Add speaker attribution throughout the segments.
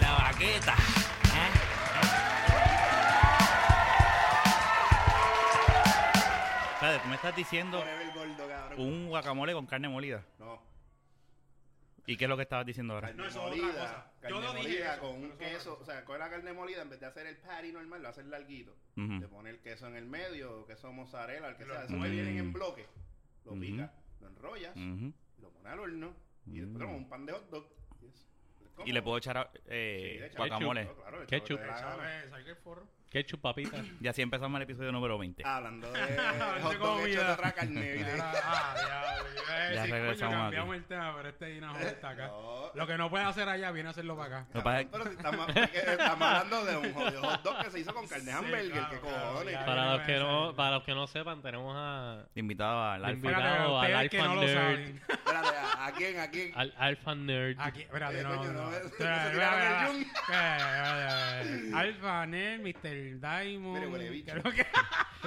Speaker 1: croqueta. Espérate, tú me estás diciendo
Speaker 2: Poneme el gordo, cabrón.
Speaker 1: un guacamole con carne molida.
Speaker 2: No.
Speaker 1: ¿Y qué es lo que estabas diciendo ahora?
Speaker 2: Carne
Speaker 3: No, eso es otra
Speaker 2: molida,
Speaker 3: cosa. Yo
Speaker 2: carne
Speaker 3: no dije
Speaker 2: molida
Speaker 3: eso,
Speaker 2: con un
Speaker 3: pero eso es otra
Speaker 2: queso, o sea, con la carne molida, en vez de hacer el patty normal, lo haces larguito.
Speaker 1: Ujú.
Speaker 2: Te pone el queso en el medio, queso mozzarella, el que
Speaker 3: Lo-
Speaker 2: sea. Eso que vienen
Speaker 1: Mm. Mm.
Speaker 2: en bloque. Lo
Speaker 1: Ujú.
Speaker 2: picas, lo enrollas,
Speaker 1: Ujú.
Speaker 2: y lo pones al horno, y después
Speaker 1: Mm.
Speaker 2: como un pan de hot dog. Y, eso.
Speaker 1: Y le puedo
Speaker 2: Como-
Speaker 1: echar
Speaker 2: Sí,
Speaker 1: eh,
Speaker 2: le echas
Speaker 1: guacamole.
Speaker 2: ketchup, claro, le echas
Speaker 4: Ketchup.
Speaker 2: lo que te dé la
Speaker 3: Echado
Speaker 2: gana.
Speaker 3: de salir el forro.
Speaker 4: Ketchup, papita.
Speaker 1: Y así empezamos el episodio número 20.
Speaker 2: Hablando de hot dog hecho de
Speaker 3: comida.
Speaker 2: otra carne. ¿viste?
Speaker 3: Ah, diablo, yo iba a decir, coño,
Speaker 1: regresamos
Speaker 3: cambiamos
Speaker 1: aquí.
Speaker 3: el tema, pero este Dina Joel está acá.
Speaker 2: No.
Speaker 3: Lo que no puede hacer allá, viene a hacerlo para acá.
Speaker 1: Lo que pasa es-
Speaker 2: Pero si estamos, estamos hablando de un jodido hot dog que se hizo con carne
Speaker 3: Sí,
Speaker 2: hamburger,
Speaker 3: claro,
Speaker 2: que
Speaker 3: claro,
Speaker 2: cojones.
Speaker 3: ya.
Speaker 4: Para los que no, para los que no sepan, tenemos a
Speaker 1: Te invitaba al
Speaker 4: de
Speaker 1: alfa.
Speaker 4: invitado
Speaker 3: Espérate,
Speaker 4: al
Speaker 3: ustedes
Speaker 4: Alpha
Speaker 3: que no lo
Speaker 4: Nerd.
Speaker 3: saben.
Speaker 2: Espérate, ¿a, a quién? ¿A quién?
Speaker 4: al Alpha Nerd.
Speaker 3: Aquí, espérate,
Speaker 2: Eh,
Speaker 3: no,
Speaker 2: coño,
Speaker 3: no.
Speaker 2: no,
Speaker 3: Espérate,
Speaker 2: eso
Speaker 3: espérate,
Speaker 2: se tiraron el
Speaker 3: espérate. Eh,
Speaker 2: yun.
Speaker 3: Espérate, espérate. Alpha Nerd, Mr. Diamond.
Speaker 2: Mire, huele bicho.
Speaker 3: ¿qué es lo que-
Speaker 2: Te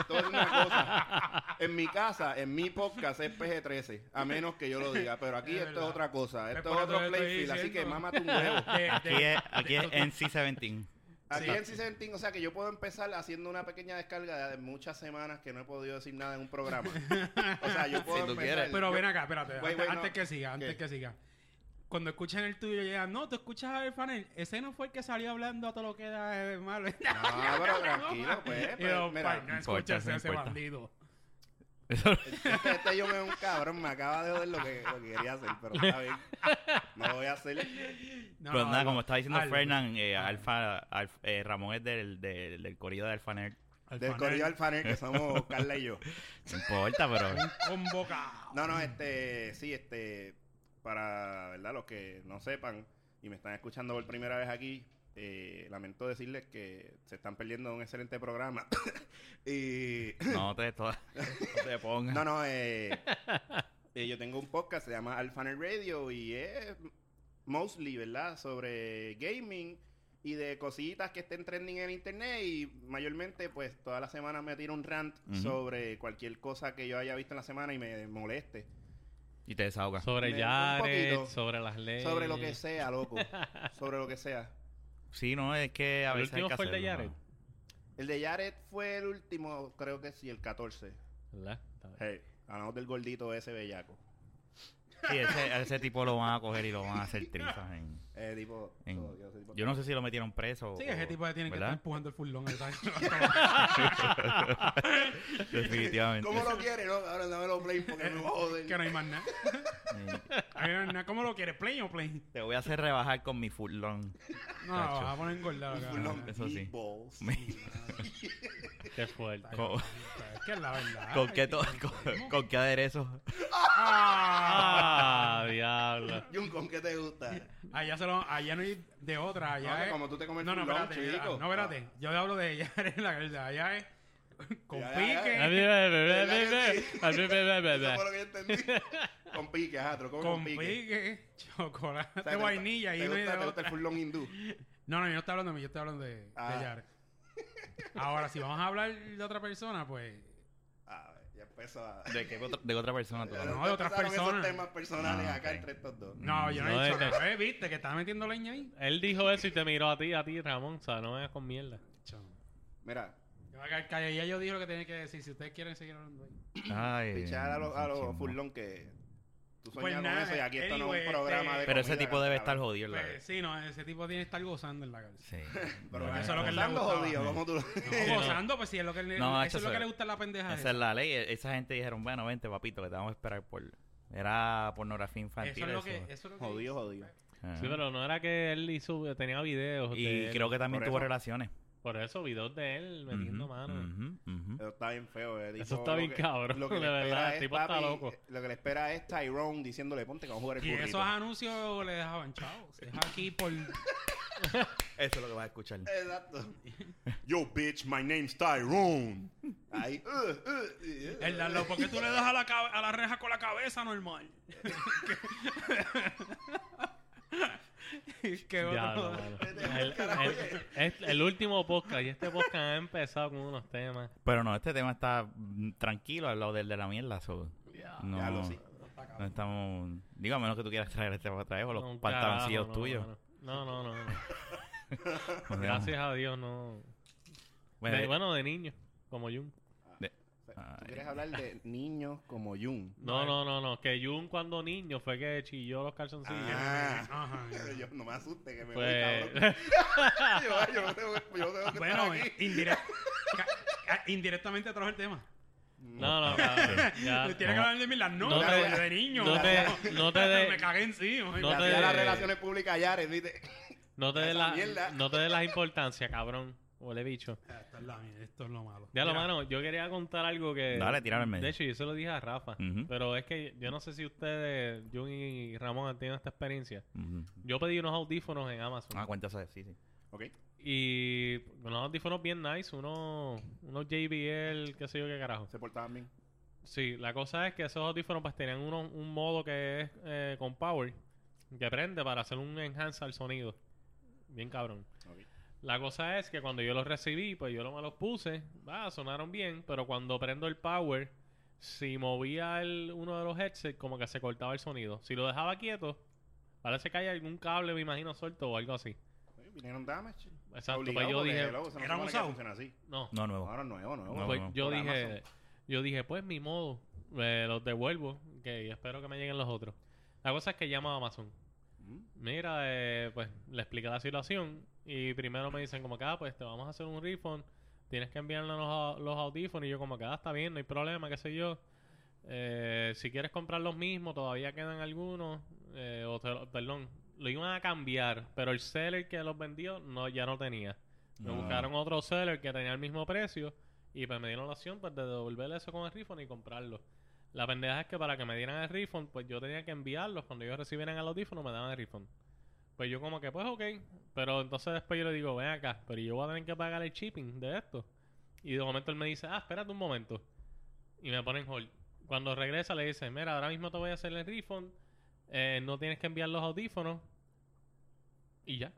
Speaker 2: voy a decir una cosa. En mi casa, en mi podcast es PG-13, a menos que yo lo diga. Pero aquí
Speaker 3: Es
Speaker 2: esto es
Speaker 3: verdad.
Speaker 2: otra cosa.
Speaker 3: Es
Speaker 2: Esto
Speaker 3: por
Speaker 2: es
Speaker 3: eso
Speaker 2: otro
Speaker 3: que estoy
Speaker 2: playfield, así que
Speaker 3: diciendo.
Speaker 2: mámate un huevo.
Speaker 3: de-
Speaker 1: Aquí
Speaker 3: de-
Speaker 1: es, aquí es NC17.
Speaker 2: Aquí
Speaker 3: Sí.
Speaker 2: en C17, o sea que yo puedo empezar haciendo una pequeña descarga de muchas semanas que no he podido decir nada en un programa. O sea, yo puedo
Speaker 1: tú
Speaker 2: empezar-
Speaker 1: quieres.
Speaker 3: Pero
Speaker 2: yo-
Speaker 3: ven acá, espérate.
Speaker 2: Wait,
Speaker 3: antes
Speaker 2: wait,
Speaker 3: antes
Speaker 2: no.
Speaker 3: que siga, antes
Speaker 2: ¿Qué?
Speaker 3: que siga. Cuando escuchan el tuyo, llegan, no, tú escuchas a Alpha Nerd. Ese no fue el que salió hablando a todo lo que era eh, malo.
Speaker 2: No, pero tranquilo, pues.
Speaker 3: Y
Speaker 2: pues,
Speaker 3: yo,
Speaker 2: mira,
Speaker 3: "Pai, no
Speaker 1: importa,
Speaker 3: escuchas
Speaker 1: no
Speaker 3: a ese
Speaker 1: importa".
Speaker 3: bandido.
Speaker 2: Este, este yo me un cabrón, me acaba de joder lo que, lo que quería hacer, pero está bien. No lo voy a hacer.
Speaker 3: No,
Speaker 1: Pero
Speaker 3: no,
Speaker 1: nada,
Speaker 3: no.
Speaker 1: como estaba diciendo
Speaker 3: Alfa.
Speaker 1: Fernan, eh, Alfa, Alf- eh, Ramón es del, del, del corrido de Alfa Nerd.
Speaker 3: Alfa
Speaker 2: Del
Speaker 3: Nerd,
Speaker 2: corrido al panel que somos Carla y yo.
Speaker 1: No importa, pero
Speaker 3: convocado.
Speaker 2: No, no, este, sí, este, para, ¿verdad? Los que no sepan y me están escuchando por primera vez aquí, eh, lamento decirles que se están perdiendo un excelente programa. y...
Speaker 1: no te, to- no te pongas.
Speaker 2: No, no, eh, eh, yo tengo un podcast, se llama Alphaner Radio y es mostly, ¿verdad? Sobre gaming y de cositas que estén trending en internet y mayormente pues todas las semanas me tiro un rant
Speaker 1: Ujú.
Speaker 2: sobre cualquier cosa que yo haya visto en la semana y me moleste.
Speaker 1: Y te desahogas.
Speaker 4: Sobre
Speaker 2: Me- un
Speaker 4: Jared,
Speaker 2: poquito.
Speaker 4: sobre las leyes.
Speaker 2: Sobre
Speaker 3: Eh.
Speaker 2: lo que sea, loco. Sobre lo que sea.
Speaker 1: Sí, no, es que a
Speaker 4: El
Speaker 1: veces. hay
Speaker 4: último
Speaker 1: que
Speaker 4: fue el de
Speaker 1: hacerlo,
Speaker 4: Jared.
Speaker 1: ¿no?
Speaker 2: El de Jared fue el último, creo que sí, el 14.
Speaker 4: ¿Verdad? Está bien.
Speaker 2: Hey, hablamos del gordito ese bellaco.
Speaker 1: Sí, ese, a ese tipo lo van a coger y lo van a hacer trizas. en-
Speaker 2: Eh, tipo,
Speaker 1: En-
Speaker 2: oh, Dios, ese tipo-
Speaker 1: Yo no sé si lo metieron preso.
Speaker 3: Sí, ese
Speaker 1: o-
Speaker 3: tipo de tienen que estar
Speaker 1: ¿verdad?
Speaker 3: empujando el furlón. ¿verdad?
Speaker 1: Definitivamente.
Speaker 2: ¿Cómo lo quiere? No, ahora dame los play porque me joden.
Speaker 3: que no hay más nada.
Speaker 1: Sí.
Speaker 3: Ahí no hay nada. ¿Cómo lo quieres? ¿Plain o plain?
Speaker 1: Te voy a hacer rebajar con mi furlón.
Speaker 3: No,
Speaker 1: Tacho.
Speaker 3: vas a poner engordado.
Speaker 2: Full
Speaker 3: cabrón.
Speaker 2: on
Speaker 1: eso sí.
Speaker 2: meatballs.
Speaker 4: Qué fuerte.
Speaker 1: Con,
Speaker 3: Es que es la verdad.
Speaker 1: con qué,
Speaker 3: Ay,
Speaker 1: to- con, con qué aderezo.
Speaker 4: Ah, diablo.
Speaker 2: Jun, ¿con qué te gusta?
Speaker 3: Allá, se lo, allá no hay de otra. Allá
Speaker 2: No, que
Speaker 3: es-
Speaker 2: como tú te comes
Speaker 3: No, no,
Speaker 2: full on,
Speaker 3: espérate.
Speaker 2: chico. Ah,
Speaker 3: No, espérate. Yo hablo de ella en la verdad. Allá es con
Speaker 2: Ya, ya,
Speaker 4: A mí
Speaker 3: pique.
Speaker 4: me- me-
Speaker 2: ¿Verdad
Speaker 4: me-
Speaker 2: que
Speaker 4: me-
Speaker 2: sí?
Speaker 4: a mí me- me- me-
Speaker 2: Eso
Speaker 4: me-
Speaker 2: fue lo que yo entendí. Con pique, ajá, te lo comes
Speaker 3: Con
Speaker 2: con pique.
Speaker 3: pique, chocolate,
Speaker 2: O sea, te gusta-
Speaker 3: vainilla y
Speaker 2: te
Speaker 3: no hay
Speaker 2: gusta,
Speaker 3: de
Speaker 2: te gusta
Speaker 3: otra.
Speaker 2: el furlón hindú.
Speaker 3: No, no, yo no estoy hablando de mí, yo estoy hablando de, de
Speaker 2: Ah.
Speaker 3: Jared. Ahora, si vamos a hablar de otra persona, pues.
Speaker 2: A ver, Ah, ya empezó a...
Speaker 1: ¿De qué otra, de qué otra persona tú
Speaker 2: Ya
Speaker 1: hablas?
Speaker 3: No, de otras
Speaker 2: empezaron esos
Speaker 3: personas.
Speaker 2: temas personales
Speaker 1: Ah,
Speaker 2: acá
Speaker 1: ok.
Speaker 2: entre estos dos.
Speaker 3: No, yo no,
Speaker 4: No,
Speaker 3: he dicho
Speaker 4: este-
Speaker 3: nada. Eh, ¿Viste que estaba metiendo leña ahí?
Speaker 4: Él dijo eso y te miró a ti, a ti, Ramón. O sea, no me hagas con mierda.
Speaker 3: Chamo.
Speaker 2: Mira,
Speaker 3: Yo voy a quedar callado, ya yo dije lo que tenía que decir. Si ustedes quieren seguir hablando ahí.
Speaker 1: Ay,
Speaker 2: pichar a los a los
Speaker 1: chismoso.
Speaker 2: furlón que... Tú
Speaker 3: Pues
Speaker 2: sueñas con
Speaker 3: nada,
Speaker 2: eso y aquí esto no es
Speaker 3: anyway,
Speaker 2: un programa
Speaker 3: este-
Speaker 2: de
Speaker 1: Pero ese
Speaker 2: comida,
Speaker 1: tipo debe estar
Speaker 2: cabrón.
Speaker 1: jodido. en la
Speaker 3: Pues, sí, no, ese tipo tiene que estar gozando en la cárcel.
Speaker 1: Sí.
Speaker 2: Pero
Speaker 3: Eso es lo que le
Speaker 2: Gozando
Speaker 3: gustaba.
Speaker 2: jodido, ¿cómo tú lo-
Speaker 3: No,
Speaker 4: Sí, no.
Speaker 3: gozando, pues sí, es lo que, le-
Speaker 1: No,
Speaker 3: eso
Speaker 1: eso
Speaker 3: es lo que
Speaker 1: es-
Speaker 3: le gusta a la pendeja.
Speaker 1: Esa es la ley. E-, Esa gente dijeron, bueno, vente, papito, que te vamos a esperar por... Era pornografía infantil.
Speaker 3: eso
Speaker 1: Eso
Speaker 3: es lo que. Eso es lo que
Speaker 2: Jodido, jodido.
Speaker 1: Ah.
Speaker 4: Sí, pero no era que él hizo, tenía videos. de
Speaker 1: Y
Speaker 4: él.
Speaker 1: creo que también
Speaker 2: por
Speaker 1: tuvo
Speaker 2: eso.
Speaker 1: relaciones.
Speaker 4: Por eso, videos de él metiendo
Speaker 1: Ujú,
Speaker 4: mano.
Speaker 1: ujú, ujú.
Speaker 2: Eso está bien feo, eh.
Speaker 4: Eso
Speaker 2: Tipo,
Speaker 4: está
Speaker 2: lo
Speaker 4: bien
Speaker 2: que-
Speaker 4: cabrón,
Speaker 2: Lo que
Speaker 4: de
Speaker 2: le
Speaker 4: verdad,
Speaker 2: espera
Speaker 4: el
Speaker 2: es,
Speaker 4: tipo está
Speaker 2: papi, eh,
Speaker 4: loco.
Speaker 2: Lo que le espera es Tyrone diciéndole, ponte que vamos a jugar el
Speaker 3: Y
Speaker 2: burrito.
Speaker 3: esos anuncios le dejaban chavos. Es aquí por.
Speaker 1: Eso es lo que vas a escuchar.
Speaker 2: Exacto. Yo, bitch, my name's Tyrone. Ahí. uh, uh, uh.
Speaker 3: El Lalo, ¿Por qué tú le das a la, cabe- a la reja con la cabeza normal? qué
Speaker 4: Diablo,
Speaker 3: bueno.
Speaker 4: mano. El, el- es el último podcast y este podcast ha empezado con unos temas.
Speaker 1: Pero no, este tema está mm, tranquilo al lado del de la mierda. so, No,
Speaker 2: Ya lo sí.
Speaker 1: no estamos... Digo, a menos que tú quieras traer este para traer o los
Speaker 4: No, un
Speaker 1: pantaloncillos
Speaker 4: carajo, no,
Speaker 1: tuyos. Pues,
Speaker 4: mano. No, no, no. no. Gracias a Dios, no.
Speaker 1: Bueno, eh.
Speaker 4: de, bueno, de niño, como Jun.
Speaker 2: O sea, ¿Tú quieres hablar de niños como Jun?
Speaker 1: eh.
Speaker 4: No, no, no, no. Que Jun cuando niño fue que chilló los calzoncillos.
Speaker 2: Ah,
Speaker 3: Ajá.
Speaker 2: pero yo no me asuste que me voy,
Speaker 4: Pues-
Speaker 2: cabrón. yo, yo no tengo, yo no tengo que
Speaker 3: Bueno,
Speaker 2: estar aquí.
Speaker 3: indirect- ca- ca- indirectamente trajo el tema.
Speaker 4: No, no,
Speaker 1: Ah.
Speaker 4: cabrón, ya.
Speaker 3: Tienes que hablar de mí las no,
Speaker 4: No
Speaker 3: de,
Speaker 2: te-
Speaker 3: de niño.
Speaker 4: no te- no te de-
Speaker 3: Me cagué encima.
Speaker 4: No
Speaker 2: No
Speaker 4: te-
Speaker 2: las relaciones públicas allá, ¿viste?
Speaker 4: No te des
Speaker 2: Esa
Speaker 4: la,
Speaker 2: mierda.
Speaker 4: no te des las importancias, cabrón. Huele bicho.
Speaker 3: Ah, Esto es, la mierda, esto es lo malo.
Speaker 4: Ya lo
Speaker 3: Mira,
Speaker 4: mano, yo quería contar algo que.
Speaker 1: Dale, tíralo en medio.
Speaker 4: De hecho, yo se lo dije a Rafa.
Speaker 1: Ujú.
Speaker 4: Pero es que yo no sé si ustedes, Jun y Ramón, han tenido esta experiencia.
Speaker 1: ujú.
Speaker 4: Yo pedí unos audífonos en Amazon.
Speaker 1: Ah, cuéntase, sí, sí.
Speaker 2: Ok.
Speaker 4: Y unos audífonos bien nice, unos, unos JBL, qué sé yo qué carajo.
Speaker 2: Se portaban bien.
Speaker 4: Sí, la cosa es que esos audífonos pues tenían uno- un modo que es eh, con power, que prende para hacer un enhance al sonido. Bien cabrón.
Speaker 2: Ok.
Speaker 4: La cosa es que cuando yo los recibí, pues yo no me los puse, ah, sonaron bien, pero cuando prendo el power, si movía el, uno de los headsets, como que se cortaba el sonido. Si lo dejaba quieto, parece que hay algún cable, me imagino, suelto o algo así.
Speaker 2: Eh, Vinieron damage.
Speaker 4: Exacto, pues
Speaker 2: Obligado,
Speaker 4: yo
Speaker 2: porque,
Speaker 4: dije,
Speaker 2: hello, eso no se
Speaker 3: ¿eran
Speaker 2: supone que
Speaker 3: usados?
Speaker 2: funciona así.
Speaker 4: no,
Speaker 1: No, nuevo.
Speaker 2: Ahora nuevo, nuevo.
Speaker 1: No,
Speaker 4: pues
Speaker 1: no.
Speaker 4: yo
Speaker 2: Por
Speaker 4: dije,
Speaker 2: Amazon.
Speaker 4: yo dije, pues mi modo, eh, los devuelvo, que y espero que me lleguen los otros. La cosa es que llamo a Amazon.
Speaker 2: Mm.
Speaker 4: Mira, eh, pues le expliqué la situación y primero me dicen como que, ah, pues te vamos a hacer un refund, tienes que enviarnos los, au- los audífonos y yo como que, ah, está bien, no hay problema, qué sé yo. Eh, si quieres comprar los mismos, todavía quedan algunos, eh, o te lo- perdón, lo iban a cambiar, pero el seller que los vendió no ya no tenía. Me
Speaker 1: Ah.
Speaker 4: buscaron otro seller que tenía el mismo precio y pues me dieron la opción pues, de devolverle eso con el refund y comprarlo. La pendeja es que para que me dieran el refund, pues yo tenía que enviarlos. Cuando ellos recibieran el audífono, me daban el refund. Pues yo como que, pues ok. Pero entonces después yo le digo, ven acá, pero yo voy a tener que pagar el shipping de esto. Y de momento él me dice, ah, espérate un momento. Y me ponen hold. Cuando regresa le dice, mira, ahora mismo te voy a hacer el refund. Eh, no tienes que enviar los audífonos. Y ya.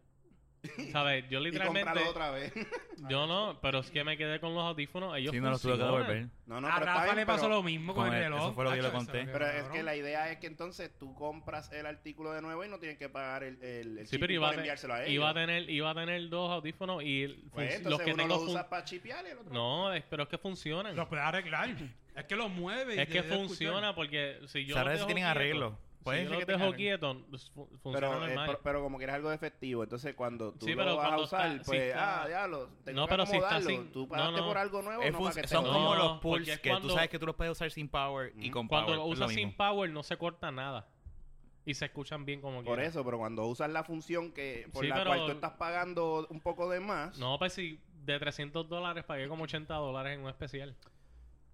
Speaker 4: ¿Sabes? Yo
Speaker 2: Y
Speaker 4: literalmente...
Speaker 2: comprarlo otra vez.
Speaker 4: Yo no, pero es que me quedé con los audífonos. Ellos
Speaker 1: Sí, no los tuve que
Speaker 4: funcionan.
Speaker 1: devolver.
Speaker 2: No, no,
Speaker 3: a
Speaker 2: pero está
Speaker 3: Rafa
Speaker 2: bien,
Speaker 3: le pasó
Speaker 2: pero-
Speaker 3: lo mismo con,
Speaker 1: con
Speaker 3: el
Speaker 1: el-
Speaker 3: reloj.
Speaker 1: eso fue lo que yo le
Speaker 3: Hacho, eso
Speaker 1: conté.
Speaker 3: lo que-
Speaker 2: Pero es
Speaker 3: cabrón.
Speaker 2: que la idea es que entonces tú compras el artículo de nuevo y no tienes que pagar el, el, el
Speaker 4: Sí,
Speaker 2: shipping
Speaker 4: pero iba a,
Speaker 2: para
Speaker 4: te-
Speaker 2: enviárselo a ellos.
Speaker 4: iba a tener, iba a tener dos audífonos y el-
Speaker 2: Pues
Speaker 4: fun-
Speaker 2: entonces
Speaker 4: los que
Speaker 2: uno
Speaker 4: tengo
Speaker 2: lo
Speaker 4: fun-
Speaker 2: usa para chipear y el otro.
Speaker 4: no, es- pero es que funcionan.
Speaker 3: Lo puede arreglar. Es que lo mueve. y
Speaker 4: es
Speaker 3: deja
Speaker 4: que
Speaker 3: de escuchar.
Speaker 4: funciona porque si
Speaker 1: O
Speaker 4: yo
Speaker 1: sea, ahora
Speaker 4: los
Speaker 1: sí
Speaker 4: dejo
Speaker 1: tienen
Speaker 4: quietos-
Speaker 1: arreglo. Puede
Speaker 4: si
Speaker 1: ser
Speaker 4: yo los
Speaker 1: que tengan
Speaker 4: dejo
Speaker 1: arreglo.
Speaker 4: quietos, fun- funciona
Speaker 2: Pero, eh,
Speaker 4: normal.
Speaker 2: pero, pero como quieres algo efectivo, entonces cuando tú
Speaker 4: Sí,
Speaker 2: lo
Speaker 4: pero
Speaker 2: vas a
Speaker 4: cuando
Speaker 2: usar,
Speaker 4: está- si
Speaker 2: pues,
Speaker 4: está-
Speaker 2: ah, diablo, tengo
Speaker 4: No,
Speaker 2: que
Speaker 4: pero si está
Speaker 2: acomodarlo.
Speaker 4: sin-
Speaker 2: Tú
Speaker 4: no,
Speaker 2: pagaste
Speaker 4: no.
Speaker 2: por algo nuevo,
Speaker 1: Es
Speaker 2: no
Speaker 1: fun-
Speaker 2: para que te
Speaker 1: Eh, son
Speaker 2: lo-
Speaker 1: como
Speaker 4: No,
Speaker 1: los pulls
Speaker 4: porque es
Speaker 1: que
Speaker 4: cuando-
Speaker 1: tú sabes que tú los puedes usar sin power y
Speaker 2: Mm.
Speaker 1: con
Speaker 4: Cuando
Speaker 1: power.
Speaker 4: lo
Speaker 1: es
Speaker 4: usas
Speaker 1: mismo.
Speaker 4: sin power no se corta nada y se escuchan bien como
Speaker 2: Por
Speaker 4: quiera.
Speaker 2: eso, pero cuando usas la función que por
Speaker 4: Sí,
Speaker 2: la
Speaker 4: pero-
Speaker 2: cual tú estás pagando un poco de más,
Speaker 4: No, pues si de 300 dólares pagué como 80 dólares en un especial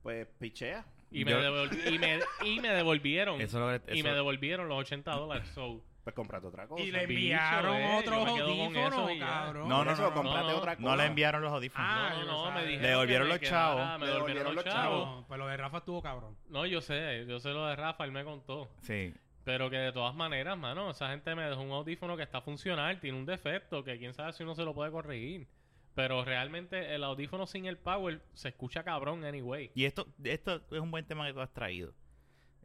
Speaker 2: pues pichea.
Speaker 4: y me,
Speaker 1: Yo-
Speaker 4: devolv- y me, y me devolvieron
Speaker 1: Eso lo- eso-
Speaker 4: y me devolvieron los 80 dólares. So,
Speaker 2: Pues cómprate otra cosa.
Speaker 3: Y le
Speaker 4: Oh, Bicho,
Speaker 3: enviaron
Speaker 4: eh,
Speaker 3: otros
Speaker 4: yo me quedo con eso
Speaker 3: audífonos,
Speaker 4: y ya.
Speaker 3: cabrón.
Speaker 1: No,
Speaker 2: Por
Speaker 1: no,
Speaker 2: eso,
Speaker 1: no, no,
Speaker 2: cómprate
Speaker 4: no.
Speaker 2: otra cosa.
Speaker 1: No le enviaron los audífonos.
Speaker 3: Ah,
Speaker 4: no,
Speaker 3: yo
Speaker 4: no,
Speaker 3: no
Speaker 4: me
Speaker 3: sabía.
Speaker 4: dijeron.
Speaker 1: Le devolvieron
Speaker 4: que
Speaker 1: los
Speaker 4: me
Speaker 1: chavos.
Speaker 4: quedara- Me
Speaker 2: Le
Speaker 4: devolvieron
Speaker 2: devolvieron
Speaker 4: los
Speaker 2: los
Speaker 4: chavos.
Speaker 3: Pero lo de Rafa estuvo cabrón.
Speaker 4: No, yo sé, yo sé lo de Rafa, él me contó.
Speaker 1: Sí.
Speaker 4: Pero que de todas maneras, mano, esa gente me dejó un audífono que está funcional, tiene un defecto, que quién sabe si uno se lo puede corregir. Pero realmente el audífono sin el power se escucha cabrón anyway.
Speaker 1: Y esto, esto es un buen tema que tú has traído.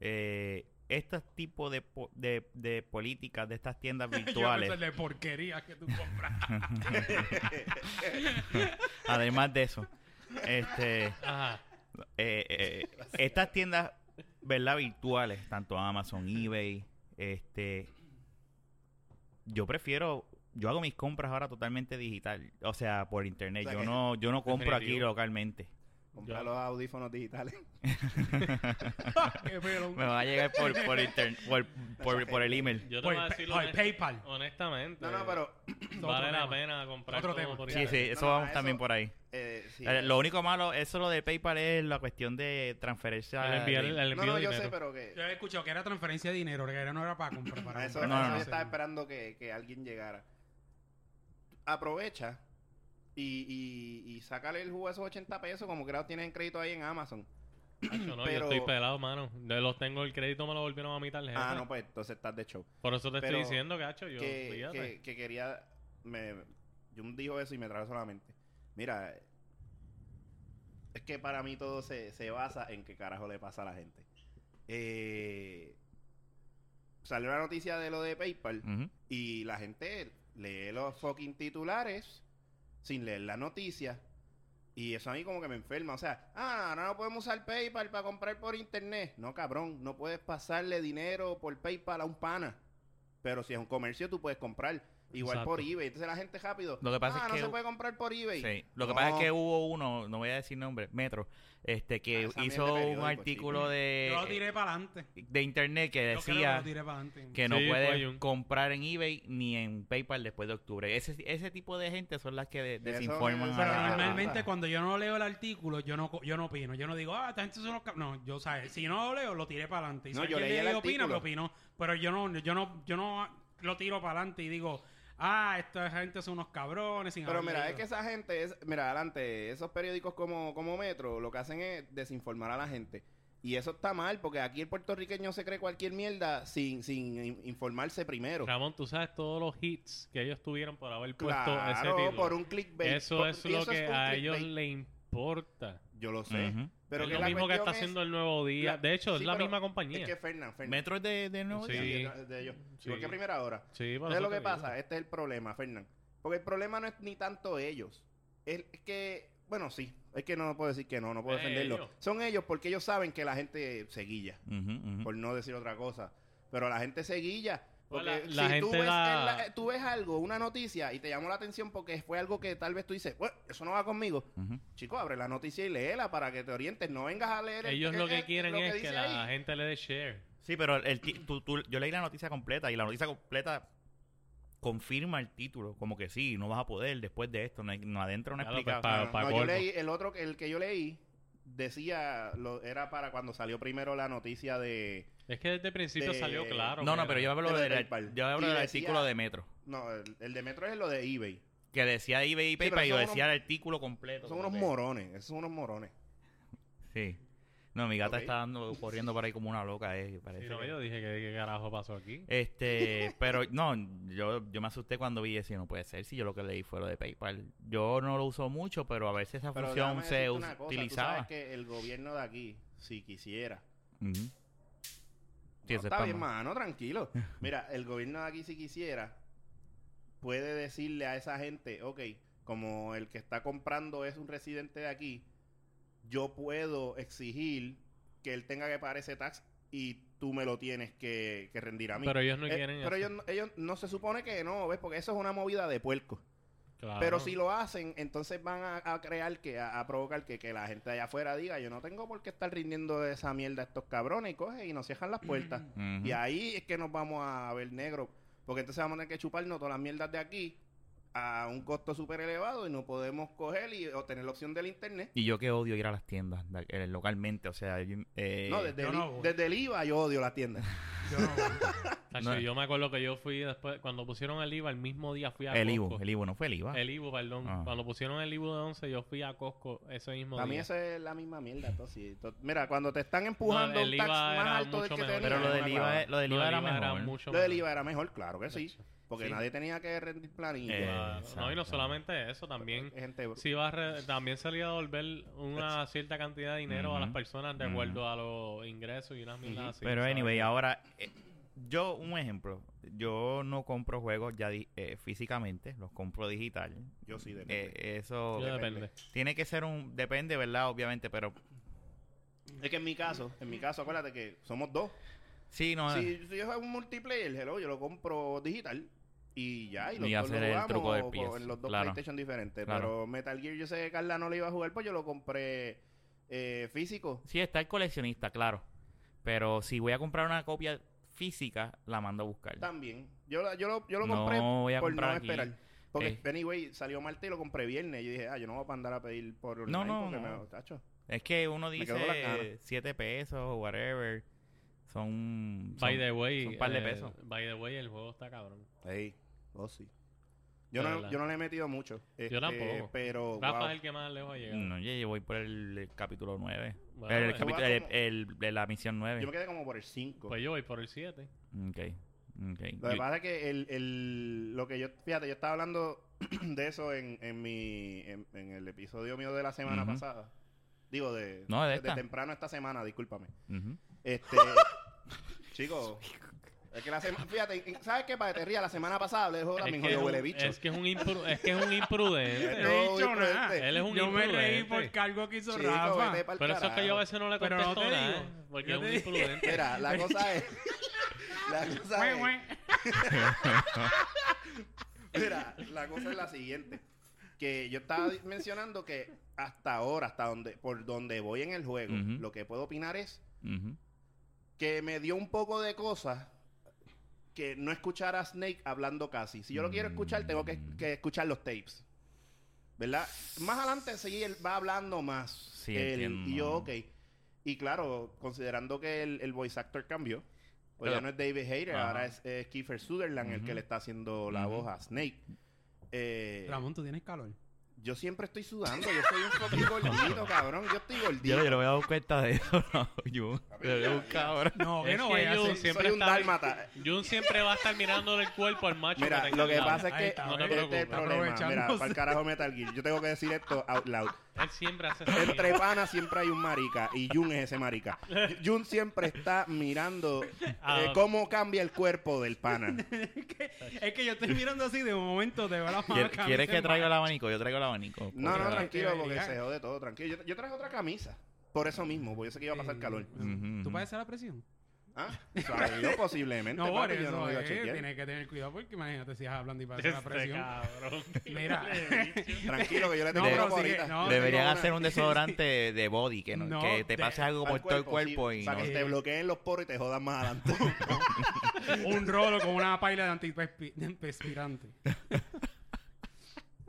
Speaker 1: Eh, este tipo de, po- de, de políticas de estas tiendas
Speaker 3: Yo
Speaker 1: virtuales,
Speaker 3: pensé de porquería que tú compras.
Speaker 1: además de eso, este,
Speaker 4: Ajá.
Speaker 1: eh, eh, estas tiendas ¿verdad? virtuales, tanto Amazon, eBay, este, yo prefiero, yo hago mis compras ahora totalmente digital, o sea, por internet.
Speaker 2: O sea
Speaker 1: yo
Speaker 2: que-
Speaker 1: no, yo no compro aquí
Speaker 4: Definitivo.
Speaker 1: localmente.
Speaker 2: Compra
Speaker 4: Yo-
Speaker 2: los audífonos digitales.
Speaker 3: Qué pelón.
Speaker 1: Me va a llegar por, por, internet, por, por, por el email.
Speaker 4: Yo te
Speaker 3: Por
Speaker 4: voy
Speaker 3: pa-
Speaker 4: a decir
Speaker 1: pues,
Speaker 4: lo
Speaker 3: por
Speaker 4: honest-
Speaker 3: PayPal.
Speaker 4: honestamente.
Speaker 2: No, no, pero
Speaker 4: Vale
Speaker 3: Otro
Speaker 4: la
Speaker 3: tema.
Speaker 4: pena comprar
Speaker 3: Otro
Speaker 4: todo
Speaker 3: tema.
Speaker 4: por
Speaker 1: Sí,
Speaker 4: internet.
Speaker 1: sí,
Speaker 2: no,
Speaker 1: eso
Speaker 2: no,
Speaker 1: vamos
Speaker 2: eso-
Speaker 1: también por ahí.
Speaker 2: eh, sí.
Speaker 1: Eh, Lo único malo, eso lo de PayPal es la cuestión de transferencia.
Speaker 4: El enviar el,
Speaker 1: de-
Speaker 4: el
Speaker 2: No,
Speaker 4: envío
Speaker 2: no,
Speaker 4: de
Speaker 2: yo
Speaker 4: dinero.
Speaker 2: sé, pero que
Speaker 3: Yo he escuchado que era transferencia de dinero, que era no era para comprar. Para
Speaker 2: a eso,
Speaker 1: No,
Speaker 2: a
Speaker 3: comprar,
Speaker 1: no,
Speaker 2: eso
Speaker 1: no.
Speaker 2: yo estaba esperando que, que alguien llegara. Aprovecha y, y, y sácale el jugo a esos 80 pesos, como que ahora tienen en crédito ahí en Amazon.
Speaker 4: Nacho, no,
Speaker 2: pero-
Speaker 4: Yo estoy pelado, mano. De los tengo el crédito, me lo volvieron a mi tarjeta.
Speaker 2: Ah, no, pues entonces estás de show.
Speaker 4: por eso te
Speaker 2: pero
Speaker 4: estoy diciendo, gacho. Yo,
Speaker 2: que,
Speaker 4: fíjate.
Speaker 2: que, que quería. Me, yo me dijo eso y me trajo solamente. Mira, eh, es que para mí todo se, se basa en qué carajo le pasa a la gente. Eh, salió la noticia de lo de PayPal
Speaker 1: Ujú.
Speaker 2: y la gente lee los fucking titulares sin leer la noticia. Y eso a mí como que me enferma. O sea, ah, ahora no podemos usar PayPal para comprar por internet. No, cabrón, no puedes pasarle dinero por PayPal a un pana. Pero si es un comercio, tú puedes comprar. Igual
Speaker 4: Exacto.
Speaker 2: por eBay. Entonces la gente rápido.
Speaker 1: Lo que pasa
Speaker 2: ah,
Speaker 1: es
Speaker 2: no
Speaker 1: que-
Speaker 2: se puede comprar por eBay.
Speaker 1: Sí. Lo que
Speaker 2: No.
Speaker 1: pasa es que hubo uno, no voy a decir nombre, Metro, este
Speaker 2: Ah,
Speaker 1: que
Speaker 2: esa mierda de
Speaker 1: hizo un
Speaker 2: periódico,
Speaker 1: artículo
Speaker 2: chico.
Speaker 1: de,
Speaker 2: Eh,
Speaker 3: Yo lo tiré para adelante.
Speaker 1: de internet que
Speaker 3: Yo creo que
Speaker 1: decía
Speaker 3: lo tiré para adelante.
Speaker 1: que no
Speaker 4: Sí,
Speaker 1: puede
Speaker 4: fue un-
Speaker 1: comprar en eBay ni en PayPal después de octubre. Ese, ese tipo de gente son las que de-
Speaker 2: Eso
Speaker 1: desinforman.
Speaker 2: es-
Speaker 1: a
Speaker 3: Pero
Speaker 1: la-
Speaker 3: normalmente cuando yo no leo el artículo, yo no, co- yo no opino. Yo no digo, ah, esta gente son los... cab-". No, yo, ¿sabes? Si no lo leo, lo tiré para adelante. Y
Speaker 2: No,
Speaker 3: si
Speaker 2: yo
Speaker 3: alguien
Speaker 2: leí el
Speaker 3: le opina, me
Speaker 2: artículo.
Speaker 3: opinó. Pero yo no, yo no, yo no lo tiro para adelante y digo, ah, esta gente son unos cabrones. Sin
Speaker 2: Pero
Speaker 3: haber
Speaker 2: mira, es
Speaker 3: leído".
Speaker 2: que esa gente es, mira, adelante, esos periódicos como, como Metro lo que hacen es desinformar a la gente. Y eso está mal, porque aquí el puertorriqueño se cree cualquier mierda sin, sin in- informarse primero.
Speaker 4: Ramón, tú sabes todos los hits que ellos tuvieron por haber puesto ese
Speaker 2: Claro,
Speaker 4: título.
Speaker 2: por un clickbait.
Speaker 4: eso
Speaker 2: Por-
Speaker 4: es
Speaker 2: y
Speaker 4: lo
Speaker 2: eso
Speaker 4: que
Speaker 2: un
Speaker 4: a
Speaker 2: clickbait.
Speaker 4: ellos le importa.
Speaker 2: Yo lo sé.
Speaker 1: Ujú.
Speaker 2: Pero
Speaker 4: es
Speaker 2: que
Speaker 4: lo
Speaker 2: la
Speaker 4: mismo que está
Speaker 2: cuestión es-
Speaker 4: haciendo el nuevo día.
Speaker 2: la-
Speaker 4: de hecho, es
Speaker 2: sí,
Speaker 4: la
Speaker 2: pero
Speaker 4: misma
Speaker 2: Es
Speaker 4: compañía.
Speaker 2: que Fernan, Fernan.
Speaker 1: Metro es de, de Nuevo
Speaker 4: Sí.
Speaker 1: Día.
Speaker 2: Sí, de- de ellos.
Speaker 4: Sí.
Speaker 2: Igual que primera hora.
Speaker 4: Sí, para
Speaker 2: ¿Sabes
Speaker 4: eso
Speaker 2: lo
Speaker 4: te
Speaker 2: que
Speaker 4: digo.
Speaker 2: pasa? Este es el problema, Fernán. Porque el problema no es ni tanto ellos. Es es que, bueno, sí. Es que no puedo decir que no, no puedo
Speaker 4: Eh,
Speaker 2: defenderlo.
Speaker 4: ellos.
Speaker 2: Son ellos porque ellos saben que la gente se guilla,
Speaker 1: Ujú, ujú.
Speaker 2: por no decir otra cosa. Pero la gente se guilla. Porque
Speaker 4: Bueno, la- la
Speaker 2: si tú
Speaker 4: gente
Speaker 2: ves,
Speaker 4: la-
Speaker 2: en la- eh, tú ves algo, una noticia, y te llamó la atención porque fue algo que tal vez tú dices, bueno, eso no va conmigo.
Speaker 1: Ujú.
Speaker 2: Chico, abre la noticia y léela para que te orientes. No vengas a leer el-
Speaker 4: Ellos
Speaker 2: eh,
Speaker 4: lo que
Speaker 2: eh,
Speaker 4: quieren
Speaker 2: lo
Speaker 4: es que
Speaker 2: dice
Speaker 4: la
Speaker 2: ahí.
Speaker 4: gente le dé share.
Speaker 1: Sí, pero el ti- tú- tú- yo leí la noticia completa y la noticia completa confirma el título. Como que sí, no vas a poder después de esto. No, hay- no adentro no
Speaker 4: Claro,
Speaker 1: explica.
Speaker 4: pues, para-
Speaker 2: No,
Speaker 4: para
Speaker 2: no, yo
Speaker 4: colmo.
Speaker 2: leí el otro, el que yo leí decía lo, era para cuando salió primero la noticia de
Speaker 4: Es que desde el principio
Speaker 2: De-
Speaker 4: salió claro.
Speaker 1: no, no,
Speaker 4: mira.
Speaker 1: pero yo hablo,
Speaker 2: Pero de
Speaker 1: del,
Speaker 2: PayPal.
Speaker 1: yo hablo
Speaker 2: Y
Speaker 1: del
Speaker 2: decía-
Speaker 1: artículo de Metro.
Speaker 2: no el, el de metro es lo de eBay.
Speaker 1: Que decía eBay y
Speaker 2: pero
Speaker 1: PayPal y yo
Speaker 2: son
Speaker 1: decía
Speaker 2: unos-
Speaker 1: el artículo completo.
Speaker 2: Son unos
Speaker 1: como que-
Speaker 2: morones, esos son unos morones.
Speaker 1: Sí. No, mi gata
Speaker 2: Ok.
Speaker 1: está dando, corriendo por ahí como una loca. eh, parece
Speaker 4: Sí, no,
Speaker 1: que-
Speaker 4: yo dije que qué carajo pasó aquí.
Speaker 1: Este, pero no, yo, yo me asusté cuando vi eso y no puede ser, si yo lo que leí fue lo de PayPal. Yo no lo uso mucho, pero a veces esa
Speaker 2: Pero
Speaker 1: función
Speaker 2: déjame
Speaker 1: se
Speaker 2: decirte
Speaker 1: us-
Speaker 2: una cosa, tú
Speaker 1: utilizaba.
Speaker 2: sabes que el gobierno de aquí, si quisiera,
Speaker 1: Ujú. Sí,
Speaker 2: No,
Speaker 1: eso es
Speaker 2: está
Speaker 1: pa-
Speaker 2: bien, mano, tranquilo. Mira, el gobierno de aquí, si quisiera, puede decirle a esa gente, ok, como el que está comprando es un residente de aquí, yo puedo exigir que él tenga que pagar ese tax y tú me lo tienes que, que rendir a mí.
Speaker 4: Pero ellos no
Speaker 2: Eh,
Speaker 4: quieren
Speaker 2: pero
Speaker 4: eso.
Speaker 2: ellos, no- ellos no se supone que no, ¿ves? Porque eso es una movida de puerco.
Speaker 4: Claro.
Speaker 2: Pero si lo hacen, entonces van a, a crear que, a, a provocar que, que la gente allá afuera diga, yo no tengo por qué estar rindiendo de esa mierda a estos cabrones y coge y nos cierran las puertas.
Speaker 1: Ujú.
Speaker 2: Y ahí es que nos vamos a ver negro. Porque entonces vamos a tener que chuparnos todas las mierdas de aquí a un costo súper elevado y no podemos coger y obtener la opción del internet.
Speaker 1: Y yo que odio ir a las tiendas da- eh, localmente, o sea, yo- eh,
Speaker 2: no, desde,
Speaker 3: yo
Speaker 2: el,
Speaker 3: no voy.
Speaker 2: desde el IVA yo odio las tiendas.
Speaker 3: Yo no voy.
Speaker 4: Tacho,
Speaker 1: no.
Speaker 4: Yo me acuerdo que yo fui después, cuando pusieron el IVA, el mismo día fui a
Speaker 1: el
Speaker 4: Costco.
Speaker 1: Ibu, el Ibu, no fue el IVA.
Speaker 4: El IVU, perdón.
Speaker 1: Ah.
Speaker 4: Cuando pusieron el IVU de 11, yo fui a Costco ese mismo
Speaker 2: Para mí
Speaker 4: día.
Speaker 2: eso es la misma mierda. todo, sí, todo. Mira, cuando te están empujando
Speaker 4: No, el
Speaker 2: un tax
Speaker 4: IVA
Speaker 2: más
Speaker 4: era
Speaker 2: alto del
Speaker 4: mucho
Speaker 2: que
Speaker 4: mejor.
Speaker 2: tenía,
Speaker 1: pero lo
Speaker 2: es
Speaker 1: del,
Speaker 2: una
Speaker 1: IVA,
Speaker 2: clavada.
Speaker 1: e- lo del
Speaker 4: No,
Speaker 1: IVA
Speaker 4: el
Speaker 1: era
Speaker 4: IVA
Speaker 1: mejor.
Speaker 4: mucho
Speaker 2: Lo del
Speaker 4: mejor.
Speaker 2: IVA era mejor, claro que sí.
Speaker 4: Tacho.
Speaker 2: Porque
Speaker 1: Sí.
Speaker 2: nadie tenía que rendir planilla.
Speaker 1: Eh,
Speaker 4: Claro. No, y no
Speaker 1: Exactamente.
Speaker 4: solamente eso, también
Speaker 2: Gente, bro-
Speaker 4: sí va a re- también se le iba a devolver una cierta cantidad de dinero a las
Speaker 1: Ujú.
Speaker 4: personas de
Speaker 1: Ujú.
Speaker 4: acuerdo a los ingresos y unas mierdas así.
Speaker 1: Pero
Speaker 4: ¿sabes?
Speaker 1: anyway, ahora eh, yo un ejemplo, yo no compro juegos ya di- eh, físicamente, los compro digital.
Speaker 2: yo sí de
Speaker 1: Eh, eso
Speaker 4: Yo depende.
Speaker 2: depende.
Speaker 1: tiene que ser un depende, ¿verdad? Obviamente, pero
Speaker 2: Es que en mi caso, en mi caso, acuérdate que somos dos.
Speaker 1: sí no
Speaker 2: Si, si yo juego un multiplayer, hello, yo lo compro digital y ya, y los
Speaker 1: Y
Speaker 2: dos lo
Speaker 1: hacer el
Speaker 2: jugamos
Speaker 1: truco del
Speaker 2: con-
Speaker 1: PS,
Speaker 2: en los dos
Speaker 1: claro.
Speaker 2: PlayStation diferentes.
Speaker 1: Claro.
Speaker 2: Pero Metal Gear, yo sé que Carla no lo iba a jugar, pues yo lo compré eh, físico.
Speaker 1: sí está el coleccionista, claro. Pero si voy a comprar una copia física, la mando a buscar.
Speaker 2: También. Yo, la- yo, lo, yo lo
Speaker 1: No
Speaker 2: compré
Speaker 1: voy a
Speaker 2: por
Speaker 1: comprar
Speaker 2: no
Speaker 1: aquí.
Speaker 2: esperar. Porque,
Speaker 1: Eh.
Speaker 2: anyway, salió martes y lo compré viernes. Yo dije, ah, yo no voy a andar a pedir por online
Speaker 1: no,
Speaker 2: porque
Speaker 1: no.
Speaker 2: me tacho.
Speaker 1: Es que uno
Speaker 2: quedó con las
Speaker 1: dice
Speaker 2: ganas.
Speaker 1: 7 pesos o whatever. Son,
Speaker 4: By
Speaker 1: son-
Speaker 4: the way,
Speaker 1: son un par de
Speaker 4: eh,
Speaker 1: pesos.
Speaker 4: by the way, el juego está cabrón.
Speaker 2: Ey, oh sí. Yo
Speaker 4: De
Speaker 2: no,
Speaker 4: verdad.
Speaker 2: yo no le he metido mucho. este,
Speaker 4: tampoco.
Speaker 2: Pero,
Speaker 4: Rafa
Speaker 2: wow.
Speaker 4: es el que más lejos ha llegado.
Speaker 1: No, Mm, yo yo voy por el, el capítulo 9.
Speaker 4: Bueno,
Speaker 1: el,
Speaker 4: pues,
Speaker 1: capítulo,
Speaker 2: Yo
Speaker 1: el,
Speaker 2: voy a
Speaker 1: el- de la misión 9.
Speaker 2: yo me quedé como por el 5.
Speaker 4: pues yo voy por el 7.
Speaker 1: Ok, ok.
Speaker 2: Lo que
Speaker 1: Yo-
Speaker 2: pasa es que el, el- lo que yo, fíjate, yo estaba hablando de eso en, en mi, en, en el episodio mío de la semana
Speaker 1: Ujú.
Speaker 2: pasada. Digo, de,
Speaker 1: No, de
Speaker 2: de
Speaker 1: esta.
Speaker 2: temprano esta semana, discúlpame.
Speaker 1: Ujú.
Speaker 2: Este, chicos, Este, Es que la sema- fíjate, ¿sabes qué? Para que te rías, la semana pasada le dijo la
Speaker 4: es,
Speaker 2: misma
Speaker 4: que es,
Speaker 2: yo
Speaker 4: un-
Speaker 2: huele bicho.
Speaker 4: es que es un impru- es que es un imprudente.
Speaker 3: No he dicho
Speaker 2: imprudente.
Speaker 3: nada.
Speaker 4: Él es un
Speaker 3: Yo me reí
Speaker 4: imprudente.
Speaker 3: por cargo que hizo
Speaker 2: Chico,
Speaker 3: Rafa.
Speaker 2: vete pa'l
Speaker 4: Pero eso es que yo a veces no le
Speaker 3: Pero no
Speaker 4: contesto
Speaker 3: te
Speaker 4: nada.
Speaker 3: digo.
Speaker 4: Porque
Speaker 3: Yo
Speaker 4: es un
Speaker 3: te digo.
Speaker 4: imprudente.
Speaker 2: Mira, la cosa es. La cosa
Speaker 3: Güey,
Speaker 2: es.
Speaker 3: güey.
Speaker 2: Mira, la cosa es la siguiente. Que yo estaba mencionando que hasta ahora, hasta donde, por donde voy en el juego,
Speaker 1: Ujú.
Speaker 2: lo que puedo opinar es
Speaker 1: Ujú.
Speaker 2: que me dio un poco de cosas que no escuchar a Snake hablando casi. Si yo lo quiero escuchar, tengo que,
Speaker 1: Mm.
Speaker 2: que escuchar los tapes. ¿Verdad? Más adelante sí, él va hablando más.
Speaker 1: Sí,
Speaker 2: Él-
Speaker 1: entiendo.
Speaker 2: y yo, ok. Y claro, considerando que el, el voice actor cambió, pues ya
Speaker 1: Claro.
Speaker 2: no es David Hayter,
Speaker 1: Ajá.
Speaker 2: ahora es, eh, Kiefer Sutherland el que
Speaker 1: Ujú.
Speaker 2: le está haciendo la
Speaker 1: Ujú.
Speaker 2: voz a Snake. Eh,
Speaker 3: Ramón, tú tienes calor.
Speaker 2: yo siempre estoy sudando, yo soy un fucking gordito, cabrón. Yo estoy
Speaker 1: Yo,
Speaker 2: gordito.
Speaker 1: yo no me he dado cuenta de eso, no. Yo,
Speaker 2: Papi,
Speaker 1: yo,
Speaker 2: ya,
Speaker 1: un
Speaker 2: ya.
Speaker 1: cabrón.
Speaker 3: No, que
Speaker 4: Es
Speaker 3: no
Speaker 4: que
Speaker 3: vaya a
Speaker 4: yo
Speaker 3: ser.
Speaker 4: siempre
Speaker 2: soy un
Speaker 4: está-
Speaker 2: dálmata.
Speaker 4: Jun siempre va a estar mirando el cuerpo al macho.
Speaker 2: Mira,
Speaker 4: tenga
Speaker 2: lo
Speaker 4: al
Speaker 2: que
Speaker 4: lado.
Speaker 2: pasa es
Speaker 3: Ahí
Speaker 2: que
Speaker 3: está,
Speaker 4: no te
Speaker 2: este es el
Speaker 4: preocupes.
Speaker 2: problema. Mira,
Speaker 3: Aprovechándose.
Speaker 2: para el carajo Metal Gear. Yo tengo que decir esto out loud.
Speaker 4: Él siempre hace esa
Speaker 2: Entre
Speaker 4: mierda.
Speaker 2: panas siempre hay un marica y Jun es ese marica. Jun siempre está mirando
Speaker 4: Ah,
Speaker 2: eh,
Speaker 4: ok.
Speaker 2: cómo cambia el cuerpo del pana.
Speaker 3: Es que yo estoy mirando así de momento, te va la mano.
Speaker 1: ¿Quieres, quieres que traiga el abanico? Yo traigo el abanico.
Speaker 2: No, no,
Speaker 1: Porque-
Speaker 2: tranquilo,
Speaker 3: Te iba a
Speaker 2: porque
Speaker 3: llegar.
Speaker 2: se jode todo, tranquilo. Yo, yo traje otra camisa. Por eso mismo, porque yo sé que iba a pasar calor.
Speaker 1: Ujú,
Speaker 3: ¿Tú
Speaker 1: ujú.
Speaker 3: padeces la presión?
Speaker 2: ¿Ah? sabe Dios, posiblemente.
Speaker 3: No, por
Speaker 2: papi, yo
Speaker 3: eso,
Speaker 2: no voy a
Speaker 3: eh,
Speaker 2: chequear.
Speaker 3: tienes que tener cuidado porque imagínate si vas hablando y padeces la
Speaker 4: Este
Speaker 3: presión.
Speaker 4: cabrón.
Speaker 3: Mira.
Speaker 2: Tranquilo, que yo le
Speaker 3: No,
Speaker 2: tengo
Speaker 1: pero
Speaker 2: ropa
Speaker 3: sigue,
Speaker 2: ahorita.
Speaker 3: no,
Speaker 1: Deberían
Speaker 2: tengo una-
Speaker 1: hacer un desodorante de body que, no-
Speaker 3: No,
Speaker 1: que te
Speaker 3: de-
Speaker 1: pase algo por
Speaker 2: al
Speaker 1: todo el
Speaker 2: sí,
Speaker 1: cuerpo y
Speaker 2: para
Speaker 1: no-
Speaker 2: que te bloqueen los poros y te jodan más adelante.
Speaker 3: Un rolo con una paila de antiperspirante.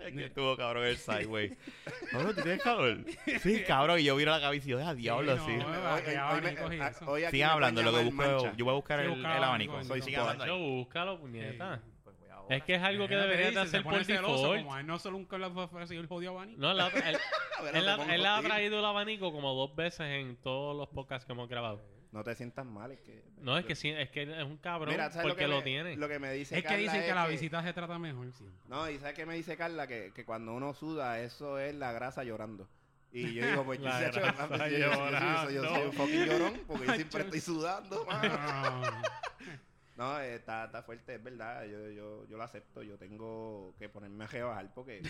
Speaker 1: Es que estuvo cabrón el sideway. Cabrón, ¿tú tienes calor? Sí, cabrón. Y yo viro la cabeza y yo, ah, diablo,
Speaker 3: no,
Speaker 1: sí.
Speaker 3: eh,
Speaker 2: Hoy- hoy- hoy me-
Speaker 3: Abanico y
Speaker 2: a-
Speaker 3: eso.
Speaker 2: hoy aquí
Speaker 1: Sigan
Speaker 2: me
Speaker 1: hablando, lo que
Speaker 2: pueden
Speaker 1: busco.
Speaker 2: llamar mancha.
Speaker 1: Yo voy a buscar
Speaker 3: Sí,
Speaker 1: el,
Speaker 3: busca
Speaker 1: el
Speaker 3: abanico,
Speaker 1: abanico.
Speaker 2: soy
Speaker 1: Sigan
Speaker 2: su
Speaker 1: hablando.
Speaker 4: Yo búscalo, puñeta.
Speaker 3: pues,
Speaker 1: ahora.
Speaker 4: Es que es algo que deberías de hacer por default.
Speaker 3: Como a él no solo un calor fue así, el jodido abanico.
Speaker 4: No, la, él,
Speaker 2: A ver,
Speaker 4: él
Speaker 2: no
Speaker 4: ha-
Speaker 2: te pongo
Speaker 4: él ha
Speaker 2: contigo.
Speaker 4: traído el abanico como dos veces en todos los podcasts que hemos grabado.
Speaker 2: No te sientas mal, es que...
Speaker 4: No, es que sí, es que es un cabrón
Speaker 2: Mira, ¿sabes
Speaker 4: porque
Speaker 2: lo,
Speaker 4: lo,
Speaker 2: que me,
Speaker 4: tiene.
Speaker 2: Lo que me dice
Speaker 3: Es que
Speaker 2: Carla
Speaker 3: dicen
Speaker 2: es
Speaker 3: que la visita se trata mejor siempre.
Speaker 2: No, y ¿sabes qué me dice Carla? Que, que cuando uno suda, eso es la grasa llorando. Y yo digo, pues yo,
Speaker 4: La
Speaker 2: sí, hecho,
Speaker 4: grasa
Speaker 2: yo- yo- yo- yo- yo- yo- yo soy un
Speaker 4: llorando.
Speaker 2: fucking llorón porque yo siempre estoy sudando, mano. Ah. No, eh, está, está fuerte, es verdad. Yo, yo, yo lo acepto. Yo tengo que ponerme a rebajar porque...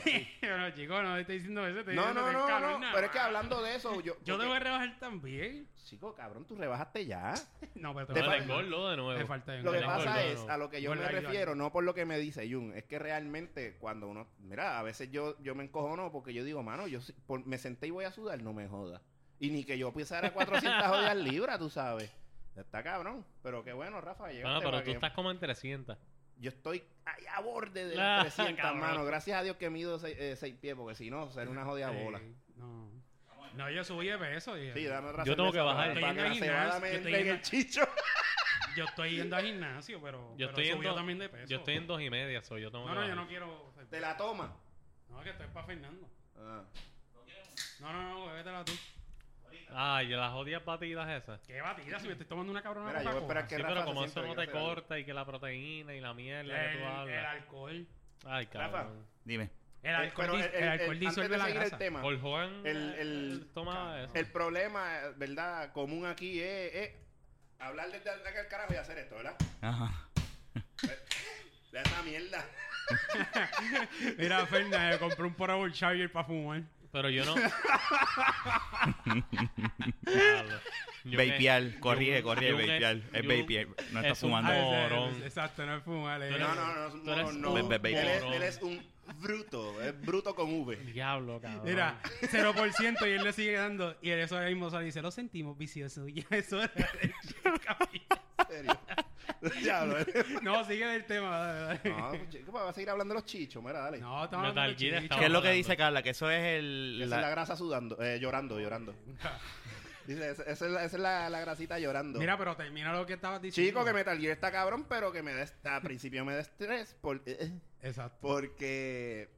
Speaker 3: Pero chicos, no estoy diciendo eso. Estoy
Speaker 2: No,
Speaker 3: diciendo
Speaker 2: no,
Speaker 3: que es
Speaker 2: no,
Speaker 3: calor
Speaker 2: no,
Speaker 3: nada
Speaker 2: Pero es que
Speaker 3: más.
Speaker 2: hablando de eso, yo...
Speaker 3: Yo
Speaker 2: porque-
Speaker 3: debo rebajar también.
Speaker 2: Chico, cabrón, tú rebajaste ya.
Speaker 3: No, pero te
Speaker 2: Te
Speaker 3: voy a
Speaker 4: No,
Speaker 2: falta-
Speaker 4: el engordo de
Speaker 3: Te
Speaker 4: nuevo.
Speaker 3: falta
Speaker 2: Lo que
Speaker 4: no,
Speaker 2: pasa
Speaker 4: no,
Speaker 2: es,
Speaker 4: no.
Speaker 2: a lo que yo
Speaker 3: Vuelve
Speaker 2: me
Speaker 3: a ayudar.
Speaker 2: refiero, no por lo que me dice Jun, es que realmente cuando uno, mira, a veces yo, yo me encojono porque yo digo, mano, yo si- por- me senté y voy a sudar, no me joda. Y ni que yo pisara 400 jodidas libras, tú sabes. Está cabrón, pero qué bueno, Rafa,
Speaker 4: Bueno,
Speaker 2: llegaste
Speaker 4: pero
Speaker 2: para
Speaker 4: tú
Speaker 2: que-
Speaker 4: estás como en 300.
Speaker 2: Yo estoy ahí a borde de
Speaker 4: Ah,
Speaker 2: las 300,
Speaker 4: cabrón.
Speaker 2: mano. Gracias a Dios que mido 6 pies, porque si no, será una jodida bola.
Speaker 3: Sí, No. No, yo subí de peso. y-
Speaker 2: Sí, dame otra
Speaker 4: Yo tengo
Speaker 2: cerveza
Speaker 4: que
Speaker 2: para- Para
Speaker 4: bajar.
Speaker 2: que la
Speaker 3: Estoy yendo al
Speaker 2: cebada
Speaker 3: gimnasio,
Speaker 2: me
Speaker 3: yo estoy
Speaker 2: entre en
Speaker 3: yendo-
Speaker 2: el chicho.
Speaker 3: Yo estoy yendo al gimnasio, pero,
Speaker 4: Yo
Speaker 3: pero
Speaker 4: estoy en
Speaker 3: subió
Speaker 4: dos-
Speaker 3: también de peso.
Speaker 4: Yo estoy en dos y media, soy yo tengo
Speaker 3: No,
Speaker 4: que
Speaker 3: no, yo
Speaker 4: bajar.
Speaker 3: no quiero...
Speaker 2: Te la toma.
Speaker 3: No, es que estoy para Fernando.
Speaker 2: Ah.
Speaker 3: No, no, no, bébetela tú.
Speaker 4: Ay, Ah, las odias batidas esas.
Speaker 3: Qué batida, si me estoy tomando una cabrona
Speaker 2: Mira, yo voy a
Speaker 3: Coca-Cola.
Speaker 2: esperar que
Speaker 4: Sí,
Speaker 2: Rafa
Speaker 4: pero
Speaker 2: se
Speaker 4: como
Speaker 2: siente
Speaker 4: eso no
Speaker 2: que
Speaker 4: te
Speaker 2: hace algo.
Speaker 4: corta y que la proteína y la mierda que tú
Speaker 3: El, el
Speaker 4: hablas.
Speaker 3: alcohol.
Speaker 4: Ay,
Speaker 2: Rafa.
Speaker 4: cabrón.
Speaker 1: Dime.
Speaker 3: El
Speaker 2: Eh,
Speaker 3: alcohol,
Speaker 2: pero
Speaker 3: dis-
Speaker 2: el-
Speaker 3: el
Speaker 2: el-
Speaker 3: alcohol
Speaker 2: el-
Speaker 3: disuelve
Speaker 2: antes de
Speaker 3: la
Speaker 2: seguir el
Speaker 3: grasa.
Speaker 2: tema,
Speaker 4: Por Juan
Speaker 2: El-
Speaker 4: el,
Speaker 2: el-
Speaker 4: tomaba Eh, eso.
Speaker 2: El problema, eh, ¿verdad? Común aquí es, es hablar desde aquel carajo y hacer esto, ¿verdad?
Speaker 1: Ajá.
Speaker 2: De esa mierda.
Speaker 3: Mira, Fernández, compré un portable charger para fumar.
Speaker 4: Pero yo no. Diablo. Yo me-
Speaker 1: Vapear. Corrige,
Speaker 4: yo-
Speaker 1: corrige,
Speaker 4: yo-
Speaker 1: vapear.
Speaker 4: yo-
Speaker 1: Es vapear. No
Speaker 4: es
Speaker 1: estás
Speaker 4: un-
Speaker 1: fumando.
Speaker 3: Ah, ese-
Speaker 4: Morón.
Speaker 3: Exacto, no es fumar. eh. es-
Speaker 4: Tú
Speaker 2: No,
Speaker 4: eres-
Speaker 2: no, no, es un
Speaker 4: tú eres
Speaker 2: morón,
Speaker 4: un
Speaker 2: no.
Speaker 1: Ve- ve-
Speaker 2: Él es,
Speaker 4: morón.
Speaker 2: él es un bruto, es bruto con V.
Speaker 4: Diablo, cabrón.
Speaker 3: Mira, 0% y él le sigue dando. Y eso ahora mismo sale y dice, lo sentimos vicioso. Ya es hora del chica".
Speaker 2: En serio. Diablo, eh.
Speaker 3: No, sigue del tema. dale, dale.
Speaker 2: No, pues, chico, vas a seguir hablando de los chichos, mira, dale.
Speaker 3: No, estamos
Speaker 4: Metal
Speaker 3: hablando de
Speaker 4: Gear
Speaker 3: chicha.
Speaker 1: ¿Qué es lo que
Speaker 4: hablando.
Speaker 1: dice Carla? Que eso es
Speaker 2: Esa
Speaker 1: el...
Speaker 2: es la
Speaker 1: la-
Speaker 2: grasa sudando, eh, llorando, llorando. Dice, esa, esa es, la, esa es la, la grasita llorando.
Speaker 3: Mira, pero termina lo que estabas diciendo.
Speaker 2: Chico, que Metal Gear está cabrón, pero que me da, est- al principio me da estrés por... eh,
Speaker 3: Exacto.
Speaker 2: Porque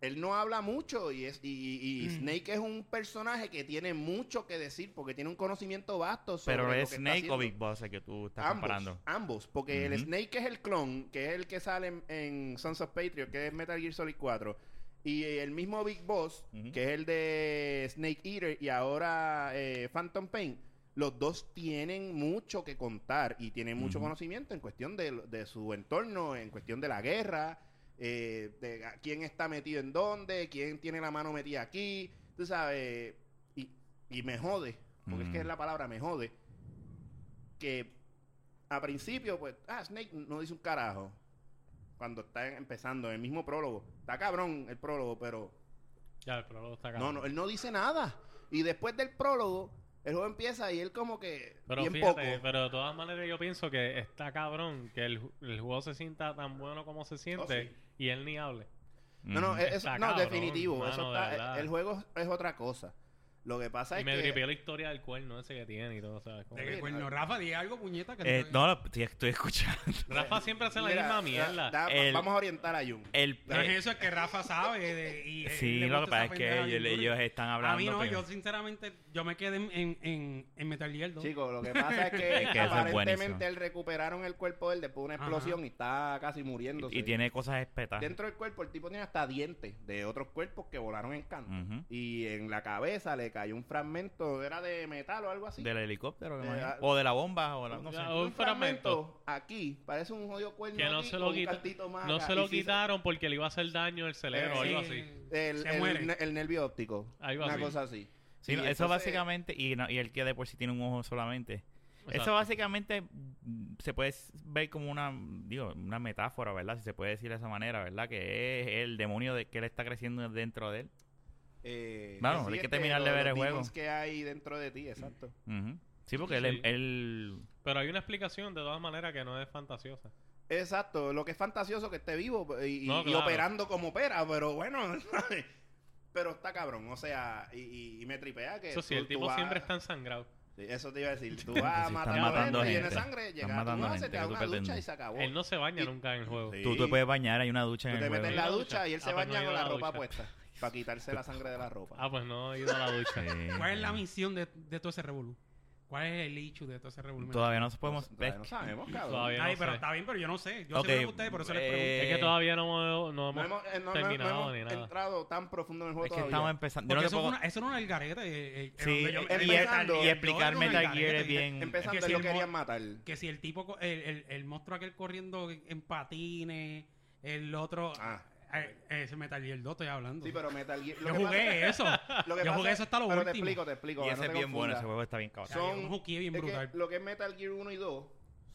Speaker 2: él no habla mucho y, es, y, y- y
Speaker 3: Mm.
Speaker 2: Snake es un personaje que tiene mucho que decir porque tiene un conocimiento vasto sobre
Speaker 1: Pero
Speaker 2: lo
Speaker 1: es
Speaker 2: que está
Speaker 1: Snake o
Speaker 2: haciendo.
Speaker 1: Big Boss el que tú estás
Speaker 2: ambos,
Speaker 1: comparando.
Speaker 2: Ambos, porque el
Speaker 1: Ujú.
Speaker 2: Snake que es el clon, que es el que sale en, en Sons of Patriot, que es Metal Gear Solid 4, y el mismo Big Boss,
Speaker 1: Ujú.
Speaker 2: que es el de Snake Eater y ahora eh, Phantom Pain, los dos tienen mucho que contar y tienen mucho
Speaker 1: Ujú.
Speaker 2: conocimiento en cuestión de, de su entorno, en cuestión de la guerra, eh, de a- quién está metido en dónde, quién tiene la mano metida aquí, tú sabes, y, y me jode, porque es que
Speaker 1: Ujú.
Speaker 2: es la palabra, me jode, que a principio, pues, ah, Snake no dice un carajo, cuando está en- empezando, el mismo prólogo, está cabrón el prólogo, pero...
Speaker 4: Ya, el prólogo está acá.
Speaker 2: No, no, él no dice nada. Y después del prólogo, el juego empieza y él como que
Speaker 4: Pero
Speaker 2: bien
Speaker 4: fíjate,
Speaker 2: poco.
Speaker 4: pero de todas maneras yo pienso que está cabrón que el, ju- el juego se sienta tan bueno como se siente
Speaker 2: Oh, sí.
Speaker 4: y él ni hable.
Speaker 2: No, no,
Speaker 1: Ujú.
Speaker 2: eh, eso,
Speaker 4: Está
Speaker 2: no,
Speaker 4: cabrón,
Speaker 2: definitivo.
Speaker 4: mano,
Speaker 2: eso
Speaker 4: de
Speaker 2: está- eh,
Speaker 4: verdad.
Speaker 2: el juego es otra cosa. Lo que pasa
Speaker 4: Y
Speaker 2: es
Speaker 4: me
Speaker 2: que...
Speaker 4: tripió la historia del cuerno ese que tiene y todo, ¿sabes? Como
Speaker 3: De
Speaker 4: que-
Speaker 3: que cuerno, Rafa, di algo, puñeta. Que
Speaker 1: Eh, no, lo- estoy, estoy escuchando.
Speaker 4: Rafa siempre hace la
Speaker 2: Mira,
Speaker 4: misma
Speaker 2: da-
Speaker 4: mierda.
Speaker 2: da-
Speaker 1: El-
Speaker 2: Vamos a orientar a Jun.
Speaker 1: El,
Speaker 3: Pero es
Speaker 1: eh,
Speaker 3: eso es que Rafa sabe. de- y, eh,
Speaker 1: sí, lo que pasa es que ellos, ellos están hablando.
Speaker 3: A mí no,
Speaker 1: primero.
Speaker 3: yo sinceramente, yo me quedé en, en, en, en Metal Gear 2.
Speaker 2: Chicos, lo que pasa es que,
Speaker 1: Es que eso es buenísimo.
Speaker 2: aparentemente él recuperaron el cuerpo de él después de una
Speaker 3: Ajá.
Speaker 2: explosión y está casi muriéndose.
Speaker 1: y, y tiene cosas espetadas.
Speaker 2: Dentro del cuerpo el tipo tiene hasta dientes de otros cuerpos que volaron en canto.
Speaker 1: Ujú.
Speaker 2: Y en la cabeza le cayó un fragmento, era de metal o algo así.
Speaker 1: Del helicóptero, que
Speaker 2: Eh,
Speaker 1: imagino.
Speaker 2: ah,
Speaker 1: o de la bomba, o la, no sé.
Speaker 4: Ya, un fragmento
Speaker 2: aquí parece un jodido cuerno
Speaker 4: que no
Speaker 2: aquí
Speaker 4: se
Speaker 2: con
Speaker 4: lo,
Speaker 2: un
Speaker 4: quita-
Speaker 2: cantito más
Speaker 4: no
Speaker 2: acá.
Speaker 4: se
Speaker 2: Y
Speaker 4: lo
Speaker 2: sí,
Speaker 4: quitaron porque le iba a hacer daño el cerebro o
Speaker 2: Eh,
Speaker 4: algo
Speaker 2: sí.
Speaker 4: así.
Speaker 2: el,
Speaker 3: se
Speaker 2: el
Speaker 3: muere.
Speaker 2: ne- el nervio óptico
Speaker 4: Algo
Speaker 2: una
Speaker 4: así.
Speaker 2: cosa así
Speaker 1: Sí,
Speaker 2: Y
Speaker 1: no, eso
Speaker 2: entonces,
Speaker 1: básicamente, y, no- y el que de por sí tiene un ojo solamente. Eso
Speaker 4: Exacto.
Speaker 1: básicamente mm, se puede s- ver como una, digo, una metáfora, ¿verdad? Si se puede decir de esa manera, ¿verdad? Que es el demonio de que él está creciendo dentro de él.
Speaker 2: eh,
Speaker 1: Claro,
Speaker 2: sí,
Speaker 1: hay que
Speaker 2: este,
Speaker 1: terminar de
Speaker 2: lo-
Speaker 1: ver
Speaker 2: los
Speaker 1: el juego.
Speaker 2: demons que hay dentro de ti exacto
Speaker 1: Ujú. Sí, porque él,
Speaker 4: Sí.
Speaker 1: él-
Speaker 4: Pero hay una explicación de todas maneras que no es fantasiosa.
Speaker 2: exacto lo que es fantasioso que esté vivo y, y-
Speaker 4: No,
Speaker 2: y
Speaker 4: claro.
Speaker 2: operando como opera pero bueno ¿sabes? pero está cabrón o sea y, y- y me tripea que
Speaker 4: Eso sí,
Speaker 2: tú-
Speaker 4: el
Speaker 2: tú
Speaker 4: tipo
Speaker 2: vas-
Speaker 4: siempre está ensangrado.
Speaker 2: Sí, eso te iba a decir tú vas a
Speaker 1: Sí,
Speaker 2: matar
Speaker 1: están
Speaker 2: a
Speaker 1: matando
Speaker 2: gente, llena de
Speaker 1: gente.
Speaker 2: sangre
Speaker 1: Están
Speaker 2: llegas a tu
Speaker 1: matando
Speaker 2: casa,
Speaker 1: gente
Speaker 2: te
Speaker 1: que
Speaker 2: das
Speaker 1: tú
Speaker 2: una ducha y
Speaker 1: pretendes.
Speaker 2: se acabó
Speaker 4: Él no se baña
Speaker 2: Oh. Y-
Speaker 4: nunca en el juego.
Speaker 2: Sí.
Speaker 1: Tú te puedes bañar, hay una ducha
Speaker 2: Tú
Speaker 1: en
Speaker 2: te
Speaker 1: el
Speaker 2: metes en
Speaker 1: juego.
Speaker 2: la
Speaker 4: ¿En la
Speaker 2: ducha y él
Speaker 4: ducha?
Speaker 2: se
Speaker 4: Ah, pues no
Speaker 2: baña
Speaker 4: he
Speaker 2: con
Speaker 4: ido a
Speaker 2: la
Speaker 4: la
Speaker 2: ropa
Speaker 4: ducha.
Speaker 2: puesta para quitarse la sangre de la ropa.
Speaker 4: Ah, pues no he ido a la ducha.
Speaker 1: Sí.
Speaker 3: ¿Cuál es la misión de, de todo ese revolú? ¿Cuál es el issue de todo ese revolú?
Speaker 1: Todavía no se podemos...
Speaker 2: Todavía no sabemos, cabrón.
Speaker 4: Todavía
Speaker 3: Ay,
Speaker 4: no
Speaker 3: pero
Speaker 4: sé.
Speaker 3: está bien, pero yo no sé. Yo
Speaker 1: Ok,
Speaker 3: sé lo que ustedes, por eso les
Speaker 1: eh,
Speaker 3: pregunto.
Speaker 4: Es que todavía no hemos, no
Speaker 2: No
Speaker 4: hemos
Speaker 2: hemos, eh, no- no- no
Speaker 4: terminado
Speaker 2: hemos
Speaker 4: ni nada.
Speaker 2: entrado tan profundo en el juego
Speaker 1: Es que
Speaker 2: todavía.
Speaker 1: estamos empezando. Yo
Speaker 3: Porque
Speaker 1: no te
Speaker 3: eso,
Speaker 1: puedo-
Speaker 3: fue una- eso no era el garete. eh, eh,
Speaker 1: Sí,
Speaker 3: donde yo-
Speaker 1: y-
Speaker 3: era
Speaker 1: y-
Speaker 3: Metal
Speaker 2: empezando-
Speaker 1: y
Speaker 3: Gear,
Speaker 1: explicar
Speaker 3: yo era un
Speaker 1: Metal Gear
Speaker 3: garete,
Speaker 1: es bien...
Speaker 2: Empezando,
Speaker 3: Es que
Speaker 2: él
Speaker 3: si
Speaker 2: lo
Speaker 3: el
Speaker 2: querían
Speaker 3: mo-
Speaker 2: matar.
Speaker 3: Que si el tipo, co- el, el, el monstruo aquel corriendo en patines, el otro.
Speaker 2: Ah.
Speaker 3: eh, ese Metal Gear 2 estoy hablando.
Speaker 2: Sí, pero Metal Gear... lo
Speaker 3: yo
Speaker 2: que
Speaker 3: jugué eso.
Speaker 2: pasa- lo que
Speaker 3: yo
Speaker 2: pasa
Speaker 3: jugué
Speaker 2: es-
Speaker 3: eso hasta lo
Speaker 2: pero
Speaker 3: último.
Speaker 2: te explico, te explico.
Speaker 1: Y
Speaker 2: para
Speaker 1: ese
Speaker 2: no
Speaker 1: es
Speaker 2: te
Speaker 1: bien bueno, ese
Speaker 2: confundas.
Speaker 1: juego está bien cabrón.
Speaker 2: Son-
Speaker 3: un juqueo bien
Speaker 2: Es que
Speaker 3: brutal.
Speaker 2: lo que es Metal Gear 1 y 2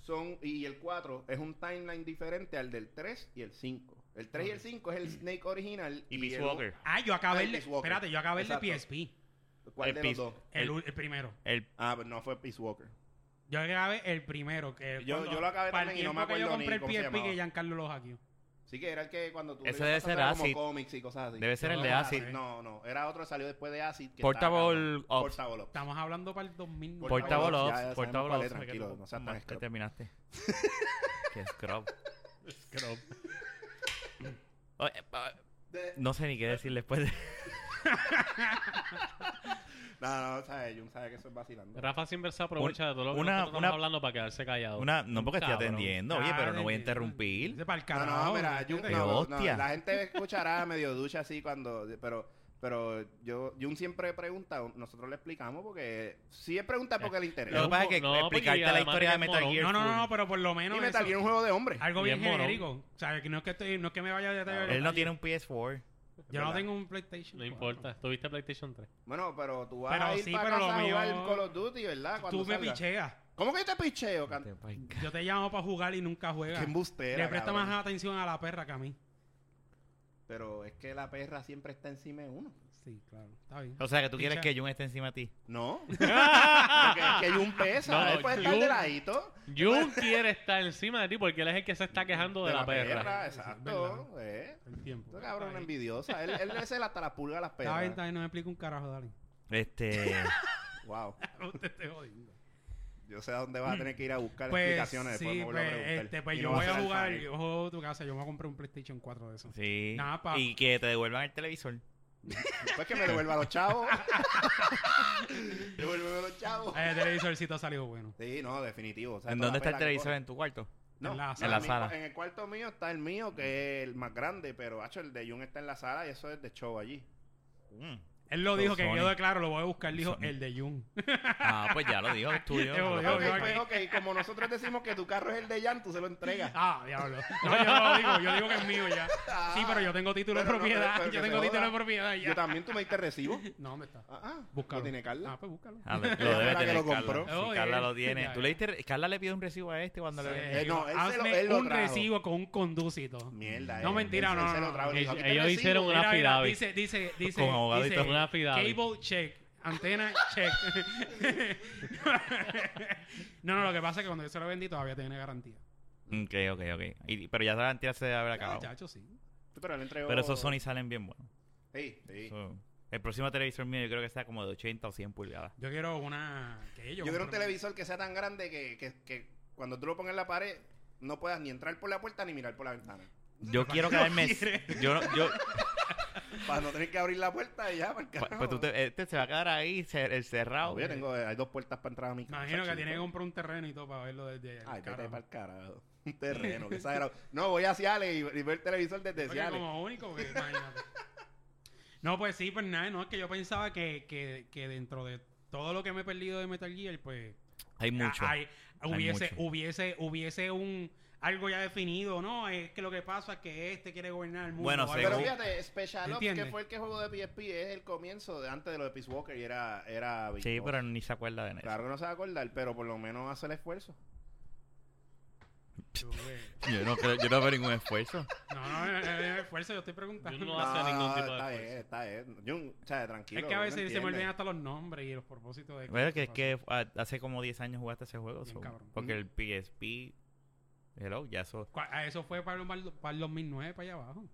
Speaker 2: son, y el 4 es un timeline diferente al del 3 y el 5. El 3 y el 5 es el Snake original.
Speaker 1: Y Peace
Speaker 2: el-
Speaker 1: Walker.
Speaker 3: Ah, yo acabé
Speaker 2: Ah,
Speaker 3: el de-
Speaker 2: Peace Walker.
Speaker 3: Espérate, yo acabé el de
Speaker 2: Exacto.
Speaker 3: PSP.
Speaker 2: ¿Cuál
Speaker 1: El
Speaker 2: de los
Speaker 1: Peace.
Speaker 2: dos?
Speaker 3: El,
Speaker 1: El-
Speaker 3: ul- el primero.
Speaker 1: El
Speaker 2: Ah, pero no fue Peace Walker.
Speaker 3: Yo acabé el primero. Que
Speaker 2: Yo-
Speaker 3: cuando-
Speaker 2: yo lo acabé
Speaker 3: para el
Speaker 2: también y no me
Speaker 3: tiempo que
Speaker 2: acuerdo ni
Speaker 3: yo
Speaker 2: cómo
Speaker 3: compré
Speaker 2: se
Speaker 3: el PSP que
Speaker 2: llamaba.
Speaker 3: Giancarlo lo hackeó.
Speaker 2: Sí que era el que cuando tú...
Speaker 1: Ese
Speaker 2: lo
Speaker 1: debe
Speaker 2: ibas a
Speaker 1: ser
Speaker 2: pasar
Speaker 1: Acid.
Speaker 2: Como cómics y cosas así.
Speaker 1: Debe ser el
Speaker 3: No,
Speaker 1: de
Speaker 3: no,
Speaker 1: Acid.
Speaker 3: ser-
Speaker 2: No, no. Era otro que salió después de Acid. que
Speaker 1: Portable
Speaker 2: estaba cabrón.
Speaker 1: Ops.
Speaker 2: Portable Ops.
Speaker 3: Estamos hablando para el 2000.
Speaker 2: Por-
Speaker 1: Portable
Speaker 2: Portable Ops,
Speaker 1: Ops,
Speaker 2: ya
Speaker 1: Portable
Speaker 2: sabemos cuál es,
Speaker 1: Ops.
Speaker 2: tranquilo, no seas tan
Speaker 1: ¿Qué
Speaker 2: escroto.
Speaker 1: terminaste? Qué scrub.
Speaker 4: Creo-
Speaker 1: Oye, pa-
Speaker 2: De-
Speaker 1: No sé ni qué decir después de...
Speaker 2: No, no, sabes, Jun sabe que eso es vacilando.
Speaker 4: Rafa siempre se aprovecha de todo lo que
Speaker 1: una-
Speaker 4: nosotros
Speaker 1: una-
Speaker 4: estamos hablando para quedarse callado.
Speaker 1: Una, no porque estoy
Speaker 4: Cabrón.
Speaker 1: atendiendo, oye, pero no voy a interrumpir.
Speaker 3: Para el
Speaker 2: No,
Speaker 3: carajo.
Speaker 2: no, mira, Jun,
Speaker 3: ¿entiendes?
Speaker 1: Qué
Speaker 2: no, no,
Speaker 1: hostia.
Speaker 2: la gente escuchará medio ducha así cuando, pero, pero yo, Jun siempre pregunta, nosotros le explicamos porque si él
Speaker 3: Eh,
Speaker 2: pregunta porque le
Speaker 1: Lo que
Speaker 2: interesa.
Speaker 1: pasa es
Speaker 4: po-
Speaker 1: que
Speaker 4: no, porque
Speaker 1: explicarte la
Speaker 4: además
Speaker 1: historia de
Speaker 4: eres
Speaker 1: Metal
Speaker 4: morón.
Speaker 1: Gear
Speaker 3: No, no, no, no,
Speaker 1: full.
Speaker 3: pero por lo menos.
Speaker 2: Y Metal
Speaker 3: eso-
Speaker 2: Gear es un juego de hombres.
Speaker 3: Algo
Speaker 4: Y
Speaker 3: bien
Speaker 4: es morón.
Speaker 3: genérico. O sea, que no es que, estoy, no es que me vaya a detallar.
Speaker 1: Él no tiene un PS4.
Speaker 3: Yo no
Speaker 2: ¿verdad?
Speaker 3: tengo un PlayStation.
Speaker 4: No
Speaker 3: cuatro.
Speaker 4: importa. ¿Tuviste PlayStation 3?
Speaker 2: Bueno, pero tú vas
Speaker 3: Pero
Speaker 2: a ir
Speaker 3: sí,
Speaker 2: para
Speaker 3: pero
Speaker 2: casa
Speaker 3: lo
Speaker 2: a jugar
Speaker 3: mío-
Speaker 2: Call of Duty, ¿verdad? Cuando
Speaker 3: Tú me
Speaker 2: salga.
Speaker 3: picheas.
Speaker 2: ¿Cómo que te picheo?
Speaker 1: Este,
Speaker 2: can-
Speaker 1: pues,
Speaker 3: Yo te llamo para jugar y nunca
Speaker 2: Qué
Speaker 3: juegas.
Speaker 2: embustera,
Speaker 3: Le presta
Speaker 2: cabrón.
Speaker 3: más atención a la perra que a mí.
Speaker 2: Pero es que la perra siempre está encima de uno.
Speaker 3: Sí, claro. Está bien.
Speaker 1: O sea, que tú quieres
Speaker 3: Picha.
Speaker 1: que Jun esté encima de ti.
Speaker 2: No. Porque es que Jun pesa.
Speaker 4: No,
Speaker 2: él puede estar
Speaker 4: Jun-
Speaker 2: de ladito.
Speaker 4: Jun quiere estar encima de ti porque él es el que se está quejando de, la, perra.
Speaker 2: Exacto. eh.
Speaker 3: El tiempo.
Speaker 2: Tú, cabrón,
Speaker 3: Está bien.
Speaker 2: envidiosa. Él, él es el hasta las pulgas a las
Speaker 3: Está bien, está
Speaker 2: perras.
Speaker 3: bien, no me explico un carajo, dale.
Speaker 1: Este...
Speaker 2: Wow.
Speaker 3: Usted te jodiendo.
Speaker 2: Yo sé a dónde vas a tener que ir a buscar
Speaker 3: Pues,
Speaker 2: explicaciones.
Speaker 3: sí,
Speaker 2: después me vuelvo a
Speaker 3: pues,
Speaker 2: preguntar.
Speaker 3: este, pues
Speaker 2: Y
Speaker 3: yo
Speaker 2: no va
Speaker 3: voy a
Speaker 2: ser
Speaker 3: jugar,
Speaker 2: alfa,
Speaker 3: yo juego a tu casa, yo me voy a comprar un PlayStation 4 de esos.
Speaker 1: Sí.
Speaker 3: Nada, pa.
Speaker 1: Y que te devuelvan el televisor.
Speaker 2: ¿eh? Pues que me devuelva a los chavos. Devuélveme a los chavos.
Speaker 3: Eh, El televisorcito ha salido bueno.
Speaker 2: Sí, no, definitivo. o sea,
Speaker 1: ¿En
Speaker 2: toda
Speaker 1: dónde
Speaker 2: la
Speaker 1: está el
Speaker 2: pela que
Speaker 1: televisor?
Speaker 2: coge.
Speaker 1: ¿En tu cuarto?
Speaker 2: No,
Speaker 3: En la
Speaker 2: no,
Speaker 3: sala.
Speaker 1: En la
Speaker 2: mi-
Speaker 1: sala.
Speaker 2: en el cuarto mío está el mío, que es el más grande, pero hacho, el de Jun está en la sala y eso es de show allí.
Speaker 1: Mm.
Speaker 3: Él lo dijo,
Speaker 1: Son
Speaker 3: que
Speaker 1: Sony.
Speaker 3: quedó de claro, lo voy a buscar. Él dijo,
Speaker 1: Sony.
Speaker 3: el de Jun.
Speaker 1: Ah, pues ya lo dijo, es tuyo.
Speaker 3: Yo,
Speaker 1: Lo
Speaker 3: yo,
Speaker 1: puedes
Speaker 3: yo,
Speaker 1: comprar.
Speaker 2: Ok, pues, ok, como nosotros decimos que tu carro es el de Jan, tú se lo entregas.
Speaker 3: Ah, diablo. No, yo no lo digo, yo digo que es mío ya. Sí, pero yo tengo título
Speaker 2: Ah,
Speaker 3: de
Speaker 2: Pero no, pero-
Speaker 3: propiedad.
Speaker 2: pero que
Speaker 3: yo
Speaker 2: se
Speaker 3: tengo título de
Speaker 2: joda.
Speaker 3: propiedad
Speaker 2: Yo
Speaker 3: ya.
Speaker 2: también tú me diste recibo.
Speaker 3: No, me está.
Speaker 2: Ah, ah.
Speaker 3: Búscalo.
Speaker 2: ¿Lo tiene Carla?
Speaker 3: Ah, pues búscalo.
Speaker 1: Ah, lo-
Speaker 2: Ella
Speaker 1: lo
Speaker 2: fue
Speaker 1: debe
Speaker 2: la que
Speaker 1: tener
Speaker 2: lo
Speaker 1: Carla.
Speaker 2: compró.
Speaker 1: Sí,
Speaker 3: Oh,
Speaker 1: Carla
Speaker 3: yeah.
Speaker 1: lo tiene.
Speaker 3: Ya,
Speaker 1: ¿Tú
Speaker 3: ya.
Speaker 1: le diste, Carla le pidió un recibo a este cuando le
Speaker 2: Eh, no, él se
Speaker 3: Hazme
Speaker 2: lo- él lo
Speaker 3: un
Speaker 2: trajo.
Speaker 3: recibo con un conducito.
Speaker 2: Mierda.
Speaker 3: No,
Speaker 2: eh,
Speaker 3: mentira,
Speaker 2: él-
Speaker 3: no,
Speaker 2: él se
Speaker 3: no,
Speaker 2: lo trajo y
Speaker 3: no.
Speaker 2: dijo, "Este
Speaker 4: Ellos-
Speaker 2: "Aquí está el
Speaker 4: ellos hicieron
Speaker 2: recibo".
Speaker 4: una-
Speaker 3: Mira, mira,
Speaker 4: affidavit.
Speaker 3: dice, dice, dice,
Speaker 1: Con abogado y
Speaker 3: dice,
Speaker 1: todo.
Speaker 4: Un affidavit.
Speaker 3: cable check, antena check. no, no, lo que pasa es que cuando yo se lo vendí todavía tenía garantía.
Speaker 1: Mm, Ok, ok, ok. Y- pero ya la garantía se debe haber
Speaker 3: Ah,
Speaker 1: acabado.
Speaker 3: chacho, sí.
Speaker 2: Pero él entregó-
Speaker 1: Pero esos Sony salen bien buenos.
Speaker 2: Sí, sí.
Speaker 1: So, el próximo televisor mío yo creo que sea como de 80 o 100 pulgadas.
Speaker 3: Yo quiero una... que
Speaker 2: Yo
Speaker 3: yo
Speaker 2: quiero un
Speaker 3: compré-
Speaker 2: televisor que sea tan grande que, que, que cuando tú lo pongas en la pared, no puedas ni entrar por la puerta ni mirar por la ventana.
Speaker 1: Yo quiero quedarme... Yo, no- yo,
Speaker 2: Para no tener que abrir la puerta y ya, para el
Speaker 1: pa-
Speaker 2: carajo.
Speaker 1: pues tú te- este se va a quedar ahí, cer- el cerrado.
Speaker 2: No, yo tengo, eh, hay dos puertas para entrar a mi casa.
Speaker 3: Imagino que
Speaker 2: chico.
Speaker 3: tiene que comprar un terreno y todo para verlo desde
Speaker 2: Ay, vete
Speaker 3: carajo.
Speaker 2: para el carajo. Un terreno, que exagerado. No, voy a Ciales y, y ver el televisor desde
Speaker 3: Porque
Speaker 2: Ciales.
Speaker 3: como único, que, imagínate. No, pues sí, pues nada, no, es que yo pensaba que, que, que dentro de todo lo que me he perdido de Metal Gear, pues...
Speaker 1: Hay mucho.
Speaker 3: Ah, hay-
Speaker 1: Hay
Speaker 3: hubiese,
Speaker 1: mucho.
Speaker 3: hubiese, hubiese un algo ya definido, ¿no? Es que lo que pasa es que este quiere gobernar el mundo.
Speaker 1: Bueno,
Speaker 3: o algo
Speaker 2: Pero
Speaker 1: según-
Speaker 3: así.
Speaker 2: fíjate, Special Ops, que
Speaker 3: ¿Entiendes?
Speaker 2: fue el que jugó de PSP, es el comienzo de antes de lo de Peace Walker y era, era Big
Speaker 1: Sí,
Speaker 2: Boss.
Speaker 1: pero ni se acuerda de nada.
Speaker 2: Claro que no se va a acordar, pero por lo menos hace el esfuerzo.
Speaker 3: Yo, eh,
Speaker 1: Yo no, creo- yo no veo ningún esfuerzo.
Speaker 3: No, no, eh, no, no, no, esfuerzo, yo estoy
Speaker 4: Yo
Speaker 3: preguntando.
Speaker 4: no hace ningún tipo de
Speaker 2: está
Speaker 4: esfuerzo.
Speaker 2: bien, está bien. Jun, o sea, tranquilo.
Speaker 3: es que a
Speaker 2: uno
Speaker 3: veces se me
Speaker 2: entiende.
Speaker 3: olvidan hasta los nombres y los propósitos de
Speaker 1: Bueno, que es que ah, hace como 10 años jugaste ese juego.
Speaker 3: Bien
Speaker 1: so,
Speaker 3: cabrón.
Speaker 1: porque el PSP... Hello, ya eso...
Speaker 3: Cua- a Eso fue para el, mal- para el 2009, para allá abajo.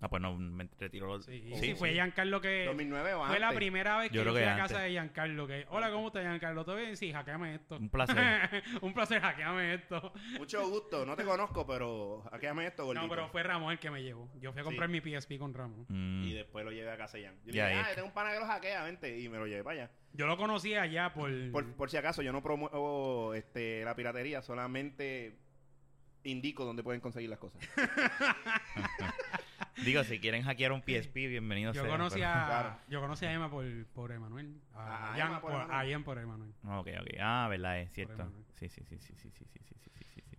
Speaker 1: Ah, pues no, me retiró los...
Speaker 3: Sí,
Speaker 2: Oh,
Speaker 3: sí,
Speaker 2: sí.
Speaker 3: fue Giancarlo que...
Speaker 2: 2009 o
Speaker 3: Fue la
Speaker 2: antes.
Speaker 3: primera vez que
Speaker 1: Yo
Speaker 3: yo,
Speaker 1: creo
Speaker 3: fui
Speaker 1: que
Speaker 3: a casa
Speaker 1: antes.
Speaker 3: de Giancarlo. Que, Hola, ¿cómo estás, Giancarlo? ¿Todo bien? Sí, hackeame esto.
Speaker 1: Un placer.
Speaker 3: Un placer, hackeame esto.
Speaker 2: Mucho gusto, no te conozco, pero hackeame esto, gordito.
Speaker 3: No, pero fue Ramón el que me llevó. Yo fui a comprar mi PSP con Ramón.
Speaker 1: Mm.
Speaker 2: Y después lo llevé a Casellán. Yo
Speaker 1: Ya
Speaker 2: dije,
Speaker 1: es.
Speaker 2: ah, tengo un pana que lo hackea, vente. Y me lo llevé para allá.
Speaker 3: Yo lo conocí allá por...
Speaker 2: Por, por si acaso, yo no promuevo este, la piratería, solamente indico dónde pueden conseguir las cosas.
Speaker 1: Digo, si quieren hackear un PSP, bienvenidos
Speaker 3: yo,
Speaker 1: sean,
Speaker 3: conocí
Speaker 1: pero-
Speaker 3: a,
Speaker 2: Claro.
Speaker 3: yo conocí a Emma por, por Emanuel. A,
Speaker 2: Ah,
Speaker 3: Jan
Speaker 2: Emma por
Speaker 3: por,
Speaker 2: Emanuel.
Speaker 3: a Jan por Emanuel.
Speaker 1: No, Ok, ok. Ah, verdad, es cierto.
Speaker 3: Problema, ¿no?
Speaker 1: Sí, sí, sí, sí, sí, sí, sí, sí, sí, sí, sí, sí, sí.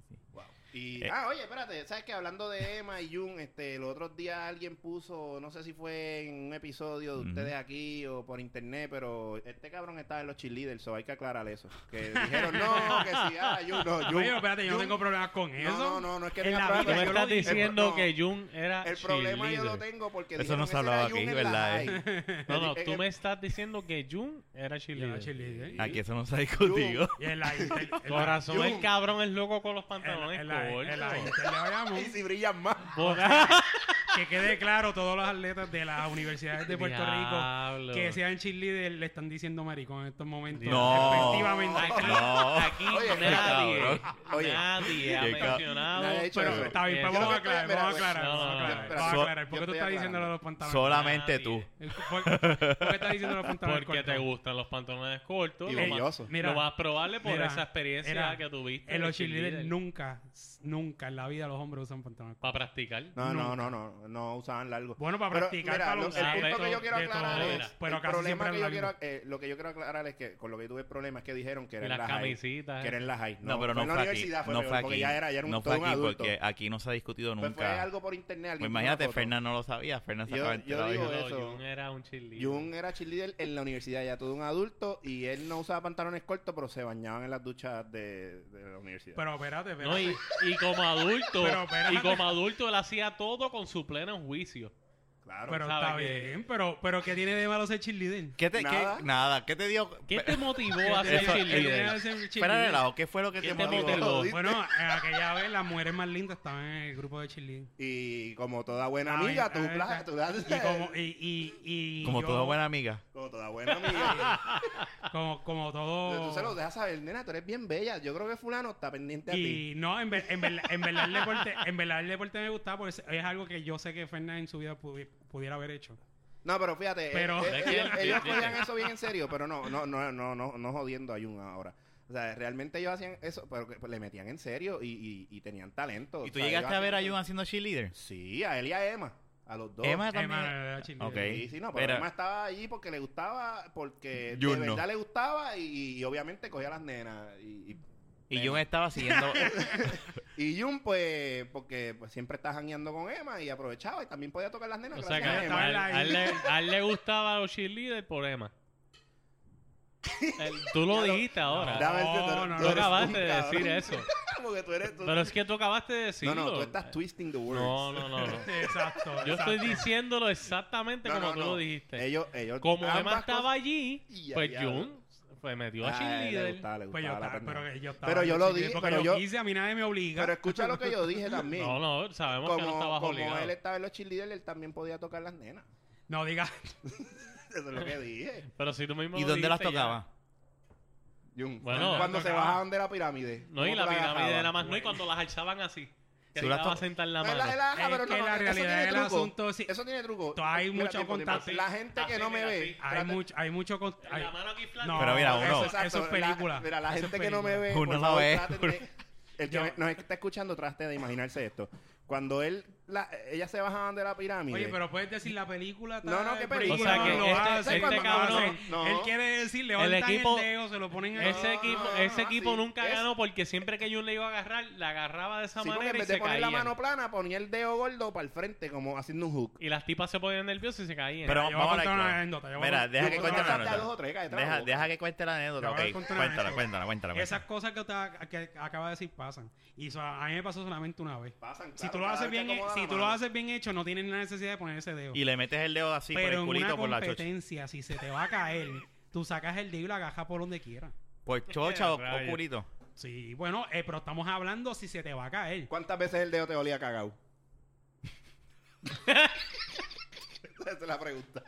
Speaker 2: Y,
Speaker 1: Eh.
Speaker 2: ah, oye, espérate, sabes que hablando de Emma y Jun, este, los otros días alguien puso, no sé si fue en un episodio de
Speaker 1: Ujú.
Speaker 2: ustedes aquí o por internet, pero este cabrón estaba en los cheerleaders, so hay que aclarar eso. Que dijeron, no, que sí, ah, Jun, no, Jun.
Speaker 3: Oye, espérate, yo no
Speaker 2: Jun-
Speaker 3: tengo problemas con eso.
Speaker 2: No, no, no, no es que
Speaker 3: En
Speaker 2: tenga
Speaker 3: la
Speaker 4: Tú
Speaker 2: problemas,
Speaker 3: vida,
Speaker 4: me
Speaker 2: yo lo
Speaker 4: estás
Speaker 2: dije,
Speaker 4: diciendo
Speaker 2: no,
Speaker 4: que Jun era
Speaker 2: El problema yo lo
Speaker 4: cheerleader.
Speaker 2: tengo porque
Speaker 1: Eso no
Speaker 2: dijeron,
Speaker 1: se
Speaker 2: "Ese era
Speaker 1: hablaba
Speaker 2: Jun
Speaker 1: aquí,
Speaker 2: en
Speaker 1: ¿verdad,
Speaker 2: high".
Speaker 4: No, no,
Speaker 2: En- en-
Speaker 4: tú me estás diciendo que Jun era
Speaker 3: Yo
Speaker 4: cheerleader.
Speaker 3: era cheerleader.
Speaker 1: Aquí eso no se ha discutido.
Speaker 3: Y en la inter- en la-
Speaker 4: Corazón,
Speaker 2: Jun.
Speaker 4: el cabrón es loco con los
Speaker 3: en la-
Speaker 4: pantalones
Speaker 3: en la- en la
Speaker 4: cortos.
Speaker 3: inter- le hablamos
Speaker 2: Y si brillan más.
Speaker 4: Boda-
Speaker 3: que quede claro, todos los atletas de las universidades de Puerto Rico
Speaker 4: Diablo.
Speaker 3: que sean cheerleader le están diciendo maricón en estos momentos.
Speaker 1: No.
Speaker 3: Efectivamente.
Speaker 1: No.
Speaker 4: Aquí
Speaker 2: Oye, qué
Speaker 4: nadie,
Speaker 1: cabrón.
Speaker 2: Oye.
Speaker 4: nadie ha
Speaker 1: Qué ca-
Speaker 4: mencionado.
Speaker 2: Nadie ha dicho
Speaker 4: pero
Speaker 2: eso.
Speaker 3: Está bien,
Speaker 4: que-
Speaker 3: pues vamos a
Speaker 2: Yo creo
Speaker 3: aclarar,
Speaker 2: que-
Speaker 3: vamos a aclarar,
Speaker 4: espera,
Speaker 3: vamos a
Speaker 4: espera,
Speaker 3: aclarar.
Speaker 2: espera.
Speaker 3: Vamos a
Speaker 1: So-
Speaker 3: aclarar.
Speaker 2: yo
Speaker 3: ¿Por qué tú
Speaker 2: estoy
Speaker 3: estás diciendo
Speaker 2: aclarando.
Speaker 3: lo de los pantalones?
Speaker 1: Solamente tú.
Speaker 3: ¿Por, por qué estás diciendo los pantalones
Speaker 4: Porque te
Speaker 3: cortos?
Speaker 4: gustan los pantalones cortos.
Speaker 2: Y
Speaker 4: lo, más,
Speaker 2: belloso.
Speaker 3: Mira,
Speaker 4: lo más probable por
Speaker 3: mira,
Speaker 4: esa experiencia
Speaker 3: mira,
Speaker 4: que tuviste.
Speaker 3: En
Speaker 4: de
Speaker 3: los cheerleaders
Speaker 4: cheerleader.
Speaker 3: nunca, nunca en la vida los hombres usan pantalones cortos.
Speaker 4: Para practicar.
Speaker 2: No, no, no, no, no usaban largo.
Speaker 3: Bueno, para
Speaker 2: Pero,
Speaker 3: practicar,
Speaker 2: mira,
Speaker 3: para
Speaker 2: lo-
Speaker 3: usar
Speaker 2: el punto
Speaker 4: de
Speaker 2: que yo quiero
Speaker 3: todo,
Speaker 2: aclarar
Speaker 4: de
Speaker 2: es,
Speaker 4: todo.
Speaker 3: Pero
Speaker 2: el
Speaker 3: casi
Speaker 2: problema
Speaker 3: siempre
Speaker 2: que
Speaker 3: es
Speaker 2: yo
Speaker 3: largo.
Speaker 2: quiero, eh, lo que yo quiero aclarar es que con lo que tuve el problema es que dijeron que
Speaker 4: Y
Speaker 2: era en
Speaker 4: las
Speaker 2: la high,
Speaker 4: camisitas.
Speaker 2: que era en la high.
Speaker 1: No, pero
Speaker 2: fue
Speaker 1: no
Speaker 2: en la
Speaker 1: fue aquí.
Speaker 2: universidad, fue
Speaker 1: No
Speaker 2: peor,
Speaker 1: fue
Speaker 2: porque
Speaker 1: aquí.
Speaker 2: ya era, ya era un,
Speaker 1: No fue
Speaker 2: todo un
Speaker 1: aquí
Speaker 2: adulto.
Speaker 1: porque aquí no se ha discutido
Speaker 2: Pues fue
Speaker 1: nunca.
Speaker 2: algo por internet.
Speaker 1: Pues
Speaker 2: alguien puso una
Speaker 1: imagínate,
Speaker 2: foto.
Speaker 1: Fernan no lo sabía. Fernan se
Speaker 2: Yo-
Speaker 1: acaba de
Speaker 2: yo
Speaker 1: enterar
Speaker 2: digo
Speaker 1: hoy.
Speaker 4: No,
Speaker 2: eso.
Speaker 4: Jun era un cheerleader.
Speaker 2: Jun era cheerleader en la universidad, ya todo un adulto, y él no usaba pantalones cortos, pero se bañaban en las duchas de, de la universidad.
Speaker 3: Pero espérate, espérate.
Speaker 4: No, y, y como adulto,
Speaker 3: Pero espérate.
Speaker 4: y como adulto él hacía todo con su pleno juicio.
Speaker 2: claro.
Speaker 3: pero
Speaker 4: sabe
Speaker 3: está
Speaker 4: que-
Speaker 3: bien, pero, pero ¿qué tiene de malo ser cheerleader?
Speaker 1: ¿Qué te,
Speaker 2: Nada.
Speaker 1: Qué, nada, ¿qué te dio?
Speaker 4: ¿Qué te motivó
Speaker 3: ¿Qué
Speaker 4: a ser
Speaker 3: tiene-
Speaker 1: eso-
Speaker 3: qué tiene
Speaker 4: cheerleader?
Speaker 3: de ser
Speaker 1: Espera de
Speaker 3: cheerleader?
Speaker 1: lado, ¿qué fue lo que
Speaker 4: ¿Qué
Speaker 1: te
Speaker 4: te
Speaker 1: motivó?
Speaker 4: motivó?
Speaker 3: Bueno, en aquella vez las mujeres más lindas estaban en el grupo de cheerleader.
Speaker 2: Y como toda buena
Speaker 3: Ah,
Speaker 2: amiga,
Speaker 3: bien,
Speaker 2: tú,
Speaker 3: ah,
Speaker 2: la-
Speaker 3: está.
Speaker 2: tú la-
Speaker 3: Y como, y, y, y
Speaker 1: Como
Speaker 3: yo-
Speaker 1: toda buena amiga.
Speaker 2: como toda buena amiga.
Speaker 3: Como, como todo...
Speaker 2: Tú se lo dejas saber, nena, tú eres bien bella. Yo creo que fulano está pendiente a ti.
Speaker 3: Y no, en, ver- en, verdad- en verdad el deporte, en verdad el deporte me gustaba porque es, es algo que yo sé que Fernández en su vida pudi- pudiera haber hecho.
Speaker 2: No, pero fíjate, eh,
Speaker 3: Pero-
Speaker 2: eh,
Speaker 4: Es que-
Speaker 2: ellos, ellos
Speaker 4: ¿viste?
Speaker 2: cogían eso bien en serio, pero no, no, no, no, no, no jodiendo a Jun ahora. O sea, realmente ellos hacían eso, pero que, pues, le metían en serio y, y- y tenían talento.
Speaker 1: ¿Y
Speaker 2: O
Speaker 1: tú
Speaker 2: sea,
Speaker 1: llegaste
Speaker 2: ellos
Speaker 1: a ver a
Speaker 2: hacían-
Speaker 1: Jun haciendo cheerleader?
Speaker 2: Sí, a él y a Emma. A los dos.
Speaker 1: Emma
Speaker 3: Emma,
Speaker 1: Ah, también.
Speaker 3: la- la chica.
Speaker 1: Ok.
Speaker 2: Sí, sí, no, pero
Speaker 1: Pero-
Speaker 2: Emma estaba allí porque le gustaba, porque
Speaker 1: Jun
Speaker 2: de
Speaker 1: no.
Speaker 2: verdad le gustaba y, y obviamente cogía a las nenas. Y, y-
Speaker 1: Y Jun
Speaker 2: Emma.
Speaker 1: estaba siguiendo.
Speaker 2: y Jun, pues, porque pues, siempre está jangueando con Emma y aprovechaba y también podía tocar las nenas.
Speaker 4: O sea que
Speaker 2: gracias
Speaker 4: a
Speaker 2: a
Speaker 4: él,
Speaker 2: Emma.
Speaker 4: a él le, a él le gustaba a los cheerleaders por Emma. Él- tú lo
Speaker 2: Ya lo-
Speaker 4: dijiste ahora.
Speaker 2: Dame ese-
Speaker 3: No,
Speaker 2: tú-
Speaker 3: no,
Speaker 2: tú
Speaker 3: no,
Speaker 4: tú
Speaker 2: eres
Speaker 4: acabaste
Speaker 2: un
Speaker 4: de
Speaker 2: cabrón.
Speaker 4: decir eso.
Speaker 2: Como que tú eres. tú-
Speaker 4: Pero es que tú acabaste de
Speaker 2: no,
Speaker 4: decirlo.
Speaker 2: no, tú estás twisting the words.
Speaker 4: No, no, no. no.
Speaker 3: Exacto.
Speaker 4: Yo
Speaker 3: exacto.
Speaker 4: estoy diciéndolo exactamente
Speaker 2: No,
Speaker 4: como
Speaker 2: no,
Speaker 4: tú
Speaker 2: no.
Speaker 4: lo dijiste.
Speaker 2: Ellos, ellos.
Speaker 4: como
Speaker 2: ambas
Speaker 4: Emma estaba
Speaker 2: cosas-
Speaker 4: allí,
Speaker 2: Y ya,
Speaker 4: pues
Speaker 2: ya.
Speaker 4: Jun pues metió a
Speaker 2: Ah, le
Speaker 4: cheerleader.
Speaker 2: gustaba, le
Speaker 3: Pues yo
Speaker 2: gustaba la
Speaker 3: estaba-
Speaker 2: pendeja.
Speaker 3: pero yo estaba
Speaker 2: Pero yo lo
Speaker 3: chiquito,
Speaker 2: di-
Speaker 3: porque
Speaker 2: pero
Speaker 3: lo
Speaker 2: yo-
Speaker 3: quise, a mí nadie me obliga.
Speaker 2: Pero escucha lo que yo dije también.
Speaker 4: No, no, sabemos
Speaker 2: como
Speaker 4: que no estaba
Speaker 2: como
Speaker 4: obligado.
Speaker 2: él estaba en los cheerleaders, él también podía tocar las nenas.
Speaker 3: No digas.
Speaker 2: Eso es lo que dije.
Speaker 4: Pero si tú mismo
Speaker 1: ¿Y
Speaker 4: lo
Speaker 1: dónde las
Speaker 4: dijiste ya.
Speaker 1: tocaba?
Speaker 2: Jun,
Speaker 4: Bueno,
Speaker 2: cuando se
Speaker 3: tocaba.
Speaker 2: bajaban de la pirámide.
Speaker 4: No, y
Speaker 2: ¿cómo
Speaker 4: la
Speaker 2: tú las
Speaker 4: pirámide
Speaker 2: bajabas?
Speaker 4: nada más no, y cuando las alzaban así. Que
Speaker 1: Tú
Speaker 4: tú
Speaker 1: las
Speaker 4: la
Speaker 1: to-
Speaker 4: sentar la
Speaker 2: No, él
Speaker 4: mano.
Speaker 2: la- él la baja,
Speaker 3: Es
Speaker 2: pero no,
Speaker 3: que
Speaker 2: no,
Speaker 3: la
Speaker 2: eso tiene
Speaker 3: realidad del
Speaker 2: truco.
Speaker 3: asunto, sí.
Speaker 2: Eso tiene truco.
Speaker 3: To- hay
Speaker 2: Mira,
Speaker 3: mucho
Speaker 2: tiempo, tiempo.
Speaker 3: contacto.
Speaker 2: La gente
Speaker 4: Así,
Speaker 2: que no me
Speaker 4: mira,
Speaker 2: ve.
Speaker 4: así.
Speaker 3: Hay
Speaker 2: trata-
Speaker 3: mucho, hay mucho con- hay-
Speaker 4: La mano aquí
Speaker 3: No,
Speaker 4: flanca.
Speaker 1: Pero mira, uno-
Speaker 3: eso,
Speaker 2: Exacto,
Speaker 3: eso es
Speaker 2: la-
Speaker 3: película.
Speaker 2: mira, la
Speaker 3: Eso es
Speaker 2: gente que no me
Speaker 3: película.
Speaker 2: ve,
Speaker 1: Uno
Speaker 2: por
Speaker 1: no
Speaker 2: favor,
Speaker 1: ve.
Speaker 2: traten de- el que
Speaker 3: Yo-
Speaker 2: me- nos está escuchando traste de imaginarse esto. Cuando él, la, ellas se bajaban de la pirámide.
Speaker 3: Oye, pero puedes decir la película.
Speaker 2: No, no, ¿qué
Speaker 3: tal,
Speaker 2: película?
Speaker 4: O sea, que
Speaker 3: lo
Speaker 4: este-
Speaker 3: hacen,
Speaker 4: este
Speaker 3: lo
Speaker 4: cabrón-
Speaker 3: hacen.
Speaker 2: no.
Speaker 3: Él quiere decir, levantan el,
Speaker 4: equipo-
Speaker 3: dedo, se lo ponen en
Speaker 4: Ese
Speaker 2: No,
Speaker 4: equipo,
Speaker 2: no, no,
Speaker 4: ese
Speaker 2: no,
Speaker 4: equipo
Speaker 2: sí.
Speaker 4: nunca
Speaker 2: Es-
Speaker 4: ganó porque siempre que Jun le iba a agarrar, la agarraba de esa
Speaker 2: Sí, porque
Speaker 4: manera
Speaker 2: en
Speaker 4: y
Speaker 2: vez de
Speaker 4: se
Speaker 2: poner la
Speaker 4: caían.
Speaker 2: mano plana, ponía el dedo gordo para el frente, como haciendo un hook.
Speaker 4: Y las tipas se ponían nerviosas y se caían.
Speaker 1: Pero
Speaker 3: Yo voy a
Speaker 1: vamos a la
Speaker 3: contar una
Speaker 1: historia.
Speaker 3: anécdota, yo voy a
Speaker 1: Mira,
Speaker 3: contar-
Speaker 1: deja que
Speaker 3: yo voy a
Speaker 1: cuente la
Speaker 2: a
Speaker 3: contar
Speaker 2: dos o
Speaker 1: anécdota.
Speaker 2: tres, cállate la
Speaker 1: Deja,
Speaker 2: boca.
Speaker 1: deja que cuente la anécdota.
Speaker 3: Yo
Speaker 1: Ok,
Speaker 3: voy a contar una
Speaker 1: cuéntala,
Speaker 3: anécdota.
Speaker 1: cuéntala, cuéntala.
Speaker 3: Esas
Speaker 1: cuéntala.
Speaker 3: cosas que, usted- que acaba de decir pasan. Y so- a mí me pasó solamente una vez.
Speaker 2: Pasan,
Speaker 3: si
Speaker 2: claro,
Speaker 3: tú lo
Speaker 2: cada
Speaker 3: haces
Speaker 2: vez
Speaker 3: bien,
Speaker 2: que acomoda
Speaker 3: si
Speaker 2: la
Speaker 3: tú lo
Speaker 2: mano.
Speaker 3: haces bien hecho, no tienes la necesidad de poner ese dedo.
Speaker 1: Y le metes el dedo así por
Speaker 3: Pero
Speaker 1: el
Speaker 3: en una
Speaker 1: culito por la chocha.
Speaker 3: competencia, si se te va a caer, tú sacas el dedo y la agarras por donde quieras.
Speaker 1: ¿Por chocha o, o
Speaker 4: Rayo.
Speaker 1: culito?
Speaker 3: Sí, bueno, eh, pero estamos hablando si se te va a caer.
Speaker 2: ¿Cuántas veces el dedo te olía cagao? Esa es la pregunta.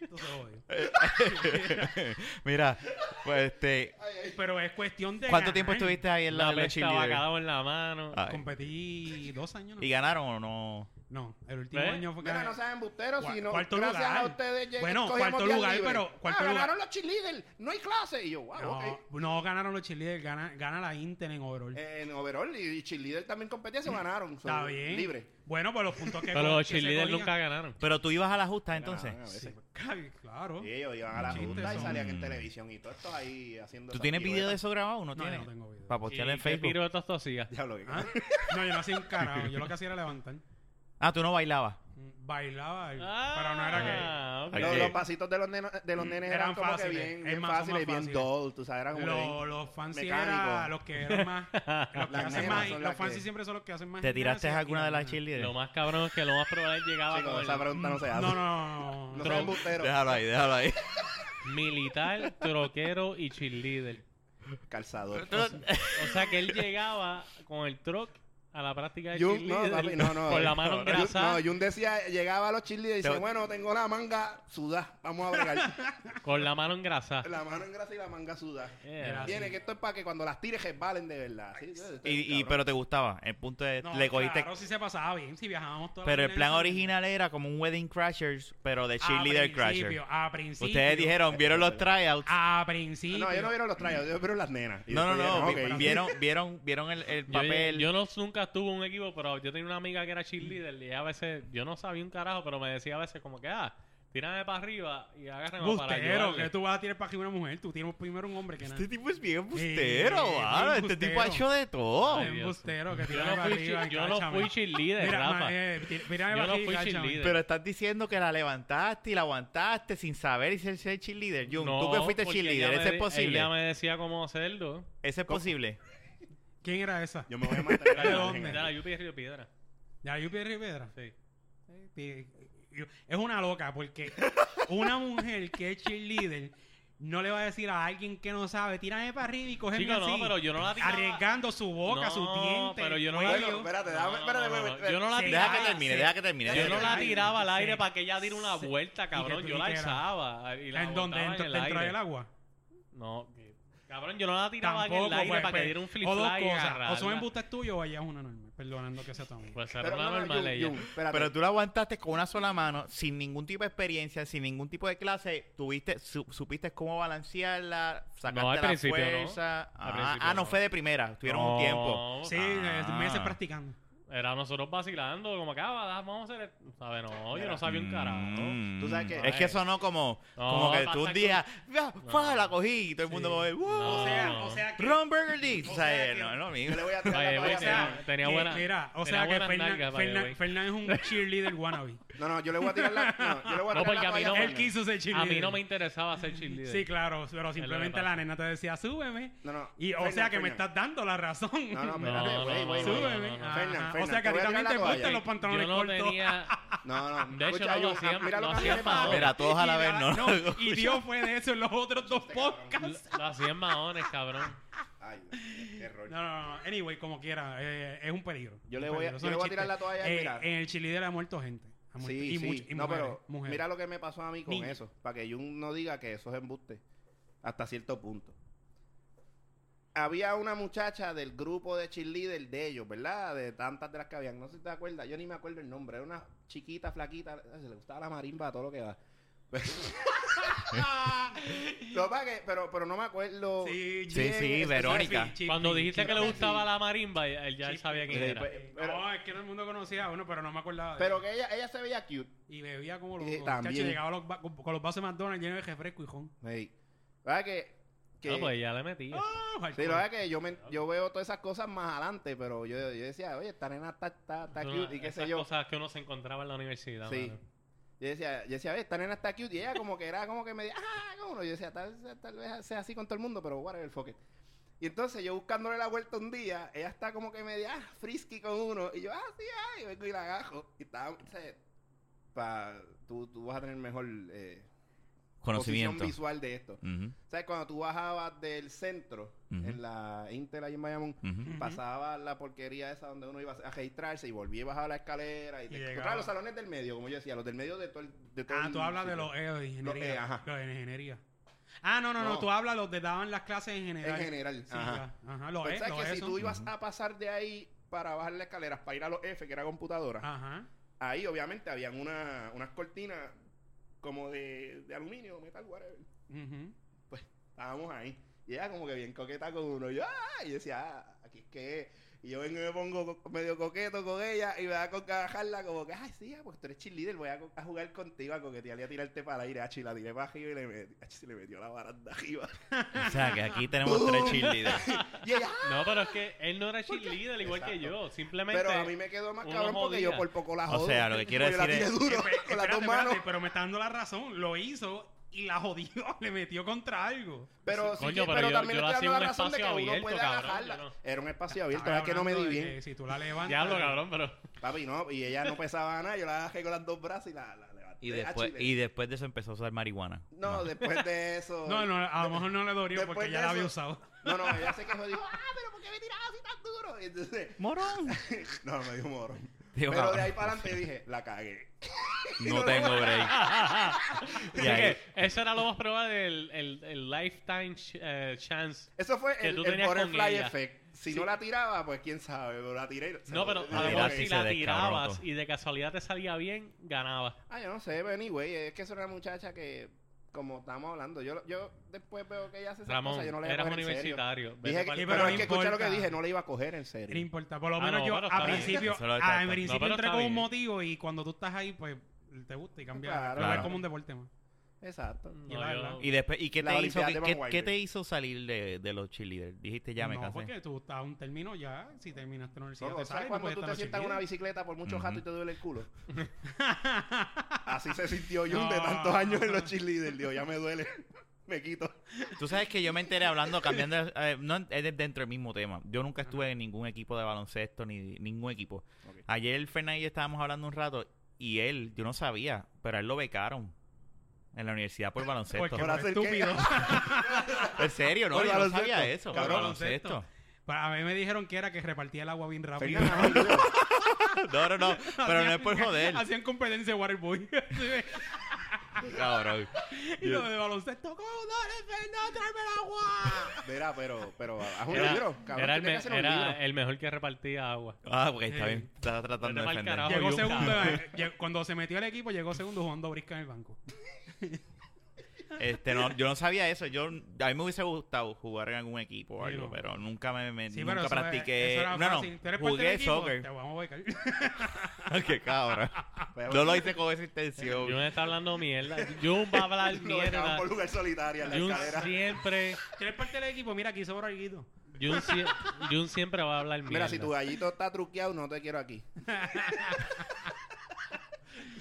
Speaker 3: Entonces, odio.
Speaker 1: Mira, pues este.
Speaker 2: Ay, ay.
Speaker 3: Pero es cuestión de.
Speaker 1: ¿Cuánto
Speaker 3: ganar.
Speaker 1: tiempo estuviste ahí en la,
Speaker 4: la
Speaker 1: en los
Speaker 4: pesta
Speaker 1: cheerleaders?
Speaker 4: bacalao en la mano.
Speaker 1: Ay.
Speaker 3: Competí dos años. ¿no?
Speaker 1: ¿Y ganaron o no?
Speaker 3: No, el último
Speaker 4: ¿Eh?
Speaker 3: año fue que.
Speaker 2: Mira, no sean embusteros,
Speaker 3: Cua-
Speaker 2: sino
Speaker 3: cuarto
Speaker 2: gracias
Speaker 3: lugar.
Speaker 2: a ustedes llegué-
Speaker 3: Bueno,
Speaker 2: cogíamos
Speaker 3: cuarto
Speaker 2: días
Speaker 3: lugar,
Speaker 2: libres.
Speaker 3: pero- cuarto
Speaker 2: ah,
Speaker 3: lugar.
Speaker 2: ganaron los cheerleaders, no hay clase. Y yo, wow,
Speaker 3: no,
Speaker 2: ok. Eh,
Speaker 3: no ganaron los cheerleaders, gana, gana la Inter en overall.
Speaker 2: En overall y y cheerleader también competía, se ganaron. so,
Speaker 3: Mm. Está bien.
Speaker 2: Libre.
Speaker 3: Bueno, pues los puntos que.
Speaker 4: Pero
Speaker 3: co-
Speaker 4: los
Speaker 3: que se
Speaker 4: cheerleaders
Speaker 3: cogían-
Speaker 4: nunca ganaron.
Speaker 1: Pero tú ibas a la justa entonces.
Speaker 2: Ganaban a veces.
Speaker 3: Sí, ca- claro.
Speaker 2: Y ellos iban a la
Speaker 3: Chistes
Speaker 2: junta y
Speaker 3: son.
Speaker 2: salían en televisión y todo esto ahí haciendo.
Speaker 1: ¿Tú
Speaker 2: esas
Speaker 1: tienes video de
Speaker 2: piruetas.
Speaker 1: eso grabado o no,
Speaker 3: No, yo
Speaker 1: tienes?
Speaker 3: no tengo video.
Speaker 1: Para postear en
Speaker 4: ¿Y qué
Speaker 1: Facebook.
Speaker 4: piruetas tú hacías?
Speaker 2: Diablo, que-
Speaker 3: ¿Ah? No, yo no hacía un carajo. Yo lo que hacía era levantar.
Speaker 1: Ah, tú no bailabas.
Speaker 3: Mm, Bailaba, y- pero no era
Speaker 4: Ah,
Speaker 1: Ay,
Speaker 4: ok.
Speaker 2: Los,
Speaker 1: que-
Speaker 2: los pasitos de los, neno- de los nenes eran,
Speaker 3: Mm, Eran
Speaker 2: como
Speaker 3: fáciles,
Speaker 2: que bien,
Speaker 3: es
Speaker 2: bien
Speaker 3: más, son
Speaker 2: fáciles y
Speaker 3: más
Speaker 2: bien
Speaker 3: fáciles.
Speaker 2: doll, tú sabes, eran
Speaker 3: que.
Speaker 2: como
Speaker 3: Los, los fans sí
Speaker 2: Mecánico.
Speaker 3: eran los que eran más. Los que
Speaker 2: Las
Speaker 3: hacen
Speaker 2: nenas
Speaker 3: más.
Speaker 2: son
Speaker 3: Los
Speaker 2: las
Speaker 3: fans
Speaker 2: que-
Speaker 3: siempre son los que hacen más.
Speaker 1: ¿Te tiraste
Speaker 3: gimnasia
Speaker 1: alguna
Speaker 3: y
Speaker 1: de las
Speaker 3: nada.
Speaker 1: cheerleaders?
Speaker 4: Lo más cabrón es que lo más probable es llegaba
Speaker 2: Sí, como
Speaker 4: con
Speaker 2: esa
Speaker 4: el
Speaker 2: pregunta no se hace.
Speaker 3: No, no, no. no,
Speaker 2: No
Speaker 3: no.
Speaker 2: sean busteros.
Speaker 1: Déjalo ahí, déjalo ahí.
Speaker 4: militar, troquero y cheerleader.
Speaker 2: Calzador.
Speaker 4: O sea que él llegaba con el truck a la práctica de
Speaker 2: Jun, no,
Speaker 4: cheerleader
Speaker 2: papi, no, no.
Speaker 4: con
Speaker 1: eh,
Speaker 4: la mano
Speaker 2: Jun- No,
Speaker 4: engrasada,
Speaker 2: Jun decía, llegaba a los cheerleaders y dice,
Speaker 1: Te-
Speaker 2: bueno, tengo la manga sudá, vamos a bregar.
Speaker 4: con la mano engrasada.
Speaker 2: la mano engrasada y la manga sudá.
Speaker 4: Yeah.
Speaker 2: Tiene que esto es para que cuando las tires resbalen de verdad. ¿sí?
Speaker 1: Y, y- pero te gustaba. El punto de.
Speaker 3: No,
Speaker 1: eh, le cogiste.
Speaker 3: Claro, si se pasaba bien, si viajábamos todos.
Speaker 1: Pero el plan original era como un Wedding Crashers, pero
Speaker 4: Ah,
Speaker 1: de Cheerleader Crashers.
Speaker 3: A principio.
Speaker 1: Ustedes
Speaker 4: Eh,
Speaker 1: dijeron, vieron los tryouts.
Speaker 4: ah,
Speaker 3: A principio.
Speaker 2: No, yo no vieron los trayos, yo vieron las nenas. Y
Speaker 1: No, no,
Speaker 2: después
Speaker 1: no. vi-
Speaker 2: dijeron, "Ok".
Speaker 1: Vieron, vieron, vieron el, el
Speaker 4: Yo,
Speaker 1: papel.
Speaker 4: yo no, nunca estuve en un equipo, pero yo tenía una amiga que era cheerleader y a veces, yo no sabía un carajo, pero me decía a veces como que, ah, tírame para arriba y agárrame para
Speaker 3: Bustero,
Speaker 4: ayudarle.
Speaker 3: que tú vas a tirar para arriba una mujer, tú tienes primero un hombre que nada.
Speaker 1: Este tipo es bien
Speaker 3: Eh,
Speaker 1: bustero,
Speaker 3: bien
Speaker 1: mano. Este
Speaker 3: embustero.
Speaker 1: tipo ha hecho de todo.
Speaker 4: Ay,
Speaker 3: Un
Speaker 4: Oh, Dios.
Speaker 3: bustero que
Speaker 4: Yo
Speaker 3: tira
Speaker 4: no
Speaker 3: para
Speaker 4: fui,
Speaker 3: arriba.
Speaker 4: chi- yo no
Speaker 3: encáchame.
Speaker 4: fui cheerleader,
Speaker 3: Mira,
Speaker 4: Rafa.
Speaker 3: ma- eh, ti- mira
Speaker 4: Yo no
Speaker 3: aquí,
Speaker 4: fui
Speaker 3: cáchame.
Speaker 4: cheerleader.
Speaker 1: Pero estás diciendo que la levantaste y la aguantaste sin saber y ser, ser cheerleader. Jun, tú que fuiste
Speaker 4: porque ella
Speaker 1: cheerleader,
Speaker 4: me
Speaker 1: ¿ese es
Speaker 4: de-
Speaker 1: posible?
Speaker 4: Ella me decía cómo hacerlo.
Speaker 1: ¿Ese es posible?
Speaker 3: ¿Quién era esa?
Speaker 2: Yo me voy a mantener
Speaker 4: Era
Speaker 2: ahí.
Speaker 4: la-
Speaker 3: dónde?
Speaker 4: era la Yupi de Río Piedra.
Speaker 3: ¿La Yupi Rivera?
Speaker 4: Sí.
Speaker 3: Eh, yo- Es una loca porque una mujer que es cheerleader no le va a decir a alguien que no sabe, tírame para arriba y cogerme
Speaker 4: Chico,
Speaker 3: así.
Speaker 4: no, pero yo no la tiraba.
Speaker 3: Arriesgando su pues, boca,
Speaker 4: No,
Speaker 3: sus dientes,
Speaker 4: pero yo no
Speaker 3: el
Speaker 4: la-
Speaker 2: Bueno,
Speaker 3: cuello.
Speaker 2: espérate,
Speaker 4: No,
Speaker 2: dame,
Speaker 4: no,
Speaker 2: espérate,
Speaker 4: no, no.
Speaker 2: espérate.
Speaker 4: Yo no la
Speaker 3: Sí,
Speaker 1: Deja que
Speaker 3: ah,
Speaker 1: termine,
Speaker 3: sí.
Speaker 1: deja que termine.
Speaker 4: Yo
Speaker 1: deja
Speaker 4: no
Speaker 1: que
Speaker 4: la
Speaker 1: termine.
Speaker 4: tiraba al aire
Speaker 3: Sí.
Speaker 4: para que ella diera una
Speaker 3: Sí.
Speaker 4: vuelta,
Speaker 3: ¿Y
Speaker 4: cabrón.
Speaker 3: qué-
Speaker 4: Yo
Speaker 3: y
Speaker 4: la
Speaker 3: qué era?
Speaker 4: alzaba. Y la
Speaker 3: ¿En dónde?
Speaker 4: botaba
Speaker 3: ¿Dentro,
Speaker 4: en el
Speaker 3: dentro
Speaker 4: aire.
Speaker 3: del agua?
Speaker 4: No, que- cabrón, yo no la tiraba en el
Speaker 3: Tampoco,
Speaker 4: aire
Speaker 3: pues,
Speaker 4: para
Speaker 3: pues,
Speaker 4: que diera un flip
Speaker 3: o dos
Speaker 4: fly y
Speaker 3: cosas. O
Speaker 4: agarrarla.
Speaker 3: son embustes tuyos o allá es una normal. Perdonando que sea tan
Speaker 4: Pues
Speaker 2: Pero
Speaker 4: era una
Speaker 2: no, no,
Speaker 4: normal
Speaker 2: Jun,
Speaker 4: ella.
Speaker 2: Jun, espérate.
Speaker 1: Pero tú la aguantaste con una sola mano, sin ningún tipo de experiencia, sin ningún tipo de clase. Tuviste, su- supiste cómo balancearla, sacaste
Speaker 4: No, al
Speaker 1: la
Speaker 4: principio no.
Speaker 1: fuerza.
Speaker 4: Al
Speaker 1: Ah,
Speaker 4: principio
Speaker 1: ah, no,
Speaker 4: no.
Speaker 1: fue de primera. Tuvieron un tiempo.
Speaker 3: Sí,
Speaker 1: Ah.
Speaker 3: eh, meses practicando.
Speaker 4: Era nosotros vacilando, como acaba, vamos a hacer. el-". ¿Sabes? No, yo
Speaker 2: Mira.
Speaker 4: no sabía un carajo.
Speaker 1: Mm.
Speaker 2: Tú sabes que-
Speaker 1: Es que sonó como,
Speaker 4: No,
Speaker 1: como que
Speaker 4: pasa
Speaker 1: tú un
Speaker 4: con-
Speaker 1: día. "Ya, fa,
Speaker 4: No.
Speaker 1: La cogí y todo el mundo
Speaker 3: Sí.
Speaker 1: como. "Wow,
Speaker 3: O sea,
Speaker 4: No.
Speaker 3: o sea que...
Speaker 1: Ron Burgundy. O
Speaker 3: O
Speaker 1: sea,
Speaker 3: sea que-
Speaker 1: no es lo
Speaker 2: Yo
Speaker 1: mismo.
Speaker 2: le voy a tirar
Speaker 4: Oye,
Speaker 2: la
Speaker 4: oye,
Speaker 3: o
Speaker 2: toalla
Speaker 3: sea,
Speaker 2: a Fernán.
Speaker 4: tenía
Speaker 3: que-
Speaker 4: buena-
Speaker 3: Mira, o
Speaker 4: tenía
Speaker 3: sea que
Speaker 4: buenas
Speaker 3: Fernan,
Speaker 4: nalgas, by the
Speaker 3: Fernan-
Speaker 4: way.
Speaker 3: Fernan es un cheerleader wannabe.
Speaker 2: No, no, yo le voy a tirar la. No, yo le voy a
Speaker 4: No,
Speaker 2: tirar
Speaker 4: porque
Speaker 2: la
Speaker 4: a mí
Speaker 2: toalla
Speaker 4: no-
Speaker 2: a
Speaker 4: Él
Speaker 3: Él
Speaker 2: Fernán.
Speaker 3: quiso ser cheerleader.
Speaker 4: A mí no me interesaba ser cheerleader.
Speaker 3: Sí, claro, pero
Speaker 4: que
Speaker 3: simplemente
Speaker 4: pasa.
Speaker 3: la nena te decía, súbeme.
Speaker 2: No, no.
Speaker 3: Y, o
Speaker 2: Fernán,
Speaker 3: sea que me
Speaker 2: Fernán.
Speaker 3: estás dando la razón.
Speaker 2: No, no,
Speaker 4: No,
Speaker 2: espérate, güey,
Speaker 4: no, no,
Speaker 2: güey,
Speaker 4: no,
Speaker 2: güey.
Speaker 4: no,
Speaker 3: Súbeme.
Speaker 4: no, no.
Speaker 3: Ajá.
Speaker 2: Fernan, Fernan,
Speaker 3: o sea que a
Speaker 2: te voy a
Speaker 3: ti también
Speaker 2: tirar
Speaker 3: te
Speaker 2: la toalla.
Speaker 3: gustan los pantalones
Speaker 4: Yo no
Speaker 3: cortos.
Speaker 4: tenía.
Speaker 2: No, no.
Speaker 4: De hecho,
Speaker 2: Escucha,
Speaker 4: no lo
Speaker 2: John,
Speaker 4: hacía-
Speaker 2: mira
Speaker 4: no
Speaker 2: lo que a mí
Speaker 4: hacía
Speaker 2: me
Speaker 4: para-
Speaker 2: pasó.
Speaker 1: Mira, todos a la vez, no.
Speaker 3: no, y Dios fue de eso en los otros dos
Speaker 2: Este
Speaker 3: podcasts.
Speaker 4: Lo hacía en maones, cabrón.
Speaker 2: Ay, Dios, qué rollo.
Speaker 3: No, no, no. Anyway, como quiera, eh, es un peligro.
Speaker 2: Yo le
Speaker 3: Un
Speaker 2: voy a- yo le
Speaker 3: peligro, eso
Speaker 2: voy a
Speaker 3: es
Speaker 2: tirar
Speaker 3: chiste.
Speaker 2: la toalla,
Speaker 3: Eh,
Speaker 2: mira.
Speaker 3: En el cheerleader ha muerto gente. Ha muerto-
Speaker 2: Sí,
Speaker 3: y
Speaker 2: sí.
Speaker 3: much- y
Speaker 2: no,
Speaker 3: mujeres,
Speaker 2: pero
Speaker 3: mujeres.
Speaker 2: mira lo que me pasó a mí con
Speaker 3: Niños.
Speaker 2: eso. Para que yo no diga que eso es embuste. Hasta cierto punto. Había una muchacha del grupo de cheerleader de ellos, ¿verdad? De tantas de las que habían. No sé si te acuerdas. Yo ni me acuerdo el nombre. Era una chiquita, flaquita. Ay, Se le gustaba la marimba, todo lo que va. No, pa' que- pero, pero no me acuerdo.
Speaker 3: Sí,
Speaker 1: Sí,
Speaker 3: Jim,
Speaker 1: sí,
Speaker 3: este,
Speaker 1: Verónica.
Speaker 3: Sophie, Chip,
Speaker 4: Cuando
Speaker 3: Chip,
Speaker 4: dijiste
Speaker 3: Chip,
Speaker 4: que le
Speaker 3: Chip.
Speaker 4: gustaba la marimba, él él ya él sabía quién
Speaker 1: Sí,
Speaker 4: era.
Speaker 2: pues- Pero-
Speaker 3: No, es que todo el mundo conocía a uno, pero no me acordaba. de
Speaker 2: Pero
Speaker 3: él.
Speaker 2: que ella, ella se veía cute.
Speaker 3: Y bebía como los
Speaker 2: Eh,
Speaker 3: muchachos.
Speaker 2: también.
Speaker 3: Llegaba a los va- con, con los vasos de McDonald's llenos de refresco y jón.
Speaker 2: Sí. ¿Verdad que, que-
Speaker 4: No, pues ya le metía.
Speaker 3: Ah,
Speaker 2: sí, la verdad que yo, me, yo veo todas esas cosas más adelante, pero yo, yo decía, oye, esta nena está, está, está
Speaker 4: Son
Speaker 2: cute y qué
Speaker 4: esas
Speaker 2: sé yo.
Speaker 4: cosas que uno se encontraba en la universidad.
Speaker 2: Sí.
Speaker 4: mano.
Speaker 2: Yo decía, yo decía, "Ve, esta nena está cute. Y ella como que era como que me decía, ah, cómo no. Yo decía, tal, tal vez sea así con todo el mundo, pero whatever, fuck it. Y entonces yo buscándole la vuelta un día, ella está como que media ah, frisky con uno. Y yo, ah, sí, ay, y vengo y la agajo. Y estaba, o sea, pa- tú, tú vas a tener mejor eh,
Speaker 1: Conocimiento.
Speaker 2: posición visual de esto.
Speaker 1: Ujú,
Speaker 2: ¿Sabes? Cuando tú bajabas del centro,
Speaker 1: Ujú.
Speaker 2: en la Intel ahí en Bayamón,
Speaker 1: ujú.
Speaker 2: pasaba la porquería esa donde uno iba a registrarse y volvía a bajar la escalera y te
Speaker 3: Y llegaba.
Speaker 2: encontraba los salones del medio, como yo decía, los del medio de todo el. De todo
Speaker 3: Ah,
Speaker 2: el
Speaker 3: tú hablas de
Speaker 2: sitio.
Speaker 3: los EO de ingeniería.
Speaker 2: eh, ajá.
Speaker 3: Los de ingeniería. Ah, no, no, no,
Speaker 2: No.
Speaker 3: Tú hablas de los que daban las clases en general.
Speaker 2: En general.
Speaker 3: Sí,
Speaker 2: ajá.
Speaker 3: ya, ajá. Los
Speaker 2: Pues,
Speaker 3: E,
Speaker 2: ¿sabes
Speaker 3: los
Speaker 2: que
Speaker 3: E
Speaker 2: si
Speaker 3: son-
Speaker 2: tú ibas a pasar de ahí para bajar las escaleras, para ir a los F, que era computadora,
Speaker 3: Ajá.
Speaker 2: ahí obviamente habían una, unas cortinas como de, de aluminio, metal, whatever.
Speaker 3: ujú.
Speaker 2: Estábamos ahí. Y ella como que bien coqueta con uno. Y yo, ¡ah! Y yo decía, ah, aquí es que es". Y yo vengo y me pongo co- medio coqueto con ella y me da con cagarla como que, ay, sí, ah, pues tú eres cheerleader, voy a, co- a jugar contigo, a coquetear y a tirarte para el aire. Achi, la tiré para arriba y le metí, achi, se le metió la baranda arriba.
Speaker 1: O sea, que aquí tenemos tres cheerleaders.
Speaker 2: y ella, "Ah".
Speaker 4: No, pero es que él no era cheerleader igual que
Speaker 2: Exacto.
Speaker 4: yo. Simplemente.
Speaker 2: pero a mí me quedó más
Speaker 4: uno
Speaker 2: cabrón porque
Speaker 4: jodía.
Speaker 2: yo por poco la
Speaker 1: O
Speaker 2: jodo.
Speaker 1: sea, lo que quiero
Speaker 2: Porque la
Speaker 1: decir
Speaker 2: tiré
Speaker 1: es-
Speaker 2: duro
Speaker 3: Espe-
Speaker 2: con las dos
Speaker 3: espérate,
Speaker 2: manos.
Speaker 3: espérate, pero me está dando la razón. Lo hizo y la jodió. Le metió contra algo.
Speaker 2: Pero, sí
Speaker 4: Coño,
Speaker 2: que-
Speaker 4: pero
Speaker 2: pero
Speaker 4: yo-
Speaker 2: también
Speaker 4: yo
Speaker 2: le estoy dando
Speaker 4: hacía un
Speaker 2: la razón de que
Speaker 4: espacio
Speaker 2: uno
Speaker 4: abierto,
Speaker 2: puede
Speaker 4: cabrón,
Speaker 2: agarla.
Speaker 4: yo no.
Speaker 2: Era un espacio abierto,
Speaker 3: Estaba
Speaker 2: es que no me di
Speaker 3: hablando de
Speaker 2: bien.
Speaker 3: que Si tú la levantas.
Speaker 4: Diablo, cabrón, pero.
Speaker 2: Papi, no, y ella no pesaba nada, yo la bajé con las dos brazos y la, la levanté.
Speaker 1: Y después,
Speaker 2: Achi, le-
Speaker 1: y después de eso empezó a usar marihuana.
Speaker 2: No, después de eso.
Speaker 3: No, no, a lo mejor no le dolió
Speaker 2: Después
Speaker 3: porque ya
Speaker 2: de
Speaker 3: la había
Speaker 2: eso-
Speaker 3: usado.
Speaker 2: No, no, ella se quejó y dijo, ah, pero ¿por qué me tiraba así tan duro? Y entonces,
Speaker 1: Morón.
Speaker 2: no, me dio morón.
Speaker 1: Digo,
Speaker 2: pero de
Speaker 1: cabrón,
Speaker 2: ahí para adelante dije, la cagué.
Speaker 1: No tengo break.
Speaker 4: Así
Speaker 1: Y ahí,
Speaker 4: que eso era lo más probable el, el, el lifetime ch- eh, chance.
Speaker 2: Eso fue
Speaker 4: Que
Speaker 2: el,
Speaker 4: tú
Speaker 2: el
Speaker 4: tenías con
Speaker 2: butterfly
Speaker 4: ella.
Speaker 2: effect. Si
Speaker 4: Sí.
Speaker 2: no la tiraba, pues quién sabe, pero la tiré. y-
Speaker 4: No, pero
Speaker 2: se-
Speaker 4: a lo
Speaker 1: Mira,
Speaker 4: mejor
Speaker 1: sí
Speaker 4: si
Speaker 1: se
Speaker 4: la
Speaker 1: descabroto.
Speaker 4: tirabas y de casualidad te salía bien, ganabas.
Speaker 2: Ah, yo no sé, pero anyway, es que es una muchacha que, como estamos hablando, yo, yo después veo que ella hace esas
Speaker 4: Ramón,
Speaker 2: cosas, yo no la iba a
Speaker 4: eras
Speaker 2: coger en serio.
Speaker 4: universitario. Vete
Speaker 2: Dije que,
Speaker 4: pa'l-
Speaker 3: Sí,
Speaker 2: pero,
Speaker 3: pero no
Speaker 2: es que escucha lo que
Speaker 3: importa.
Speaker 2: dije, no la iba a coger en
Speaker 3: No
Speaker 2: serio.
Speaker 3: importa. Por lo
Speaker 4: Ah,
Speaker 3: menos
Speaker 4: no,
Speaker 3: yo
Speaker 4: pero
Speaker 3: a
Speaker 4: está bien.
Speaker 3: principio,
Speaker 1: Eso lo
Speaker 3: a,
Speaker 1: descarta.
Speaker 3: en
Speaker 1: No,
Speaker 3: principio
Speaker 4: pero
Speaker 3: entré
Speaker 4: está
Speaker 3: con un
Speaker 4: bien.
Speaker 3: motivo y cuando tú estás ahí, pues te gusta y cambia.
Speaker 2: Claro.
Speaker 3: Lo ves
Speaker 1: Claro.
Speaker 3: como un deporte más.
Speaker 2: Exacto.
Speaker 4: No,
Speaker 3: Y la
Speaker 4: yo-
Speaker 3: verdad.
Speaker 1: y después, ¿y qué
Speaker 2: La
Speaker 1: te hizo?
Speaker 2: Olimpiada
Speaker 1: ¿Qué,
Speaker 2: de
Speaker 1: qué-
Speaker 2: Van
Speaker 1: qué te
Speaker 2: Wilder.
Speaker 1: hizo salir de, de los cheerleaders? Dijiste ya me
Speaker 3: no,
Speaker 1: casé.
Speaker 3: porque tú estás a un término ya, si terminaste la universidad,
Speaker 2: No,
Speaker 3: te
Speaker 2: ¿Sabes
Speaker 3: sales, no
Speaker 2: cuando
Speaker 3: puedes
Speaker 2: tú
Speaker 3: estar
Speaker 2: te
Speaker 3: a
Speaker 2: sientas en una
Speaker 3: cheerleader.
Speaker 2: bicicleta por muchos
Speaker 1: Ujú.
Speaker 2: jatos y te duele el culo? Así se sintió yo de
Speaker 3: No.
Speaker 2: tantos años en los cheerleaders. Digo, ya me duele. Me quito.
Speaker 1: Tú sabes que yo me enteré hablando, cambiando, eh, no es de- dentro del mismo tema. Yo nunca estuve en ningún equipo de baloncesto ni ningún equipo.
Speaker 2: Ok.
Speaker 1: Ayer Fernández y yo estábamos hablando un rato y él, yo no sabía, pero a él lo becaron en la universidad por baloncesto.
Speaker 3: Porque
Speaker 2: Por
Speaker 3: fue
Speaker 2: hacer
Speaker 3: estúpido.
Speaker 1: En serio, no,
Speaker 2: por
Speaker 1: yo no
Speaker 2: baloncesto.
Speaker 1: sabía eso. Por
Speaker 2: Cabrón.
Speaker 1: baloncesto.
Speaker 3: Para Pues mí me dijeron que era que repartía el agua bien rápido.
Speaker 2: Fernan, no, yo-
Speaker 1: No, no, no, pero no es por
Speaker 3: Hacían-
Speaker 1: joder,
Speaker 3: Hacían competencia de Waterboy.
Speaker 1: cabrón.
Speaker 3: y lo de baloncesto. ¿Cómo dale, Fernan, tráeme el agua?
Speaker 2: Mira, pero, pero haz un
Speaker 4: Era,
Speaker 2: libro. Cabrón,
Speaker 4: era
Speaker 2: tiene
Speaker 4: el,
Speaker 2: que
Speaker 4: me-
Speaker 2: hacer un
Speaker 4: era
Speaker 2: libro.
Speaker 4: el mejor que repartía agua.
Speaker 1: Ah, porque está
Speaker 3: Sí.
Speaker 1: bien, está tratando de
Speaker 4: Vete pa'l carajo.
Speaker 1: defender.
Speaker 3: Llegó
Speaker 4: yo-
Speaker 3: segundo. eh, lleg- cuando se metió al equipo, llegó segundo jugando brisca en el banco.
Speaker 1: Este, no, yo no sabía eso. Yo, a mí me hubiese gustado jugar en algún equipo o
Speaker 3: Sí,
Speaker 1: algo,
Speaker 3: no.
Speaker 1: pero nunca me, me-
Speaker 3: Sí, pero
Speaker 1: nunca
Speaker 3: eso era-
Speaker 1: practiqué.
Speaker 3: eso era
Speaker 1: no,
Speaker 3: fácil. ¿Tú
Speaker 1: no,
Speaker 3: eres parte del
Speaker 1: jugué
Speaker 3: equipo?
Speaker 1: soccer. Ah,
Speaker 3: Te vamos a becar.
Speaker 1: Qué cabrón.
Speaker 2: Fue-
Speaker 1: No lo hice con esa intención.
Speaker 4: Jun está hablando mierda. Jun va a hablar
Speaker 2: Lo dejaban
Speaker 4: mierda.
Speaker 2: por lugar solitario en la
Speaker 4: Jun
Speaker 2: escalera.
Speaker 4: siempre,
Speaker 3: Tú eres parte del equipo, mira, aquí sobra algo.
Speaker 4: Jun, sie- Jun siempre va a hablar mierda.
Speaker 2: Mira, si tu gallito está truqueado, no te quiero aquí.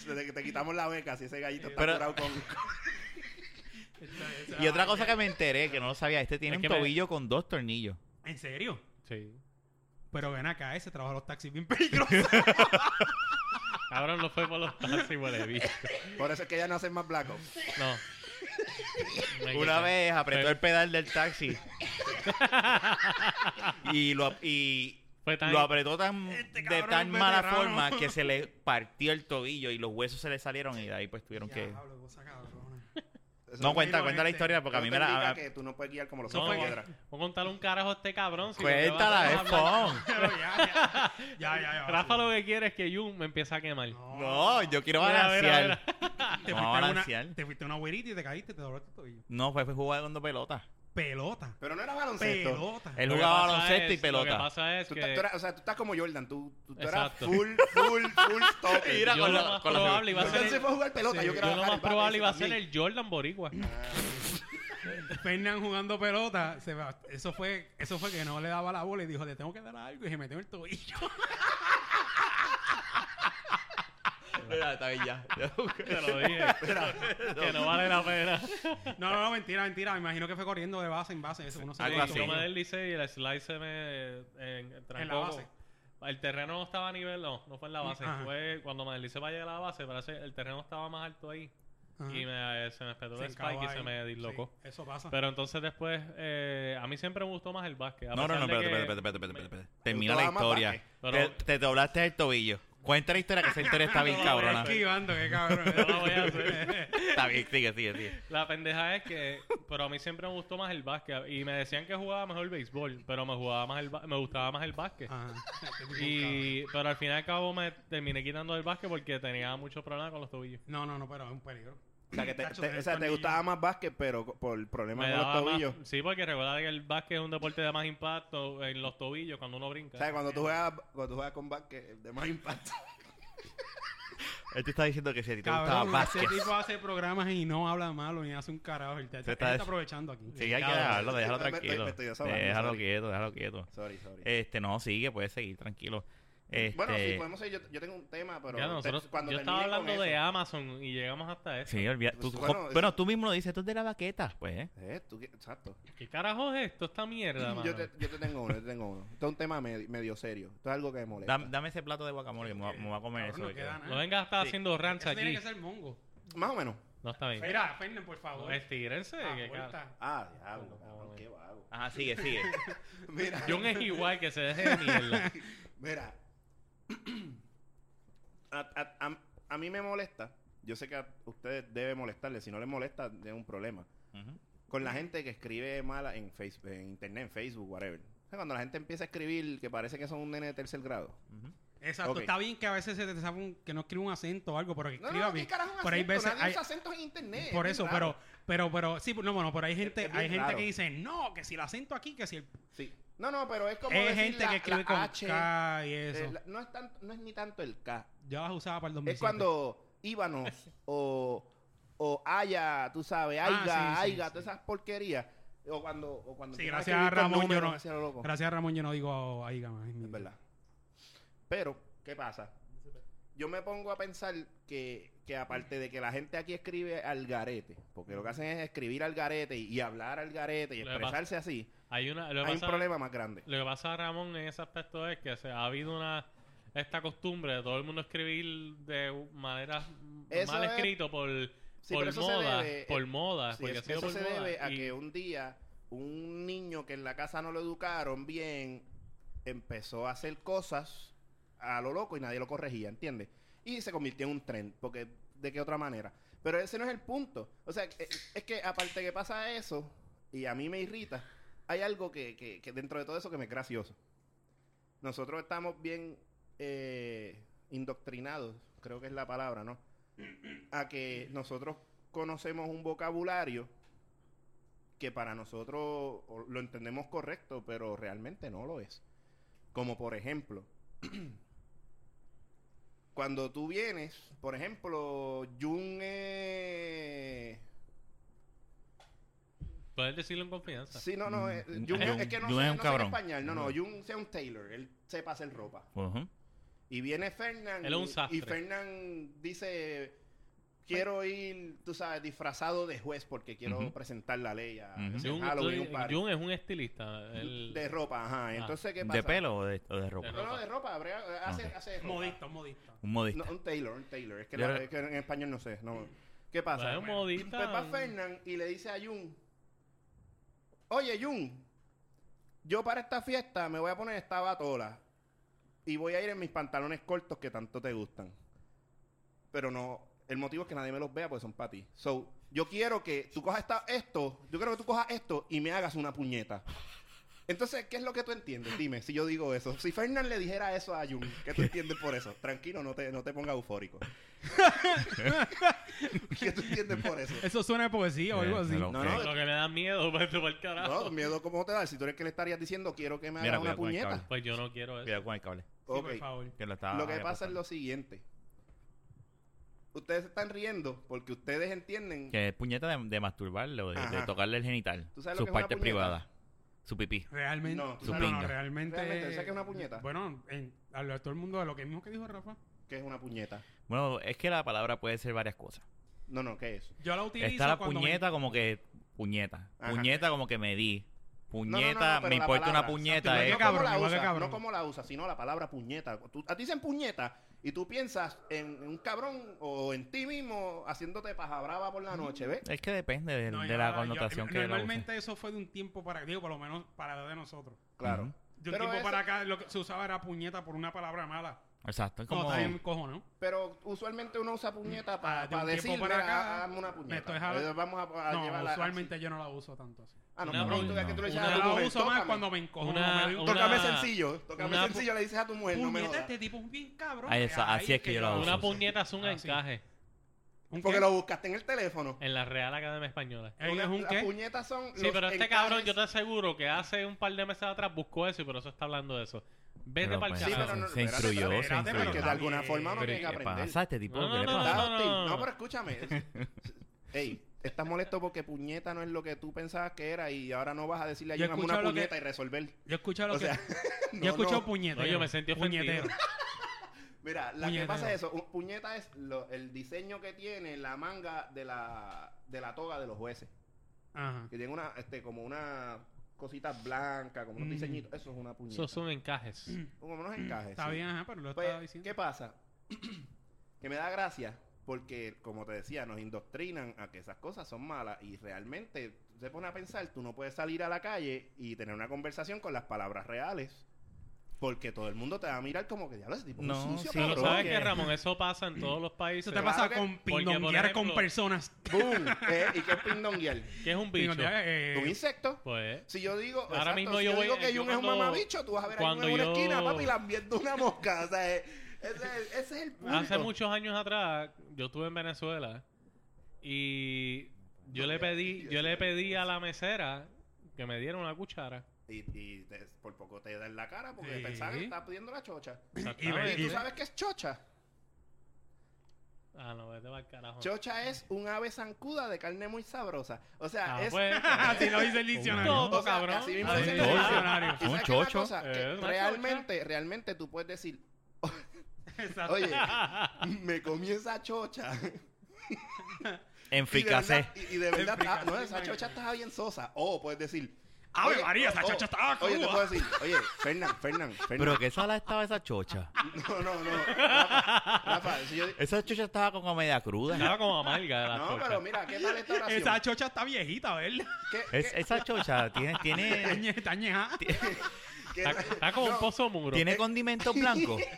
Speaker 2: te, te quitamos la beca si ese gallito está
Speaker 1: Pero-
Speaker 2: curado con...
Speaker 3: ah,
Speaker 1: Y otra cosa que me enteré, que no lo sabía, este tiene
Speaker 4: Es
Speaker 1: un
Speaker 4: que me-
Speaker 1: tobillo con dos tornillos.
Speaker 3: ¿En serio?
Speaker 4: Sí.
Speaker 3: Pero ven acá, ese trabajo de los taxis bien peligroso.
Speaker 4: Ahora no fue por los taxis, huele bicho.
Speaker 2: Por eso es que ya no hacen más blancos.
Speaker 4: No. Me
Speaker 1: Una
Speaker 4: quita.
Speaker 1: vez apretó
Speaker 4: Pero-
Speaker 1: el pedal del taxi. y lo, y
Speaker 4: Fue tan-
Speaker 1: lo apretó tan,
Speaker 3: Este
Speaker 1: de
Speaker 3: cabrón
Speaker 1: tan
Speaker 3: es
Speaker 1: mala
Speaker 3: veterano.
Speaker 1: forma que se le partió el tobillo y los huesos se le salieron y de ahí pues tuvieron que...
Speaker 3: Diablo, cosa cabrona.
Speaker 1: No, cuenta,
Speaker 3: miro
Speaker 1: cuenta la
Speaker 3: este.
Speaker 1: historia porque a mí me la...
Speaker 2: que tú no puedes guiar como los
Speaker 4: No,
Speaker 2: otros
Speaker 4: voy
Speaker 2: piedra.
Speaker 4: a contar un carajo a este cabrón. si lo que va a
Speaker 1: Cuéntala,
Speaker 4: hacer
Speaker 1: es
Speaker 4: es hablar.
Speaker 1: fun.
Speaker 3: Pero ya, ya, ya, ya, ya.
Speaker 4: Rafa lo que quiere es que Jun me empiece a quemar.
Speaker 1: No, yo quiero
Speaker 4: Mira, mira,
Speaker 1: balancear.
Speaker 3: te fuiste,
Speaker 1: No,
Speaker 3: a una,
Speaker 1: balancear.
Speaker 3: te fuiste a una abuelita y te caíste, te doblaste el tobillo.
Speaker 1: No, fue, fue jugando pelota.
Speaker 3: Pelota.
Speaker 2: Pero no era baloncesto.
Speaker 3: Pelota.
Speaker 1: Él
Speaker 4: Lo que
Speaker 1: jugaba
Speaker 4: pasa
Speaker 1: baloncesto y
Speaker 4: es- Lo que
Speaker 1: pelota.
Speaker 4: pasa es
Speaker 2: Tú
Speaker 4: que...
Speaker 2: estás- tú eras- o sea, tú estás como Jordan. Tú, tú, tú eras
Speaker 4: Exacto.
Speaker 2: full, full, full stopper.
Speaker 1: Mira,
Speaker 4: yo
Speaker 1: con
Speaker 4: lo
Speaker 1: la-
Speaker 4: más
Speaker 1: con la
Speaker 4: probable iba a ser
Speaker 2: Jordan se
Speaker 4: el,
Speaker 2: fue a jugar pelota.
Speaker 4: sí,
Speaker 2: yo
Speaker 4: yo
Speaker 2: quiero
Speaker 4: lo
Speaker 2: bajar
Speaker 4: más
Speaker 2: el bate,
Speaker 4: probable
Speaker 2: ese
Speaker 4: iba a
Speaker 2: también.
Speaker 4: ser el Jordan Boricua.
Speaker 3: Fernan jugando pelota, se va- eso fue eso fue que no le daba la bola y dijo, le tengo que dar algo y se metió en el tobillo.
Speaker 1: Mira, está bien, ya.
Speaker 4: Te lo dije. que no vale la pena.
Speaker 3: No, no, no, mentira, mentira. Me imagino que fue corriendo de base en base. Eso uno se
Speaker 1: Algo
Speaker 4: Sí,
Speaker 1: así.
Speaker 4: Yo me deslicé y el slice se me eh, en, trancó
Speaker 3: En la base. Mm,
Speaker 4: con- El terreno no estaba a nivel, no, no fue en la base.
Speaker 3: Ajá.
Speaker 4: Fue cuando me deslicé para llegar a la base, parece el terreno estaba más alto ahí.
Speaker 3: Ajá.
Speaker 4: Y me, eh, se me espetó
Speaker 3: Se
Speaker 4: el spike y
Speaker 3: encaba
Speaker 4: se
Speaker 3: ahí.
Speaker 4: me dislocó.
Speaker 3: Sí, eso pasa.
Speaker 4: Pero entonces después, eh, a mí siempre me gustó más el básquet. a
Speaker 1: No, no,
Speaker 4: pesar
Speaker 1: no,
Speaker 4: de
Speaker 1: espérate,
Speaker 4: que-
Speaker 1: espérate, espérate, espérate, espérate, espérate. Termina
Speaker 2: Yo
Speaker 1: la
Speaker 2: estaba más
Speaker 1: historia. Te,
Speaker 4: baje.
Speaker 1: te doblaste el tobillo. Cuenta la historia que esa historia está bien
Speaker 4: No,
Speaker 1: cabrona.
Speaker 4: es que-
Speaker 3: Esquivando, qué cabrón.
Speaker 4: No lo voy a hacer.
Speaker 1: Está bien, sigue, sigue, sigue.
Speaker 4: La pendeja es que, pero a mí siempre me gustó más el básquet. Y me decían que jugaba mejor béisbol, pero me jugaba más el ba- me gustaba más el básquet.
Speaker 3: Ajá. Este tipo es un cabrón.
Speaker 4: Y, pero al fin y al cabo me terminé quitando el básquet porque tenía muchos problemas con los tobillos.
Speaker 3: No, no, no, pero es un peligro.
Speaker 2: O sea, que te,
Speaker 3: Tacho,
Speaker 2: te-
Speaker 3: te-
Speaker 2: o sea, te
Speaker 3: tornillo.
Speaker 2: gustaba más básquet, pero co- por problemas
Speaker 4: Me
Speaker 2: con los
Speaker 4: daba más-
Speaker 2: tobillos.
Speaker 4: sí, porque recuerda que el básquet es un deporte de más impacto en los tobillos cuando uno brinca.
Speaker 2: O sea, cuando tú juegas, cuando tú juegas con básquet, de más impacto.
Speaker 1: Él te está diciendo que si a ti te gustaba
Speaker 3: Cabrón,
Speaker 1: Vázquez.
Speaker 3: ese tipo hace programas y no habla malo ni hace un carajo. El te,
Speaker 1: Se
Speaker 3: te
Speaker 1: está
Speaker 3: está,
Speaker 1: des-
Speaker 3: aprovechando aquí.
Speaker 1: Sí, hay que
Speaker 4: Cabrón.
Speaker 1: dejarlo, déjalo
Speaker 2: Me- me- me
Speaker 1: tranquilo.
Speaker 2: estoy desahogando,
Speaker 1: Déjalo
Speaker 2: sorry.
Speaker 1: quieto, déjalo quieto.
Speaker 2: Sorry, sorry.
Speaker 1: Este, no, sigue, puedes seguir, tranquilo. Este,
Speaker 2: Bueno, si podemos seguir, yo, yo tengo un tema, pero
Speaker 4: Eh, Ya,
Speaker 2: te-
Speaker 4: nosotros-
Speaker 2: cuando terminen
Speaker 4: yo estaba
Speaker 2: con
Speaker 4: hablando
Speaker 2: eso-
Speaker 4: de Amazon y llegamos hasta eso.
Speaker 1: Sí, olvida-
Speaker 2: Pues,
Speaker 1: tú-
Speaker 2: bueno,
Speaker 1: jo-
Speaker 2: eso-
Speaker 1: bueno, tú mismo lo dices, esto es de la baqueta, pues. ¿eh?
Speaker 2: Eh, tú qué- exacto.
Speaker 4: ¿Qué carajo es esto? Esta mierda, mano.
Speaker 2: Yo te, yo te tengo uno, yo te tengo uno. Esto es un tema medi- medio serio. Esto es algo que me molesta.
Speaker 1: Dame, dame ese plato de guacamole que me, va- me va a comer
Speaker 3: Cabrón,
Speaker 1: eso.
Speaker 3: no queda
Speaker 4: No
Speaker 3: nada.
Speaker 4: vengas a estar
Speaker 1: Sí.
Speaker 4: haciendo rancha
Speaker 3: Eso tiene
Speaker 4: aquí.
Speaker 3: que ser mongo.
Speaker 2: Más o menos.
Speaker 4: No está bien.
Speaker 3: Mira, Fernan, por favor.
Speaker 2: Este,
Speaker 4: Estírense.
Speaker 3: Ah,
Speaker 4: que
Speaker 3: vuelta.
Speaker 4: cara-
Speaker 2: Ah, diablo, cabrón, qué vago.
Speaker 1: Ajá, sigue, sigue.
Speaker 2: Mira,
Speaker 4: John es igual que se deje de mierda.
Speaker 2: mira. A, a- a- a mí me molesta. Yo sé que a ustedes debe molestarles. Si no les molesta, es un problema.
Speaker 1: Ujú.
Speaker 2: Con la gente que escribe mala en, Facebook, en internet, en Facebook, whatever. O sea, cuando la gente empieza a escribir que parece que son un nene de tercer grado.
Speaker 3: Exacto,
Speaker 2: Ok.
Speaker 3: está bien que a veces se te sabe un- que no escribe un acento o algo, pero que
Speaker 2: No,
Speaker 3: escriba
Speaker 2: no, ¿qué
Speaker 3: bien.
Speaker 2: carajo es un
Speaker 3: Pero hay
Speaker 2: acento?
Speaker 3: veces-
Speaker 2: Nadie
Speaker 3: hay-
Speaker 2: usa acentos en internet.
Speaker 3: Por
Speaker 2: es
Speaker 3: eso,
Speaker 2: bien
Speaker 3: pero,
Speaker 2: raro.
Speaker 3: pero, pero, sí, no, bueno, pero hay gente,
Speaker 2: es bien
Speaker 3: hay gente
Speaker 2: raro.
Speaker 3: que dice, no, que si el acento aquí, que si el...
Speaker 2: Sí. No, no, pero es como
Speaker 3: Es
Speaker 2: decir
Speaker 3: gente
Speaker 2: la-
Speaker 3: que escribe
Speaker 2: la
Speaker 3: con
Speaker 2: H,
Speaker 3: K y
Speaker 2: eh,
Speaker 3: eso.
Speaker 2: la- no, es tanto- no es ni tanto el K.
Speaker 3: Yo las usaba para el 2007.
Speaker 2: Es cuando íbanos o, o Aya, tú sabes, Aiga,
Speaker 3: Ah, sí, sí,
Speaker 2: Aiga,
Speaker 3: sí.
Speaker 2: todas esas porquerías. O cuando. O cuando
Speaker 3: Sí,
Speaker 2: empiezan a
Speaker 3: gracias a
Speaker 2: escribir con
Speaker 3: Ramón, yo
Speaker 2: números,
Speaker 3: no-
Speaker 2: así a lo loco.
Speaker 3: Gracias a Ramón yo no digo ahí, gama.
Speaker 2: Es verdad. Pero, ¿qué pasa? Yo me pongo a pensar que, que aparte de que la gente aquí escribe al garete, porque lo que hacen es escribir al garete y, y hablar al garete y
Speaker 4: Lo que pasa-
Speaker 2: expresarse así,
Speaker 4: Hay, una, lo que
Speaker 2: hay un
Speaker 4: pasa-
Speaker 2: problema más grande.
Speaker 4: Lo que pasa, Ramón, en ese aspecto es que se ha habido una esta costumbre de todo el mundo escribir de maneras
Speaker 2: Eso
Speaker 4: mal
Speaker 2: es-
Speaker 4: escrito por,
Speaker 2: Sí,
Speaker 4: por
Speaker 2: pero eso se
Speaker 4: moda,
Speaker 2: debe-
Speaker 4: por
Speaker 2: eh,
Speaker 4: moda,
Speaker 2: Sí,
Speaker 4: porque
Speaker 2: es-
Speaker 4: ha sido
Speaker 2: eso
Speaker 4: por
Speaker 2: se
Speaker 4: moda.
Speaker 2: debe a
Speaker 4: y-
Speaker 2: que un día un niño que en la casa no lo educaron bien empezó a hacer cosas a lo loco y nadie lo corregía, ¿entiendes? Y se convirtió en un tren, porque de qué otra manera. Pero ese no es el punto. O sea, es, es que aparte que pasa eso, y a mí me irrita, hay algo que, que- que dentro de todo eso que me es gracioso. Nosotros estamos bien eh, indoctrinados, creo que es la palabra, ¿no? A que nosotros conocemos un vocabulario que para nosotros o, lo entendemos correcto, pero realmente no lo es. Como por ejemplo, cuando tú vienes, por ejemplo, Jun es...
Speaker 4: Puedes decirlo en confianza.
Speaker 2: Sí, no, no, eh,
Speaker 1: Mm,
Speaker 2: Jun
Speaker 1: es
Speaker 2: es,
Speaker 1: un-
Speaker 2: es que no,
Speaker 1: Jun
Speaker 2: sé,
Speaker 1: es un
Speaker 2: no sé en
Speaker 1: cabrón.
Speaker 2: español, no, no, Jun sea un tailor, él sepa hacer ropa.
Speaker 1: Ujú.
Speaker 2: Y viene Fernán.
Speaker 4: Él es un
Speaker 2: y-
Speaker 4: sastre.
Speaker 2: Y Fernán dice: Quiero ir, tú sabes, disfrazado de juez porque quiero
Speaker 1: Ujú.
Speaker 2: presentar la ley a
Speaker 1: Ujú.
Speaker 2: ese
Speaker 4: Jun,
Speaker 2: Halloween,
Speaker 4: tú-
Speaker 2: un party.
Speaker 4: Jun es un estilista. él-
Speaker 2: De ropa, ajá. Entonces, ¿qué pasa?
Speaker 1: ¿De pelo o de, o de ropa?
Speaker 4: De
Speaker 2: No, no, de ropa. brega- Hace,
Speaker 1: Ok.
Speaker 2: hace ropa.
Speaker 3: Modista, un modista.
Speaker 1: Un modista.
Speaker 2: No, un tailor, un tailor. Es que,
Speaker 1: Yo
Speaker 2: la-
Speaker 1: creo-
Speaker 2: es que en español no sé. No. ¿Qué
Speaker 4: pues,
Speaker 2: pasa?
Speaker 4: es un modista.
Speaker 2: Pues va
Speaker 4: un-
Speaker 2: Fernan y le dice a Jun, oye Jun, yo para esta fiesta me voy a poner esta batola y voy a ir en mis pantalones cortos que tanto te gustan. Pero no, el motivo es que nadie me los vea porque son para ti. So, yo quiero que tú cojas esta- esto, yo quiero que tú cojas esto y me hagas una puñeta. Entonces, ¿qué es lo que tú entiendes? Dime, si yo digo eso. Si Fernan le dijera eso a Jun, ¿qué tú entiendes por eso? Tranquilo, no te, no te pongas eufórico. ¿Qué tú entiendes por eso?
Speaker 3: Eso suena a poesía o
Speaker 1: Eh,
Speaker 3: algo así.
Speaker 1: Hello.
Speaker 2: No,
Speaker 1: Ok.
Speaker 2: no,
Speaker 4: Lo que me da miedo, pues, tú, pa'l
Speaker 2: No,
Speaker 4: carajo.
Speaker 2: miedo cómo te da. Si tú eres que le estarías diciendo, quiero que me
Speaker 1: Mira,
Speaker 2: haga una
Speaker 1: cuidado con el
Speaker 2: puñeta.
Speaker 1: cable. Ah,
Speaker 4: Pues yo no quiero eso.
Speaker 1: Cuidado con el cable.
Speaker 3: Sí,
Speaker 2: Ok.
Speaker 3: por favor.
Speaker 1: que lo estaba
Speaker 2: Lo que pasa es
Speaker 1: apostando.
Speaker 2: lo siguiente. Ustedes se están riendo porque ustedes entienden.
Speaker 1: Que es puñeta de, de masturbarlo, de, de
Speaker 2: Ajá.
Speaker 1: tocarle el genital.
Speaker 2: ¿Tú sabes
Speaker 1: Sus
Speaker 2: lo que es una
Speaker 1: partes
Speaker 2: puñeta?
Speaker 1: privadas. Su pipí.
Speaker 3: Realmente.
Speaker 2: No,
Speaker 1: Su
Speaker 3: no, no,
Speaker 1: pinga.
Speaker 3: realmente.
Speaker 2: Realmente, ¿tú sabes qué es una puñeta?
Speaker 3: Bueno, en- a lo- a todo el mundo de lo que mismo que dijo Rafa.
Speaker 2: ¿Qué es una puñeta?
Speaker 1: Bueno, es que la palabra puede ser varias cosas.
Speaker 2: No, no, ¿qué es?
Speaker 3: Yo la utilizo.
Speaker 1: Está la
Speaker 3: cuando me-
Speaker 1: puñeta como que... Puñeta.
Speaker 2: Ajá.
Speaker 1: Puñeta como que me di.
Speaker 2: No, no, no, no,
Speaker 1: Puñeta,
Speaker 2: pero
Speaker 1: me
Speaker 2: la
Speaker 1: importa una
Speaker 2: palabra.
Speaker 1: puñeta.
Speaker 3: Exacto,
Speaker 2: No
Speaker 1: eh.
Speaker 3: Qué
Speaker 2: cómo
Speaker 3: cabrón,
Speaker 2: la
Speaker 3: igual que
Speaker 2: usa,
Speaker 3: cabrón.
Speaker 2: no cómo la usa, sino la palabra puñeta. Tú- a ti dicen puñeta y tú piensas en, en un cabrón o en ti mismo haciéndote paja brava por la noche, ¿ves?
Speaker 1: Es que depende de,
Speaker 3: No,
Speaker 1: de
Speaker 3: yo-
Speaker 1: la
Speaker 3: yo-
Speaker 1: connotación que la usen.
Speaker 3: Normalmente eso fue de un tiempo para. Digo, por lo menos para la edad de nosotros.
Speaker 2: Claro.
Speaker 1: Ujú.
Speaker 3: De un
Speaker 2: Pero
Speaker 3: tiempo
Speaker 2: ese-
Speaker 3: para acá lo que se usaba era puñeta por una palabra mala.
Speaker 1: Exacto. Es
Speaker 3: Como
Speaker 1: como...
Speaker 3: también cojones.
Speaker 2: Pero usualmente uno usa puñeta
Speaker 3: Ah,
Speaker 2: para
Speaker 3: de un tiempo
Speaker 2: decir,
Speaker 3: para
Speaker 2: mira,
Speaker 3: acá,
Speaker 2: "Ah, hazme una puñeta.
Speaker 3: estoy jalando-
Speaker 2: Eh, Vamos a, a
Speaker 3: No,
Speaker 2: llevarla
Speaker 3: usualmente yo no la uso tanto así.
Speaker 2: Ah, no,
Speaker 4: Una
Speaker 2: pero tú
Speaker 1: puñeta.
Speaker 2: es que tú le dices
Speaker 4: Una-
Speaker 2: a
Speaker 3: Yo
Speaker 2: tu
Speaker 3: la
Speaker 2: mujer,
Speaker 3: uso más
Speaker 2: "Tócame".
Speaker 3: cuando me encojono.
Speaker 4: Una-
Speaker 3: me doy un-
Speaker 4: una-
Speaker 2: Tócame sencillo, tócame
Speaker 4: una pu-
Speaker 2: sencillo, le dices a tu mujer, no me
Speaker 3: Puñeta,
Speaker 2: jodas.
Speaker 3: este tipo es un bien cabrón.
Speaker 1: Ah,
Speaker 3: que
Speaker 1: esa-
Speaker 3: ahí
Speaker 1: así es que yo la uso.
Speaker 4: Una
Speaker 1: sí,
Speaker 4: puñeta es un
Speaker 3: Ah, sí.
Speaker 4: encaje
Speaker 3: ¿Un qué?
Speaker 2: Porque lo buscaste en el teléfono.
Speaker 4: en la Real Academia Española.
Speaker 3: ¿Él
Speaker 2: Una-
Speaker 3: es un
Speaker 2: las
Speaker 3: qué?
Speaker 2: puñetas son
Speaker 4: Sí,
Speaker 2: los
Speaker 4: pero este
Speaker 2: encajes-
Speaker 4: cabrón, yo te aseguro que hace un par de meses atrás buscó eso y por eso está hablando de eso. Vete
Speaker 1: Pero,
Speaker 4: para el
Speaker 1: pues,
Speaker 2: Sí, pero
Speaker 4: carajo.
Speaker 2: no,
Speaker 1: Se
Speaker 2: espérate,
Speaker 1: instruyó,
Speaker 2: espérate,
Speaker 1: se
Speaker 2: espérate,
Speaker 1: instruyó.
Speaker 2: porque de alguna forma uno
Speaker 3: Pero,
Speaker 2: tiene que
Speaker 1: ¿Pero qué
Speaker 2: aprender.
Speaker 1: pasa este tipo?
Speaker 4: No,
Speaker 1: ¿Qué
Speaker 4: no,
Speaker 1: le
Speaker 4: no,
Speaker 1: pasa?
Speaker 2: Está
Speaker 4: no,
Speaker 2: hostil.
Speaker 4: no.
Speaker 2: No, pero escúchame. Ey, estás molesto porque puñeta no es lo que tú pensabas que era y ahora no vas a decirle a
Speaker 3: Yo he
Speaker 2: Jun, "Hazme una
Speaker 3: escuchado lo que-
Speaker 2: puñeta y resolver.
Speaker 3: Yo escucho lo
Speaker 2: O
Speaker 3: que.
Speaker 2: sea,
Speaker 3: yo
Speaker 2: no,
Speaker 3: escucho
Speaker 2: no.
Speaker 3: puñetero.
Speaker 4: No, yo me sentí ofendido.
Speaker 3: puñetero.
Speaker 2: Mira, la
Speaker 3: Puñetero.
Speaker 2: que pasa es eso. Un puñeta es lo- el diseño que tiene la manga de la, de la toga de los jueces.
Speaker 3: Ajá.
Speaker 2: Que tiene una, este, como una cosita blanca, como unos
Speaker 3: Mm.
Speaker 2: diseñitos. Eso es una puñeta.
Speaker 4: Esos son encajes.
Speaker 2: Como unos encajes.
Speaker 3: Está
Speaker 2: sí.
Speaker 3: bien, ajá, pero lo
Speaker 2: Pues,
Speaker 3: estaba diciendo.
Speaker 2: ¿qué pasa? que me da gracia porque, como te decía, nos indoctrinan a que esas cosas son malas y realmente tú te pones a pensar, tú no puedes salir a la calle y tener una conversación con las palabras reales porque todo el mundo te va a mirar como que diablo ese tipo es
Speaker 1: No,
Speaker 2: un sucio,
Speaker 1: sí,
Speaker 4: Pero
Speaker 1: Cabrón,
Speaker 4: sabes
Speaker 1: que-
Speaker 4: que Ramón, eso pasa
Speaker 2: Mm.
Speaker 4: en todos los
Speaker 3: Eso
Speaker 4: países.
Speaker 3: te pasa
Speaker 2: Claro que-
Speaker 3: con
Speaker 4: por
Speaker 3: pindonguear con
Speaker 4: ejemplo-
Speaker 3: personas.
Speaker 2: ¡Boom! Eh, ¿Y qué es pindonguear?
Speaker 4: ¿Qué es un bicho?
Speaker 3: Pindonguear, eh,
Speaker 2: ¿Un insecto?
Speaker 4: Pues,
Speaker 2: Si yo digo,
Speaker 4: Ahora mismo
Speaker 2: si
Speaker 4: yo voy-
Speaker 2: digo que
Speaker 4: yo
Speaker 2: Jun es un
Speaker 4: cuando-
Speaker 2: mamabicho, tú vas a ver a Jun
Speaker 4: cuando
Speaker 2: en una
Speaker 4: yo-
Speaker 2: esquina, papi, lambiendo una mosca. O sea, eh, ese, es el- ese es el punto.
Speaker 4: hace muchos años atrás, yo estuve en Venezuela y yo le pedí, yo le pedí a la mesera que me diera una cuchara.
Speaker 2: Y, y te- por poco te da en la cara porque
Speaker 3: Sí.
Speaker 2: pensaba que estaba pidiendo la chocha.
Speaker 3: Y ve-
Speaker 4: Exactamente.
Speaker 2: Oye,
Speaker 3: y
Speaker 2: ¿Tú
Speaker 3: ve-
Speaker 2: sabes qué es chocha?
Speaker 4: Ah, no, vete para el carajo.
Speaker 2: Chocha es un ave zancuda de carne muy sabrosa. O sea,
Speaker 4: Ah,
Speaker 2: es...
Speaker 4: pues,
Speaker 3: Así lo dice el diccionario.
Speaker 4: Todo.
Speaker 2: o sea,
Speaker 4: cabrón.
Speaker 2: así mismo
Speaker 4: Ah,
Speaker 2: dice
Speaker 4: sí.
Speaker 2: el diccionario.
Speaker 3: Diccionario.
Speaker 2: ¿Y
Speaker 1: Un
Speaker 2: sabes qué es la
Speaker 1: chocho.
Speaker 2: cosa? Que
Speaker 4: Eh, una
Speaker 2: realmente, realmente tú puedes decir,
Speaker 3: Exacto.
Speaker 2: oye, me comí esa chocha.
Speaker 1: En
Speaker 2: Y de verdad,
Speaker 1: fricasé.
Speaker 2: y, y de verdad,
Speaker 3: Fricacé,
Speaker 2: ah, no,
Speaker 3: sí,
Speaker 2: esa
Speaker 3: imagínate.
Speaker 2: chocha estaba bien sosa. O puedes decir,
Speaker 3: Ave
Speaker 2: oye,
Speaker 3: María,
Speaker 2: oh,
Speaker 3: esa
Speaker 2: oh,
Speaker 3: chocha estaba
Speaker 2: Oye, te
Speaker 3: cruda.
Speaker 2: puedo decir, oye, Fernán, Fernán, Fernán.
Speaker 1: Pero que sala estaba esa chocha.
Speaker 2: No, no, no. Rafa, Rafa, si yo-
Speaker 1: Esa chocha estaba con comedia cruda.
Speaker 4: Estaba como amarga de la
Speaker 2: No,
Speaker 4: chocha.
Speaker 2: pero mira, ¿qué tal esta oración?
Speaker 3: Esa chocha está viejita, ¿verdad?
Speaker 2: ¿Qué- qué-
Speaker 1: Es- esa chocha tiene,
Speaker 3: Está
Speaker 1: tiene,
Speaker 3: ñe- Está ñeja.
Speaker 2: qué-
Speaker 4: Está, está como
Speaker 2: no,
Speaker 4: un pozo muro.
Speaker 1: tiene condimentos blancos.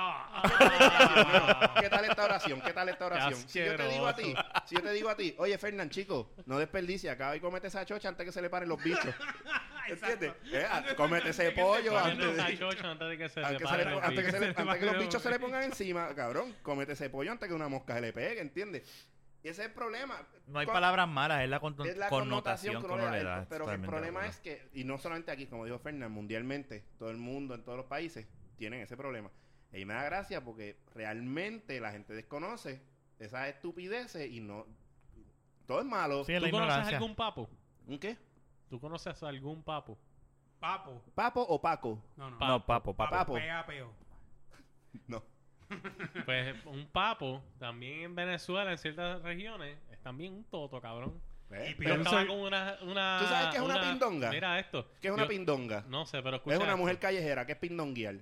Speaker 3: Ah,
Speaker 4: Ah.
Speaker 2: ¿Qué tal esta oración? ¿Qué tal esta oración?
Speaker 4: Qué
Speaker 2: Si yo te digo a ti,
Speaker 4: asqueroso.
Speaker 2: si yo te digo a ti, oye Fernán, chico, no desperdicia, acaba y comete esa chocha antes que se le paren los bichos.
Speaker 3: ah,
Speaker 2: ¿Entiendes? Eh, a- cómete ese pollo
Speaker 4: Poniendo
Speaker 2: antes
Speaker 4: esa
Speaker 2: de.
Speaker 4: chocha antes de que se
Speaker 2: Antes que, se
Speaker 4: separe
Speaker 2: le-
Speaker 4: el
Speaker 2: antes que se le-
Speaker 3: bicho.
Speaker 2: antes que los bichos se le pongan encima, cabrón, cómete ese pollo antes que una mosca se le pegue, ¿entiendes? Y ese es el problema.
Speaker 1: No hay
Speaker 2: Con-
Speaker 1: palabras malas, es la, conto-
Speaker 2: Es la
Speaker 1: connotación,
Speaker 2: connotación
Speaker 1: que uno le da.
Speaker 2: Pero que el
Speaker 1: totalmente
Speaker 2: problema
Speaker 1: de
Speaker 2: es que, y no solamente aquí, como dijo Fernández, mundialmente, todo el mundo, en todos los países, tienen ese problema. Y me da gracia porque realmente la gente desconoce esas estupideces y no. Todo es malo.
Speaker 1: acuerdo. Sí, es la
Speaker 4: ¿Tú conoces
Speaker 1: ignorancia.
Speaker 4: algún papo?
Speaker 2: ¿Un qué?
Speaker 4: ¿Tú conoces algún papo?
Speaker 3: Papo.
Speaker 2: ¿Papo o Paco?
Speaker 3: No, no.
Speaker 1: No, papo, papo.
Speaker 2: Papo.
Speaker 3: Pega peo.
Speaker 2: No.
Speaker 4: Pues un papo, también en Venezuela, en ciertas regiones, es también un toto, cabrón.
Speaker 2: ¿Eh?
Speaker 3: Y
Speaker 4: Yo
Speaker 3: Pero
Speaker 4: estaba
Speaker 3: soy-
Speaker 4: con una, una-
Speaker 2: ¿Tú sabes qué es una pindonga?
Speaker 4: Mira esto.
Speaker 2: ¿Qué es una
Speaker 4: Yo-
Speaker 2: pindonga?
Speaker 4: No sé, pero escucha.
Speaker 2: Es una
Speaker 4: esto.
Speaker 2: mujer callejera, ¿qué es pindonguear?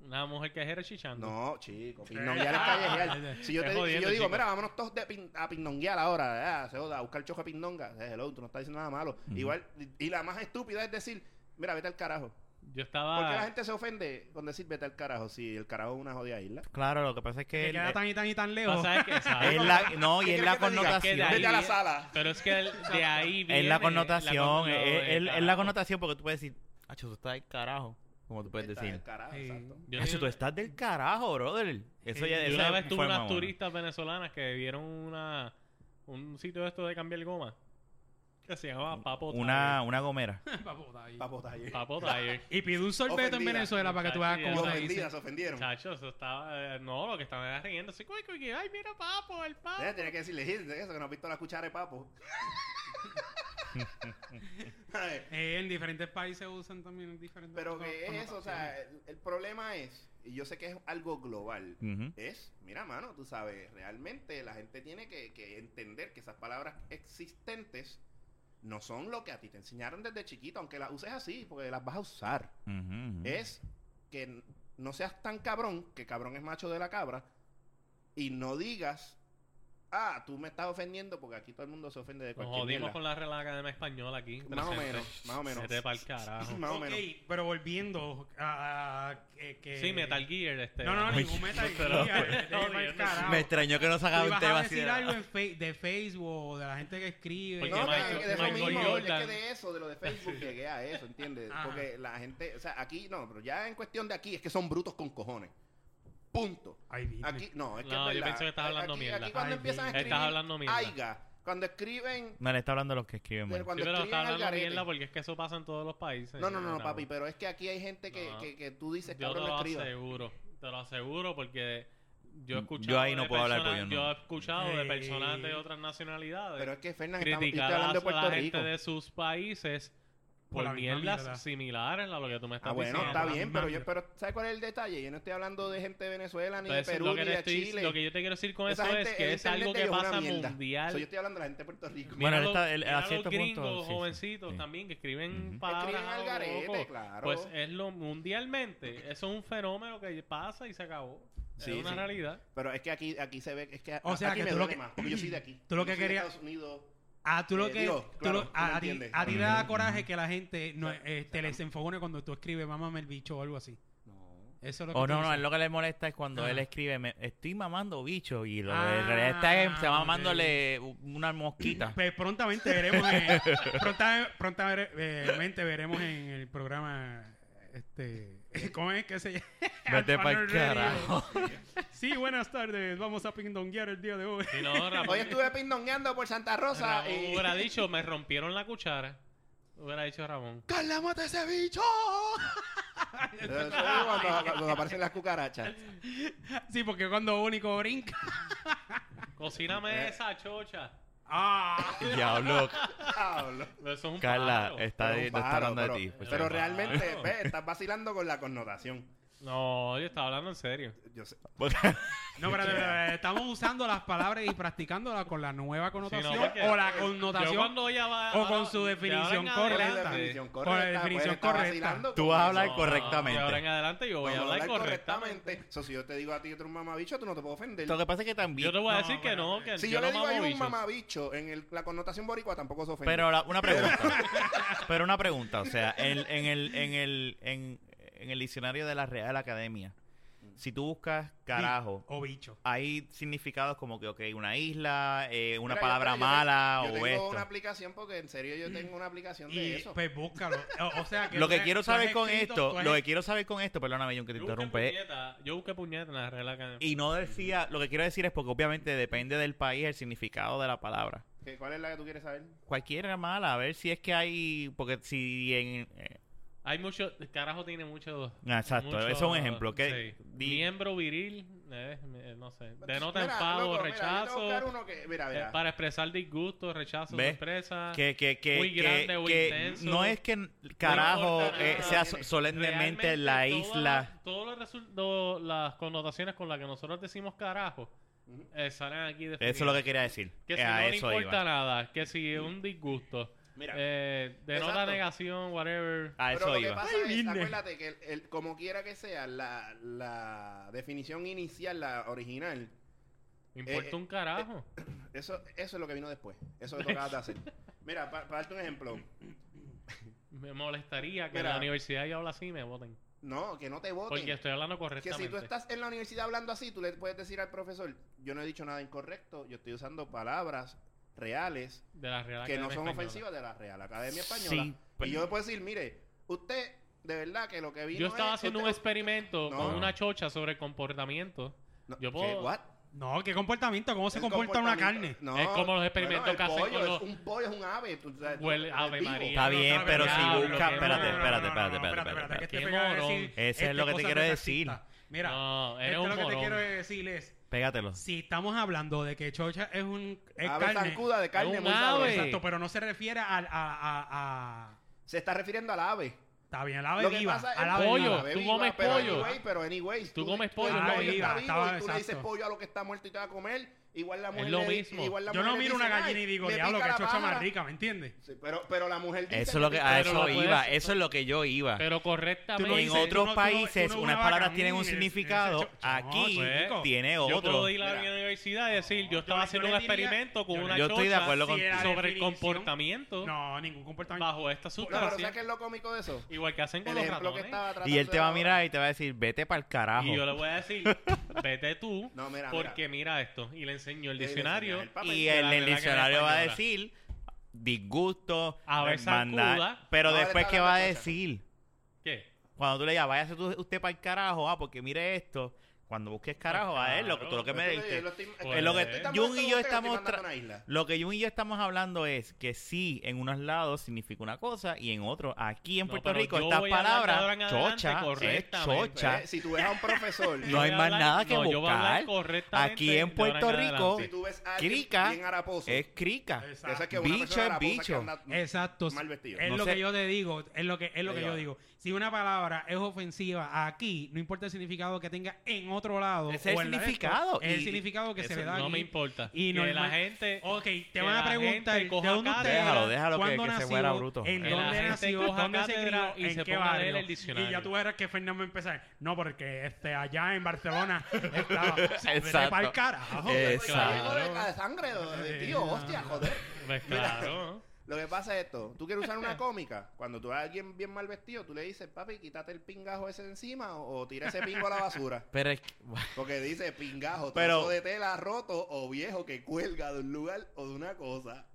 Speaker 4: Una mujer callejera chichando.
Speaker 2: No, chico, pindonguear es callejear. Si yo, te,
Speaker 4: Estoy
Speaker 2: di- si
Speaker 4: jodiendo,
Speaker 2: yo digo,
Speaker 4: chico.
Speaker 2: mira, vámonos todos de pin- a pindonguear ahora, ah, se joda, a buscar choque pindonga, eh, hello, tú no estás diciendo nada malo.
Speaker 1: Ujú.
Speaker 2: Igual, y, y la más estúpida es decir, mira, vete al carajo.
Speaker 4: Yo
Speaker 2: ¿Por qué
Speaker 4: estaba.
Speaker 2: la gente se ofende con decir vete al carajo si el carajo es una jodida isla?
Speaker 1: Claro, lo que pasa es que.
Speaker 3: Que
Speaker 1: el-
Speaker 2: eh,
Speaker 3: queda tan y tan y tan lejos.
Speaker 4: Pasa que- ¿sabes?
Speaker 1: es la, no, y
Speaker 2: ¿Qué
Speaker 1: es
Speaker 2: quieres
Speaker 1: la
Speaker 2: que te diga?
Speaker 1: connotación.
Speaker 4: Que de ahí-
Speaker 2: Vete a la sala.
Speaker 4: Pero es que el- de ahí viene. eh,
Speaker 1: Es la connotación, eh,
Speaker 4: con- lo
Speaker 1: es,
Speaker 4: de
Speaker 1: es- es la
Speaker 4: carajo.
Speaker 1: connotación porque tú puedes decir, Acho, tú estás del carajo. Como tú puedes
Speaker 2: Vete
Speaker 1: decir,
Speaker 2: al carajo,
Speaker 3: Sí.
Speaker 2: exacto.
Speaker 4: Yo
Speaker 1: Acho,
Speaker 4: tenía-
Speaker 1: tú estás del carajo, brother. Eso
Speaker 3: Sí.
Speaker 1: ya
Speaker 4: Yo
Speaker 1: esa
Speaker 4: una vez tuve
Speaker 1: fue
Speaker 4: unas
Speaker 1: más buena.
Speaker 4: turistas venezolanas que vieron una un sitio de esto de cambiar goma que se llamaba Papo
Speaker 1: Una, una gomera.
Speaker 3: Papo, está ahí.
Speaker 2: Papo taller.
Speaker 4: Tire. Papo Tire.
Speaker 3: Y pide un sorbeto en
Speaker 2: Ofendida.
Speaker 3: Venezuela para que tú veas
Speaker 4: Y
Speaker 2: Y
Speaker 3: cómo te
Speaker 2: ofendidas,
Speaker 3: dice.
Speaker 2: se ofendieron.
Speaker 4: Chacho, eso estaba. eh, no, lo que estaban era riendo. Así, "Cuy, cuy, cuy, ay, mira, Papo, el Papo.
Speaker 2: Tienes Eh, que decirle "Gil, eso, que no has visto la cuchara de papo. A ver,
Speaker 3: Eh, en diferentes países usan también diferentes
Speaker 2: Pero
Speaker 3: co-
Speaker 2: que es eso, o
Speaker 3: connotaciones.
Speaker 2: sea, el, el problema es, y yo sé que es algo global,
Speaker 1: Ujú.
Speaker 2: es, mira mano, tú sabes, realmente la gente tiene que, que entender que esas palabras existentes no son lo que a ti te enseñaron desde chiquito, aunque las uses así, porque las vas a usar.
Speaker 4: Mm.
Speaker 1: Ujú, ujú.
Speaker 2: Es que n- no seas tan cabrón, que cabrón es macho de la cabra, y no digas, ah, tú me estás ofendiendo porque aquí todo el mundo se ofende de
Speaker 4: Nos
Speaker 2: cualquier
Speaker 4: jodimos
Speaker 2: mierda".
Speaker 4: con la Real Academia Española aquí.
Speaker 2: Más o
Speaker 4: presente.
Speaker 2: menos, más o menos.
Speaker 4: Vete pa'l carajo.
Speaker 2: Más o
Speaker 3: Ok,
Speaker 2: menos.
Speaker 3: pero volviendo a... a- que, que-
Speaker 4: Sí, Metal Gear. Este,
Speaker 3: Eh, No, no, no,
Speaker 1: Oye,
Speaker 3: ningún Metal
Speaker 4: pero-
Speaker 3: Gear. vete
Speaker 4: no,
Speaker 3: pa'l
Speaker 4: Dios, no.
Speaker 3: carajo.
Speaker 1: Me extrañó que no
Speaker 3: Tú
Speaker 1: sacaron un
Speaker 3: ibas
Speaker 1: tema
Speaker 3: a
Speaker 1: así.
Speaker 3: decir
Speaker 1: de-
Speaker 3: algo en fe- de Facebook o de la gente que escribe.
Speaker 4: Porque
Speaker 2: No,
Speaker 4: Michael-
Speaker 2: de, de eso
Speaker 4: Michael
Speaker 2: mismo,
Speaker 4: Jordan. Ah.
Speaker 2: es que de eso, de lo de Facebook, llegué a eso, ¿entiendes?
Speaker 3: Ajá.
Speaker 2: Porque la gente, o sea, aquí no, pero ya en cuestión de aquí es que son brutos con cojones. Punto.
Speaker 3: Ay, dime.
Speaker 2: Aquí no, es que
Speaker 4: No,
Speaker 2: es
Speaker 4: yo
Speaker 2: verdad.
Speaker 4: pienso que estás hablando
Speaker 2: aquí,
Speaker 4: mierda.
Speaker 2: Aquí cuando
Speaker 3: Ay,
Speaker 2: empiezan a
Speaker 3: mierda.
Speaker 2: escribir,
Speaker 4: Estás hablando mierda.
Speaker 2: Aiga, cuando escriben,
Speaker 1: No, le está hablando a los que escriben.
Speaker 2: de-
Speaker 1: mal.
Speaker 4: Sí,
Speaker 2: cuando
Speaker 4: pero
Speaker 2: escriben
Speaker 4: está
Speaker 2: al
Speaker 4: hablando
Speaker 2: garete.
Speaker 4: mierda porque es que eso pasa en todos los países.
Speaker 2: No, no, no, no,
Speaker 4: Nada,
Speaker 2: papi, pero es que aquí hay gente que,
Speaker 4: No.
Speaker 2: que, que tú dices,
Speaker 4: Yo te
Speaker 2: cabrón,
Speaker 4: lo
Speaker 2: lo escriba.
Speaker 4: aseguro, te lo aseguro porque yo he
Speaker 1: Mm,
Speaker 4: escuchado.
Speaker 1: yo ahí no
Speaker 4: de
Speaker 1: puedo hablar,
Speaker 4: personas-
Speaker 1: porque yo
Speaker 4: Yo
Speaker 1: no.
Speaker 4: he escuchado de
Speaker 3: Sí.
Speaker 4: personas de otras nacionalidades
Speaker 2: Pero es que Fernan está yo estoy
Speaker 4: criticar a
Speaker 2: hablando de
Speaker 4: la
Speaker 2: Puerto Rico.
Speaker 4: gente de sus países
Speaker 3: Por
Speaker 4: por,
Speaker 3: la misma
Speaker 4: mierdas
Speaker 3: mierda.
Speaker 4: similares a lo que tú me estás
Speaker 2: Ah, bueno,
Speaker 4: diciendo.
Speaker 2: está
Speaker 3: la
Speaker 2: bien,
Speaker 3: misma
Speaker 2: pero yo
Speaker 3: mierda.
Speaker 2: espero, ¿sabes cuál es el detalle? Yo no estoy hablando de gente de Venezuela, ni
Speaker 4: Entonces,
Speaker 2: de Perú,
Speaker 4: lo,
Speaker 2: ni
Speaker 4: que te
Speaker 2: de
Speaker 4: estoy-
Speaker 2: Chile.
Speaker 4: lo que yo te quiero decir con
Speaker 2: Esa
Speaker 4: eso
Speaker 2: gente,
Speaker 4: es que
Speaker 2: el
Speaker 4: es algo
Speaker 2: internet
Speaker 4: que
Speaker 2: de ellos es
Speaker 4: pasa
Speaker 2: una mierda.
Speaker 4: mundial.
Speaker 2: O sea, yo estoy hablando de la gente de Puerto Rico.
Speaker 1: Bueno,
Speaker 4: Mira
Speaker 1: él
Speaker 4: lo-
Speaker 1: está- él-
Speaker 4: mira
Speaker 1: a
Speaker 4: los
Speaker 1: cierto punto,
Speaker 4: gringos
Speaker 1: sí, sí,
Speaker 4: jovencitos
Speaker 1: sí.
Speaker 4: también que escriben
Speaker 1: Ujú.
Speaker 4: palabras
Speaker 2: Escriben al
Speaker 4: a lo
Speaker 2: garete,
Speaker 4: loco.
Speaker 2: claro.
Speaker 4: Pues es lo mundialmente, eso es un fenómeno que pasa y se acabó.
Speaker 2: Sí,
Speaker 4: es una
Speaker 2: sí.
Speaker 4: realidad.
Speaker 2: Pero es que aquí, aquí se ve, es que
Speaker 3: O
Speaker 2: a-
Speaker 3: sea,
Speaker 2: aquí
Speaker 3: que
Speaker 2: me
Speaker 3: tú lo
Speaker 2: duele
Speaker 3: que-
Speaker 2: más, porque yo soy de aquí.
Speaker 3: tú lo
Speaker 2: Yo
Speaker 3: que
Speaker 2: soy de
Speaker 3: querías-
Speaker 2: Estados Unidos.
Speaker 3: Ah, tú lo
Speaker 2: Eh,
Speaker 3: que.
Speaker 2: digo,
Speaker 3: tú
Speaker 2: claro,
Speaker 3: lo- a,
Speaker 2: tú me
Speaker 3: a ti,
Speaker 2: entiendes.
Speaker 3: a ti te
Speaker 1: Ujú.
Speaker 3: da coraje que la gente no,
Speaker 2: O sea,
Speaker 3: eh, te
Speaker 2: o sea,
Speaker 3: les enfogone cuando tú escribes mamame el bicho o algo así. Eso es lo que.
Speaker 1: O
Speaker 3: tú
Speaker 1: Oh, no, no,
Speaker 3: dices.
Speaker 1: es lo que le molesta es cuando
Speaker 3: Ajá.
Speaker 1: él escribe, me, estoy mamando bicho y lo
Speaker 3: Ah,
Speaker 1: en realidad está en- se va
Speaker 3: ok.
Speaker 1: mamándole u- una mosquita.
Speaker 3: Pues prontamente veremos. eh, pronta- prontamente veremos en el programa. Este, ¿Cómo es que se llama?
Speaker 1: Vete
Speaker 3: Alfa
Speaker 1: pa'l
Speaker 3: Nerd
Speaker 1: carajo.
Speaker 3: Radio. Sí, buenas tardes. Vamos a pindonguear el día de hoy.
Speaker 4: Si no, Ramón,
Speaker 2: Hoy estuve pindongueando por Santa Rosa
Speaker 4: Ramón
Speaker 2: y...
Speaker 4: hubiera dicho, me rompieron la cuchara. Hubiera dicho Ramón.
Speaker 2: ¡Carla, mata ese bicho! Eso es cuando, cuando aparecen las cucarachas.
Speaker 3: Sí, porque cuando único brinca.
Speaker 4: Cocíname esa chocha.
Speaker 3: Ah,
Speaker 1: Diablo,
Speaker 2: Diablo.
Speaker 4: Eso es un
Speaker 1: Carla, eh.
Speaker 4: paro.
Speaker 1: está,
Speaker 2: Pero
Speaker 1: de-
Speaker 2: un
Speaker 1: no está
Speaker 2: paro,
Speaker 1: hablando de
Speaker 2: pero-
Speaker 1: ti. pues,
Speaker 2: Pero
Speaker 4: Claro.
Speaker 2: realmente, ve, estás vacilando con la connotación.
Speaker 4: No, yo estaba hablando en serio.
Speaker 2: Yo sé.
Speaker 3: no, pero estamos usando las palabras y practicándolas con la nueva
Speaker 4: Sí,
Speaker 3: connotación
Speaker 4: no, porque
Speaker 3: o la
Speaker 4: yo
Speaker 3: connotación.
Speaker 4: cuando ella va-
Speaker 3: o con
Speaker 4: ahora-
Speaker 3: su
Speaker 4: de ahora
Speaker 3: definición
Speaker 4: en
Speaker 2: Con la
Speaker 3: correcta.
Speaker 4: adelante-
Speaker 2: definición
Speaker 3: Con la
Speaker 2: correcta.
Speaker 3: definición
Speaker 2: está
Speaker 3: correcta.
Speaker 2: vacilando
Speaker 1: Tú
Speaker 2: con
Speaker 1: vas a
Speaker 2: eso.
Speaker 1: hablar correctamente.
Speaker 4: De Ah, ahora en adelante yo voy a
Speaker 2: Vamos
Speaker 4: hablar correctamente.
Speaker 2: Eso si yo te digo a ti que tú eres un mamabicho, tú no te puedo ofender.
Speaker 1: Lo que pasa es que también.
Speaker 4: Yo te voy a
Speaker 3: No,
Speaker 4: decir que
Speaker 1: eh.
Speaker 4: no, que
Speaker 2: Si yo,
Speaker 4: yo,
Speaker 2: le
Speaker 4: no
Speaker 2: digo
Speaker 4: mamo
Speaker 2: hay un
Speaker 4: bichos.
Speaker 2: mamabicho en el- la connotación boricua tampoco se ofende.
Speaker 1: Pero la- una pregunta. pero una pregunta, o sea, en, en el en el en, en el diccionario de la Real Academia si tú buscas carajo,
Speaker 3: O bicho.
Speaker 1: hay significados como que, ok, una isla, eh, una
Speaker 2: Mira, yo
Speaker 1: palabra
Speaker 2: tengo- yo
Speaker 1: mala
Speaker 2: tengo- yo
Speaker 1: o
Speaker 2: tengo
Speaker 1: esto.
Speaker 2: una aplicación porque en serio yo tengo una aplicación de
Speaker 3: Y
Speaker 2: eso.
Speaker 3: pues búscalo. O, o sea que
Speaker 1: Lo
Speaker 3: tú
Speaker 1: que
Speaker 3: has-
Speaker 1: quiero
Speaker 3: tú has
Speaker 1: saber con
Speaker 3: escrito- tú
Speaker 1: esto,
Speaker 3: has-
Speaker 1: lo que quiero saber con esto, perdóname John que te
Speaker 4: Yo busqué
Speaker 1: interrumpe,
Speaker 4: puñeta, Yo busqué puñeta en la regla que-
Speaker 1: y no decía, lo que quiero decir es porque obviamente depende del país el significado de la palabra.
Speaker 2: ¿Qué- ¿Cuál es la que tú quieres saber?
Speaker 1: Cualquiera mala, a ver si es que hay, porque si en... eh,
Speaker 4: Hay mucho... Carajo tiene muchos...
Speaker 1: ah, exacto, eso
Speaker 4: mucho-
Speaker 1: es un ejemplo. Que,
Speaker 4: sí.
Speaker 1: di-
Speaker 4: Miembro viril, eh, eh, no sé. Denota
Speaker 2: Mira,
Speaker 4: enfado,
Speaker 2: loco, mira, yo te voy a
Speaker 4: rechazo.
Speaker 2: buscar uno que- mira,
Speaker 4: eh,
Speaker 2: mira.
Speaker 4: para expresar disgusto, rechazo,
Speaker 1: ¿Ves?
Speaker 4: sorpresa.
Speaker 1: que, que, que,
Speaker 4: Muy
Speaker 1: que-
Speaker 4: grande o
Speaker 1: que
Speaker 4: intenso.
Speaker 1: no es que carajo
Speaker 4: importa
Speaker 1: eh,
Speaker 4: nada,
Speaker 1: sea
Speaker 2: tiene-
Speaker 1: solemnemente la
Speaker 4: Realmente
Speaker 1: isla.
Speaker 4: todas- Todas las resu- lo- las connotaciones con las que nosotros decimos carajo
Speaker 2: Ujú.
Speaker 4: eh, salen aquí de
Speaker 1: Eso es lo que quería decir.
Speaker 4: Que
Speaker 1: Eh,
Speaker 4: si
Speaker 1: a
Speaker 4: no le
Speaker 1: eso
Speaker 4: importa
Speaker 1: iba.
Speaker 4: nada, que si es un disgusto,
Speaker 2: Mira,
Speaker 4: eh, denota
Speaker 2: Exacto.
Speaker 4: negación, whatever.
Speaker 3: Ah,
Speaker 1: A
Speaker 2: pero
Speaker 1: eso
Speaker 2: lo que
Speaker 1: iba.
Speaker 2: pasa
Speaker 3: Ay,
Speaker 2: es,
Speaker 3: Disney.
Speaker 2: acuérdate que el- el- como quiera que sea, la, la definición inicial, la original,
Speaker 4: Importa
Speaker 2: eh,
Speaker 4: un carajo.
Speaker 2: eso, eso es lo que vino después. Eso es lo que acabas de hacer. Mira, pa- para darte un ejemplo.
Speaker 4: Me molestaría que en
Speaker 2: Mira.
Speaker 4: la universidad yo habla así y me voten.
Speaker 2: No, que no te voten.
Speaker 4: Porque estoy hablando
Speaker 2: Que
Speaker 4: correctamente.
Speaker 2: si tú estás en la universidad hablando así, tú le puedes decir al profesor, yo no he dicho nada incorrecto, yo estoy usando palabras reales
Speaker 4: de la Real
Speaker 2: que no
Speaker 4: Academia
Speaker 2: son
Speaker 4: Española. pues
Speaker 2: ofensivas de la Real Academia Española.
Speaker 1: Sí, pero-
Speaker 2: Y yo le puedo decir, mire, usted, de verdad que lo que vino
Speaker 4: Yo estaba
Speaker 2: es-
Speaker 4: haciendo un
Speaker 2: usted-
Speaker 4: experimento
Speaker 2: No.
Speaker 4: con una chocha sobre el comportamiento.
Speaker 2: No,
Speaker 4: yo
Speaker 2: ¿qué?
Speaker 4: puedo-
Speaker 2: What?
Speaker 3: No, ¿qué comportamiento? ¿Cómo se
Speaker 2: El
Speaker 3: comporta una carne?
Speaker 2: comportamiento- No,
Speaker 4: Es como los experimentos
Speaker 2: bueno, el
Speaker 4: que hacen con
Speaker 2: pollo es
Speaker 4: los-
Speaker 2: Un pollo es un ave. tú sabes,
Speaker 4: Huele
Speaker 2: es
Speaker 4: Ave
Speaker 2: vivo.
Speaker 4: María.
Speaker 1: Está bien,
Speaker 3: No,
Speaker 1: pero si
Speaker 4: ya, pero
Speaker 1: buscas.
Speaker 4: que-
Speaker 1: Espérate,
Speaker 4: no, no, no,
Speaker 1: espérate,
Speaker 3: no, no,
Speaker 1: espérate,
Speaker 3: no,
Speaker 1: espérate,
Speaker 3: espérate,
Speaker 1: espérate.
Speaker 4: espérate.
Speaker 3: que este
Speaker 4: Qué
Speaker 3: pegado
Speaker 4: morón.
Speaker 3: decir,
Speaker 1: Ese es
Speaker 3: este,
Speaker 1: lo que te
Speaker 3: cosas
Speaker 1: quiero
Speaker 3: de
Speaker 1: decir.
Speaker 3: taxista. Mira,
Speaker 4: No, eres
Speaker 3: esto
Speaker 4: un
Speaker 3: lo que te
Speaker 4: morón.
Speaker 3: quiero decir es,
Speaker 1: Pégatelo.
Speaker 3: si estamos hablando de que chocha es un
Speaker 2: Ave pues.
Speaker 3: es carne, pues.
Speaker 2: zancuda de carne
Speaker 4: un
Speaker 2: muy
Speaker 4: ave.
Speaker 2: sabrosa.
Speaker 3: exacto, pero no se refiere al- a, a, a,
Speaker 2: Se está refiriendo al ave.
Speaker 3: está bien, al ave
Speaker 2: Lo que
Speaker 3: viva,
Speaker 2: pasa es-
Speaker 3: al ave
Speaker 4: Pollo.
Speaker 3: viva.
Speaker 2: Ave
Speaker 4: tú
Speaker 2: viva,
Speaker 4: comes
Speaker 2: pero
Speaker 4: pollo.
Speaker 2: anyway, pero anyways,
Speaker 4: Tú comes pollo,
Speaker 2: el
Speaker 4: no
Speaker 2: pollo
Speaker 3: viva,
Speaker 2: está vivo
Speaker 3: estaba-
Speaker 2: y tú le dices
Speaker 3: exacto.
Speaker 2: pollo a lo que está muerto y te va a comer. Igual la mujer
Speaker 4: lo
Speaker 2: le di-
Speaker 4: mismo.
Speaker 2: Igual la
Speaker 3: Yo
Speaker 2: mujer
Speaker 3: no
Speaker 2: le
Speaker 3: miro
Speaker 2: dice,
Speaker 3: una
Speaker 2: "Ay,
Speaker 3: gallina y digo,
Speaker 2: me
Speaker 3: diablo,
Speaker 2: pica
Speaker 3: que
Speaker 2: la
Speaker 3: chocha más
Speaker 2: pájara".
Speaker 3: rica, ¿me entiendes?
Speaker 2: Sí, pero, pero la mujer dice
Speaker 1: Eso es lo que, a
Speaker 4: pero
Speaker 1: eso
Speaker 4: no
Speaker 1: iba,
Speaker 4: puedes-
Speaker 1: eso es lo que yo iba.
Speaker 4: Pero
Speaker 3: Tú no
Speaker 4: correctamente.
Speaker 1: en
Speaker 3: dices-
Speaker 1: otros
Speaker 3: tú no- tú no-
Speaker 1: países
Speaker 3: tú no
Speaker 1: unas
Speaker 3: una
Speaker 1: palabras
Speaker 3: vaca,
Speaker 1: tienen un
Speaker 3: mm, ese-
Speaker 1: significado,
Speaker 3: ese-
Speaker 1: aquí
Speaker 3: no, chico.
Speaker 1: tiene
Speaker 4: pues, Yo
Speaker 1: otro.
Speaker 4: puedo ir a la
Speaker 2: Mira.
Speaker 4: universidad y decir,
Speaker 3: No,
Speaker 4: yo estaba
Speaker 3: yo- yo
Speaker 4: haciendo
Speaker 3: le
Speaker 4: un
Speaker 3: diría-
Speaker 4: experimento con
Speaker 3: yo-
Speaker 4: una
Speaker 1: yo estoy de
Speaker 4: chocha
Speaker 1: acuerdo
Speaker 3: Si
Speaker 1: contigo.
Speaker 3: era
Speaker 4: sobre el
Speaker 3: definición-
Speaker 4: comportamiento
Speaker 3: No, ningún comportamiento.
Speaker 4: bajo esta
Speaker 2: No, pero ¿sabes
Speaker 4: sustancia.
Speaker 2: qué es lo cómico de eso?
Speaker 4: Igual que hacen con
Speaker 2: El
Speaker 4: los
Speaker 2: ejemplo que
Speaker 4: ratones.
Speaker 2: estaba tratando
Speaker 1: Y él te va a
Speaker 2: de-
Speaker 1: mirar y te va a decir, vete para el carajo.
Speaker 4: Y yo le voy a decir, vete tú,
Speaker 2: No, mira, mira.
Speaker 4: porque mira esto. Y le enseño el
Speaker 2: Sí, le
Speaker 4: diccionario.
Speaker 2: enseñas el papel.
Speaker 1: Y
Speaker 4: de
Speaker 1: en
Speaker 4: la
Speaker 1: el,
Speaker 4: Real Academia
Speaker 1: diccionario va a
Speaker 4: Española.
Speaker 1: decir disgusto,
Speaker 4: A ver,
Speaker 1: hermandad.
Speaker 4: sacuda.
Speaker 1: Pero
Speaker 2: No, le
Speaker 1: después,
Speaker 2: está
Speaker 1: ¿qué
Speaker 2: dando
Speaker 1: va a
Speaker 2: cosas.
Speaker 1: decir?
Speaker 4: ¿Qué?
Speaker 1: Cuando tú le digas, váyase tú- usted para el carajo, ah, porque mire esto. Cuando busques carajo, a ver, lo,
Speaker 4: Claro.
Speaker 1: tú lo que me
Speaker 2: Esto lo-
Speaker 1: dijiste.
Speaker 2: lo estoy-
Speaker 4: Es lo que-
Speaker 2: estoy tan
Speaker 1: Jun
Speaker 2: molesto
Speaker 1: y
Speaker 2: con
Speaker 1: yo
Speaker 2: usted que
Speaker 1: estamos
Speaker 2: estoy
Speaker 1: tra-
Speaker 2: mandando a una isla.
Speaker 1: Lo que Jun y yo estamos hablando es que sí, en unos lados significa una cosa y en otros, aquí en
Speaker 4: No,
Speaker 1: Puerto
Speaker 4: pero
Speaker 1: Rico,
Speaker 4: yo
Speaker 1: estas
Speaker 4: voy a hablar de
Speaker 1: palabras,
Speaker 4: ahora en adelante
Speaker 1: chocha, es
Speaker 4: correctamente.
Speaker 1: chocha.
Speaker 2: Eh, Si tú ves a un profesor,
Speaker 1: No hay
Speaker 4: Yo voy a
Speaker 1: más
Speaker 4: hablar-
Speaker 1: nada que
Speaker 4: no, yo voy a hablar
Speaker 1: buscar.
Speaker 4: correctamente
Speaker 1: Aquí en
Speaker 4: de ahora
Speaker 1: Puerto Rico-
Speaker 4: adelante.
Speaker 2: si tú ves a alguien
Speaker 1: Crica,
Speaker 2: bien haraposo,
Speaker 1: Es crica.
Speaker 2: de esas
Speaker 3: Exacto.
Speaker 2: que una
Speaker 1: Bicho
Speaker 2: persona
Speaker 1: es
Speaker 2: haraposa que
Speaker 1: bicho.
Speaker 2: anda-
Speaker 3: Exacto.
Speaker 2: Mal vestido.
Speaker 3: Es
Speaker 1: No
Speaker 3: lo
Speaker 1: sé.
Speaker 3: que yo te digo, es lo que es lo que
Speaker 2: Ahí
Speaker 3: yo
Speaker 2: va.
Speaker 3: digo. Si una palabra es ofensiva aquí, no importa el significado que tenga en otro lado.
Speaker 1: Ese es
Speaker 3: o
Speaker 1: el
Speaker 3: en la de esto,
Speaker 1: significado,
Speaker 3: Es el
Speaker 1: y-
Speaker 3: significado que se
Speaker 4: Eso
Speaker 3: le da
Speaker 4: No
Speaker 3: aquí.
Speaker 4: me importa.
Speaker 3: Y
Speaker 4: Y
Speaker 3: no
Speaker 4: que
Speaker 3: es
Speaker 4: la
Speaker 3: mal-
Speaker 4: gente...
Speaker 3: Ok, te
Speaker 4: que
Speaker 3: van a
Speaker 4: la
Speaker 3: preguntar
Speaker 4: gente
Speaker 3: de
Speaker 4: coja
Speaker 3: dónde usted
Speaker 4: cátedra.
Speaker 1: Déjalo, déjalo que-
Speaker 3: cuándo
Speaker 1: que se
Speaker 3: nació,
Speaker 1: muera bruto.
Speaker 3: en
Speaker 4: Que la
Speaker 3: dónde
Speaker 4: gente
Speaker 3: nació,
Speaker 4: coja
Speaker 3: dónde se
Speaker 4: cátedra
Speaker 3: crió,
Speaker 4: y
Speaker 3: en
Speaker 4: se
Speaker 3: qué
Speaker 4: ponga a
Speaker 3: barrio.
Speaker 4: leer el diccionario.
Speaker 3: Y ya tú verás que Fernando empezar, no, porque este allá en Barcelona estaba
Speaker 1: Exacto.
Speaker 3: para el carajo.
Speaker 2: Pues
Speaker 1: Exacto.
Speaker 2: Oye, de sangre, de- tío, hostia, joder.
Speaker 4: Pues claro.
Speaker 2: Lo que pasa es esto, tú quieres usar una cómica, cuando tú ves a alguien bien mal vestido, tú le dices, papi, quítate el pingajo ese de encima o, o tira ese pingo a la basura.
Speaker 1: Pero es que-
Speaker 2: Porque dice pingajo,
Speaker 1: Pero-
Speaker 2: trozo de tela roto o viejo que cuelga de un lugar o de una cosa.